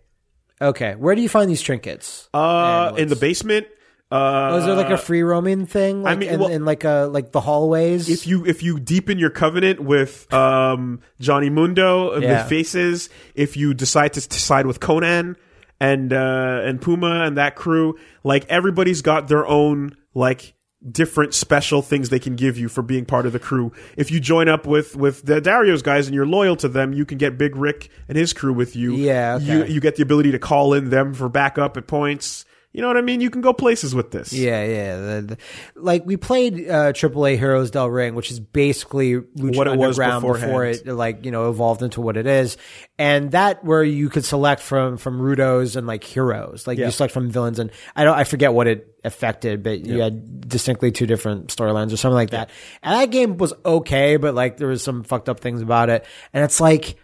Okay. Where do you find these trinkets? Uh, And in the basement, Oh, is uh, there like a free roaming thing? Like mean, in, well- in like a like the hallways? if you if you deepen your covenant with um, Johnny Mundo and Yeah. the faces, if you decide to, to side with Conan and uh, and Puma and that crew, like everybody's got their own like different special things they can give you for being part of the crew. If you join up with with the Dario's guys and you're loyal to them, you can get Big Rick and his crew with you. Yeah, okay. you you get the ability to call in them for backup at points. You know what I mean? You can go places with this. Yeah, yeah. The, the, like we played uh, AAA Heroes Del Ring, which is basically Lucha What it was Underground before beforehand. it like you know evolved into what it is, and that where you could select from from rudos and like heroes, like you select from villains, and I don't I forget what it affected, but you had distinctly two different storylines or something like that. And that game was okay, but like there was some fucked up things about it, and it's like.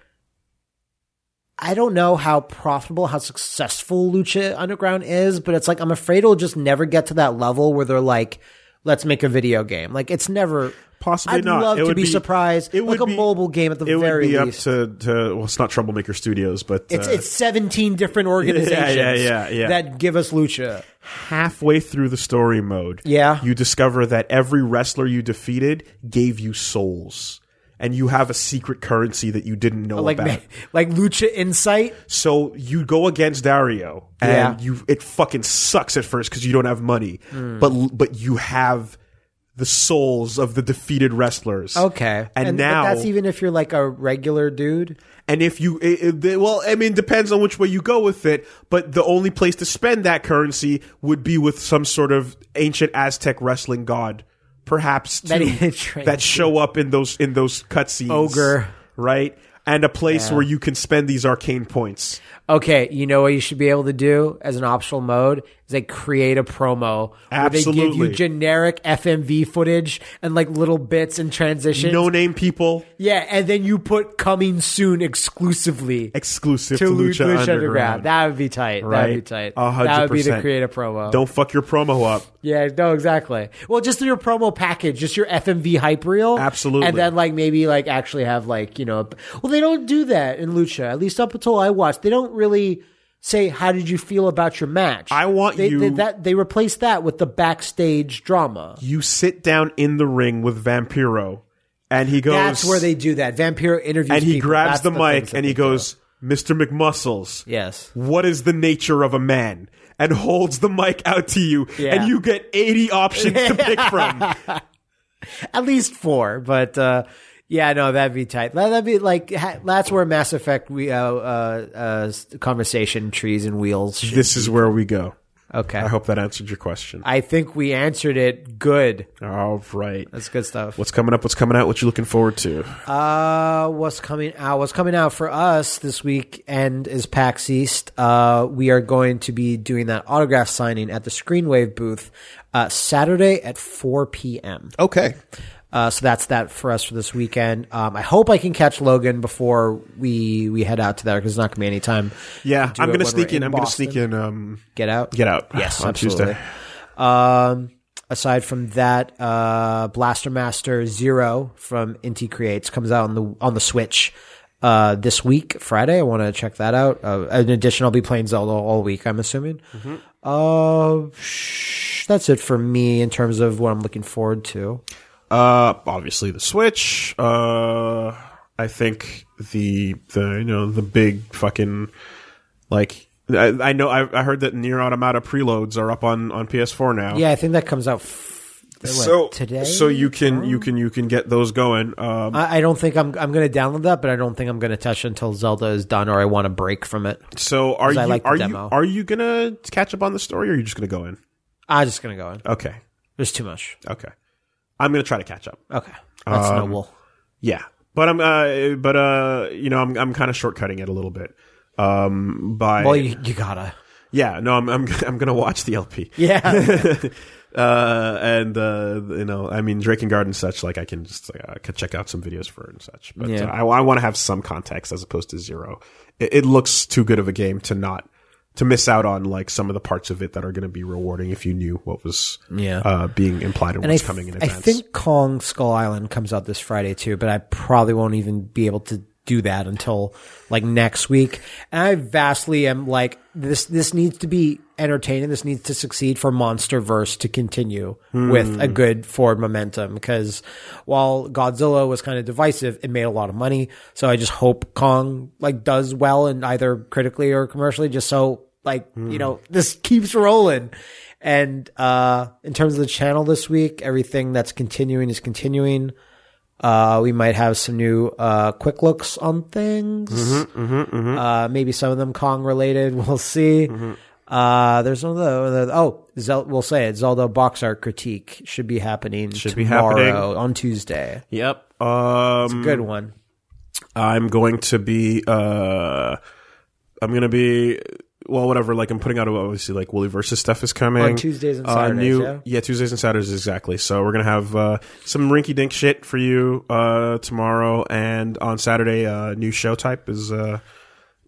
I don't know how profitable, how successful Lucha Underground is, but it's like I'm afraid it'll just never get to that level where they're like, let's make a video game. Like it's never Possibly I'd not. love It to would be, be- surprised. it like would a be- mobile game at the It would very be up least. to, to well, it's not Troublemaker Studios, but it's uh, it's 17 different organizations yeah, yeah, yeah. that give us Lucha. halfway through the story mode, Yeah. you discover that every wrestler you defeated gave you souls, and you have a secret currency that you didn't know Like about. like Lucha Insight. So you go against Dario, and Yeah. Hmm. you it fucking sucks at first because you don't have money, but but you have the souls of the defeated wrestlers. Okay. And but now- that's even if you're like a regular dude. And if you, it, it, they- well, I mean, depends on which way you go with it. But the only place to spend that currency would be with some sort of ancient Aztec wrestling god, perhaps too, That he trained that show up in those in those cutscenes. Ogre. right? And a place where you can spend these arcane points. Okay, you know what you should be able to do as an optional mode is like create a promo where they give Absolutely. you generic FMV footage and like little bits and transitions. No name people, yeah, and then you put coming soon exclusively exclusive to to, Lucha, Lucha Underground. Underground. That would be tight. That would be Right. tight. A hundred That would be to percent. create a promo. Don't fuck your promo up. Yeah, no, exactly. Well, just your promo package, just your FMV hype reel. Absolutely. And then, like, maybe, like, actually have, like, you know, well, they don't do that in Lucha, at least up until I watched. They don't really say, how did you feel about your match? I want they, you- They, that, they replace that with the backstage drama. You sit down in the ring with Vampiro, and he goes. That's where they do that. Vampiro interviews and he people. grabs That's the, things mic that and he they do. goes, "Mr. McMuscles, Yes. what is the nature of a man?" And holds the mic out to you, Yeah. and you get eighty options to pick from. At least four, but, uh, yeah, no, that'd be tight. That- That'd be like ha- that's where Mass Effect we uh, uh, uh, s- conversation trees and wheels. should- This is where we go. Okay, I hope that answered your question. I think we answered it good. All right. That's good stuff. What's coming up? What's coming out? What you looking forward to? Uh, what's coming out? What's coming out for us this weekend is PAX East. Uh, we are going to be doing that autograph signing at the Screenwave booth uh, Saturday at 4 p.m. Okay. Uh, so that's that for us for this weekend. Um, I hope I can catch Logan before we we head out to there because it's not gonna be any time. Yeah, Do I'm it gonna when sneak we're in. in I'm gonna Boston. sneak in. Um, Get out. get out. Yes, on absolutely. Tuesday. Um, aside from that, uh, Blaster Master Zero from Inti Creates comes out on the on the Switch uh, this week, Friday. I want to check that out. Uh, in addition, I'll be playing Zelda all week. I'm assuming. Mm-hmm. Uh, sh- that's it for me in terms of what I'm looking forward to. Uh, obviously the Switch. Uh, I think the the you know the big fucking like I, I know I, I heard that near automata preloads are up on on PS4 now. Yeah, I think that comes out f- what, So today. Oh. so you can you can you can get those going. Um, I I don't think I'm. I'm going to download that, but I don't think I'm going to touch it until Zelda is done, or I want a break from it. so are you I like the are demo. you are you gonna catch up on the story, or are you just gonna go in? I'm just going to go in. Okay, There's too much. okay. I'm gonna try to catch up. Okay, that's noble. Yeah, but I'm uh but uh you know I'm I'm kind of shortcutting it a little bit. Um, by Well, you, you gotta. Yeah, no, I'm I'm I'm gonna watch the LP. Yeah. Uh, and uh, you know, I mean, Drake and Guard and such. Like, I can just like, I could check out some videos for it and such. But Yeah. uh, I, I want to have some context as opposed to zero. It, it looks too good of a game to not to miss out on like some of the parts of it that are going to be rewarding if you knew what was Yeah. uh, being implied and, what's I, coming in I advance. think Kong Skull Island comes out this Friday too, but I probably won't even be able to do that until like next week. And I vastly am like this. This needs to be entertaining. This needs to succeed for MonsterVerse to continue with Hmm. a good forward momentum. Because while Godzilla was kind of divisive, it made a lot of money. So I just hope Kong like does well and either critically or commercially, just so like Hmm. you know this keeps rolling and uh in terms of the channel this week everything that's continuing is continuing uh we might have some new uh quick looks on things Mm-hmm, uh maybe some of them kong related we'll see Mm-hmm. uh there's another oh Zel- we'll say it zelda box art critique should be happening be tomorrow happening. Mm-hmm. on tuesday Yep. Um, good one I'm going to be uh I'm gonna be well whatever like I'm putting out obviously like Woolly versus stuff is coming Uh, On Tuesdays and Saturdays, yeah? Tuesdays and Saturdays exactly so we're gonna have uh some rinky dink shit for you uh tomorrow and on Saturday uh new show type is uh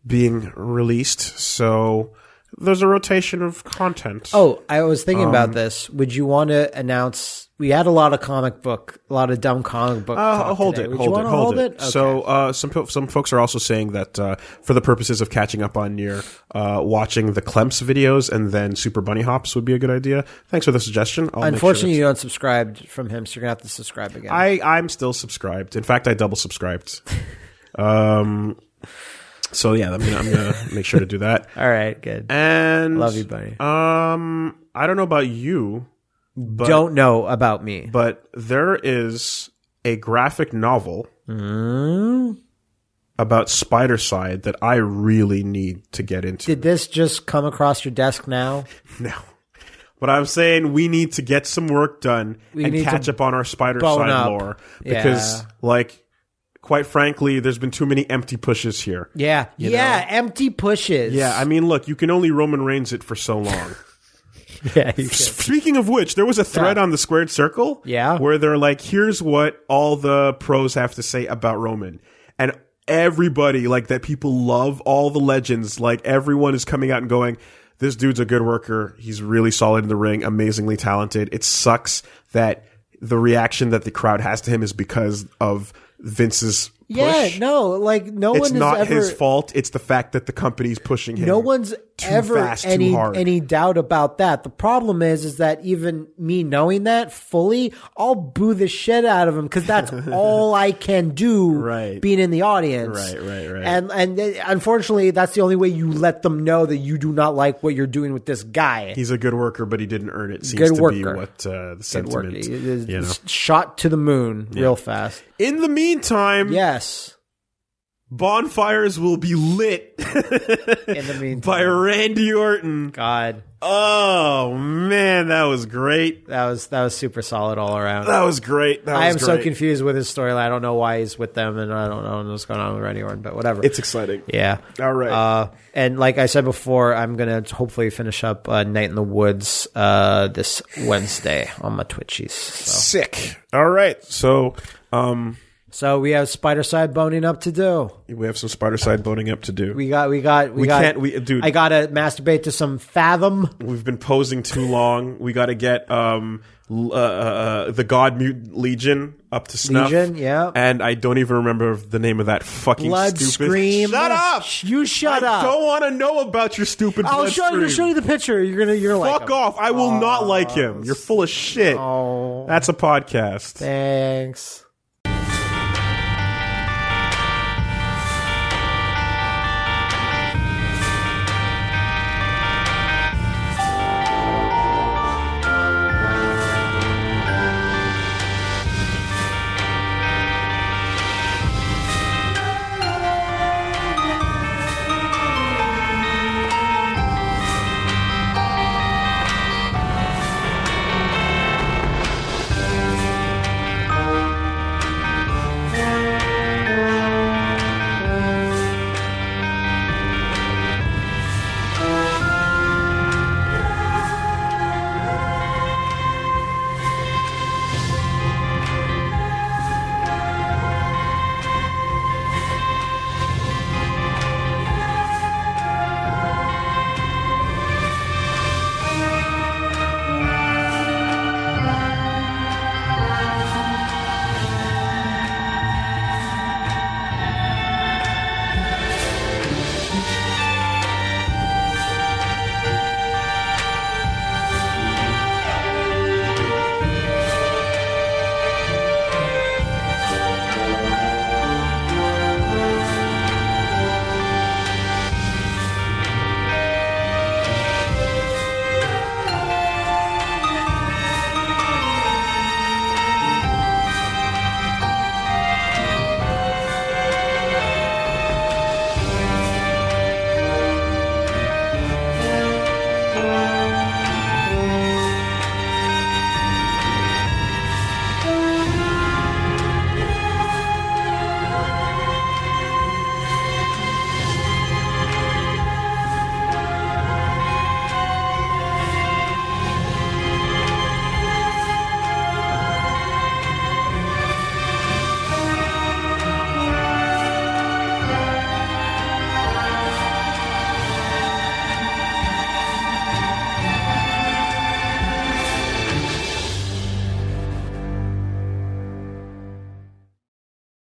being released so there's a rotation of content Oh, I was thinking Um, about this. Would you want to announce? We had a lot of comic book, a lot of dumb comic book. Uh, talk hold today. it, Would hold you it, wanna hold it. Okay. So uh, some po- some folks are also saying that uh, for the purposes of catching up on your uh, watching the Clemps videos and then Super Bunny Hops would be a good idea. Thanks for the suggestion. I'll make sure unfortunately, it's- you unsubscribed from him, so you're gonna have to subscribe again. I I'm still subscribed. In fact, I double subscribed. um, so yeah, I'm gonna, I'm gonna make sure to do that. All right, good. And Love you, buddy. Um, I don't know about you, don't know about me. but there is a graphic novel about Spider Side that I really need to get into Did this just come across your desk now? now. But I'm saying we need to get some work done and need to catch up on our Spider bone Side up. lore because, Yeah. like, quite frankly, there's been too many empty pushes here. Yeah. yeah. Empty pushes. Yeah, I mean, look, you can only Roman Reigns it for so long. yeah. you can- Speaking of which, there was a thread on the Squared Circle, Yeah. where they're like, "Here's what all the pros have to say about Roman," and everybody like that people love all the legends. Like everyone is coming out and going, "This dude's a good worker. He's really solid in the ring. Amazingly talented." It sucks that the reaction that the crowd has to him is because of Vince's push. Yeah, no, like no It's one is not ever his fault. It's the fact that the company's pushing him. no one's ever fast, too any hard. any doubt about that. The problem is is that even me knowing that fully, I'll boo the shit out of him cuz that's all I can do Right. being in the audience. Right, right, right. And and uh, unfortunately, that's the only way you let them know that you do not like what you're doing with this guy. He's a good worker, but he didn't earn it. Seems Good to be worker. what uh, the Good work. sentiment. It You is know. Shot to the moon real fast. In the meantime, Yes. bonfires will be lit In the meantime, by Randy Orton. God, Oh man, that was great. that was that was super solid all around. That was great. That I am was so great. confused with his storyline. I don't know why he's with them, and I don't know what's going on with Randy Orton, but whatever. It's exciting. yeah. All right. Uh, and like I said before, I'm gonna hopefully finish up uh, Night in the Woods uh, this Wednesday on my Twitchies. So, Sick. All right. So um, so we have Spider Side boning up to do. we have some spider side boating up to do. We, We got, we got, we, got. can't. We dude. I gotta masturbate to some Fathom. we've been posing too long. We got to get um l- uh, uh, uh, the God Mutant Legion up to snuff. Legion, yeah. And I don't even remember the name of that fucking Blood stupid. Scream. Shut up! Sh- You shut I up. don't want to know about your stupid. I'll Blood show Scream. you. Show you the picture. You're gonna. You're like. Fuck off! I will not like him. You're full of shit. Oh. That's a podcast. Thanks.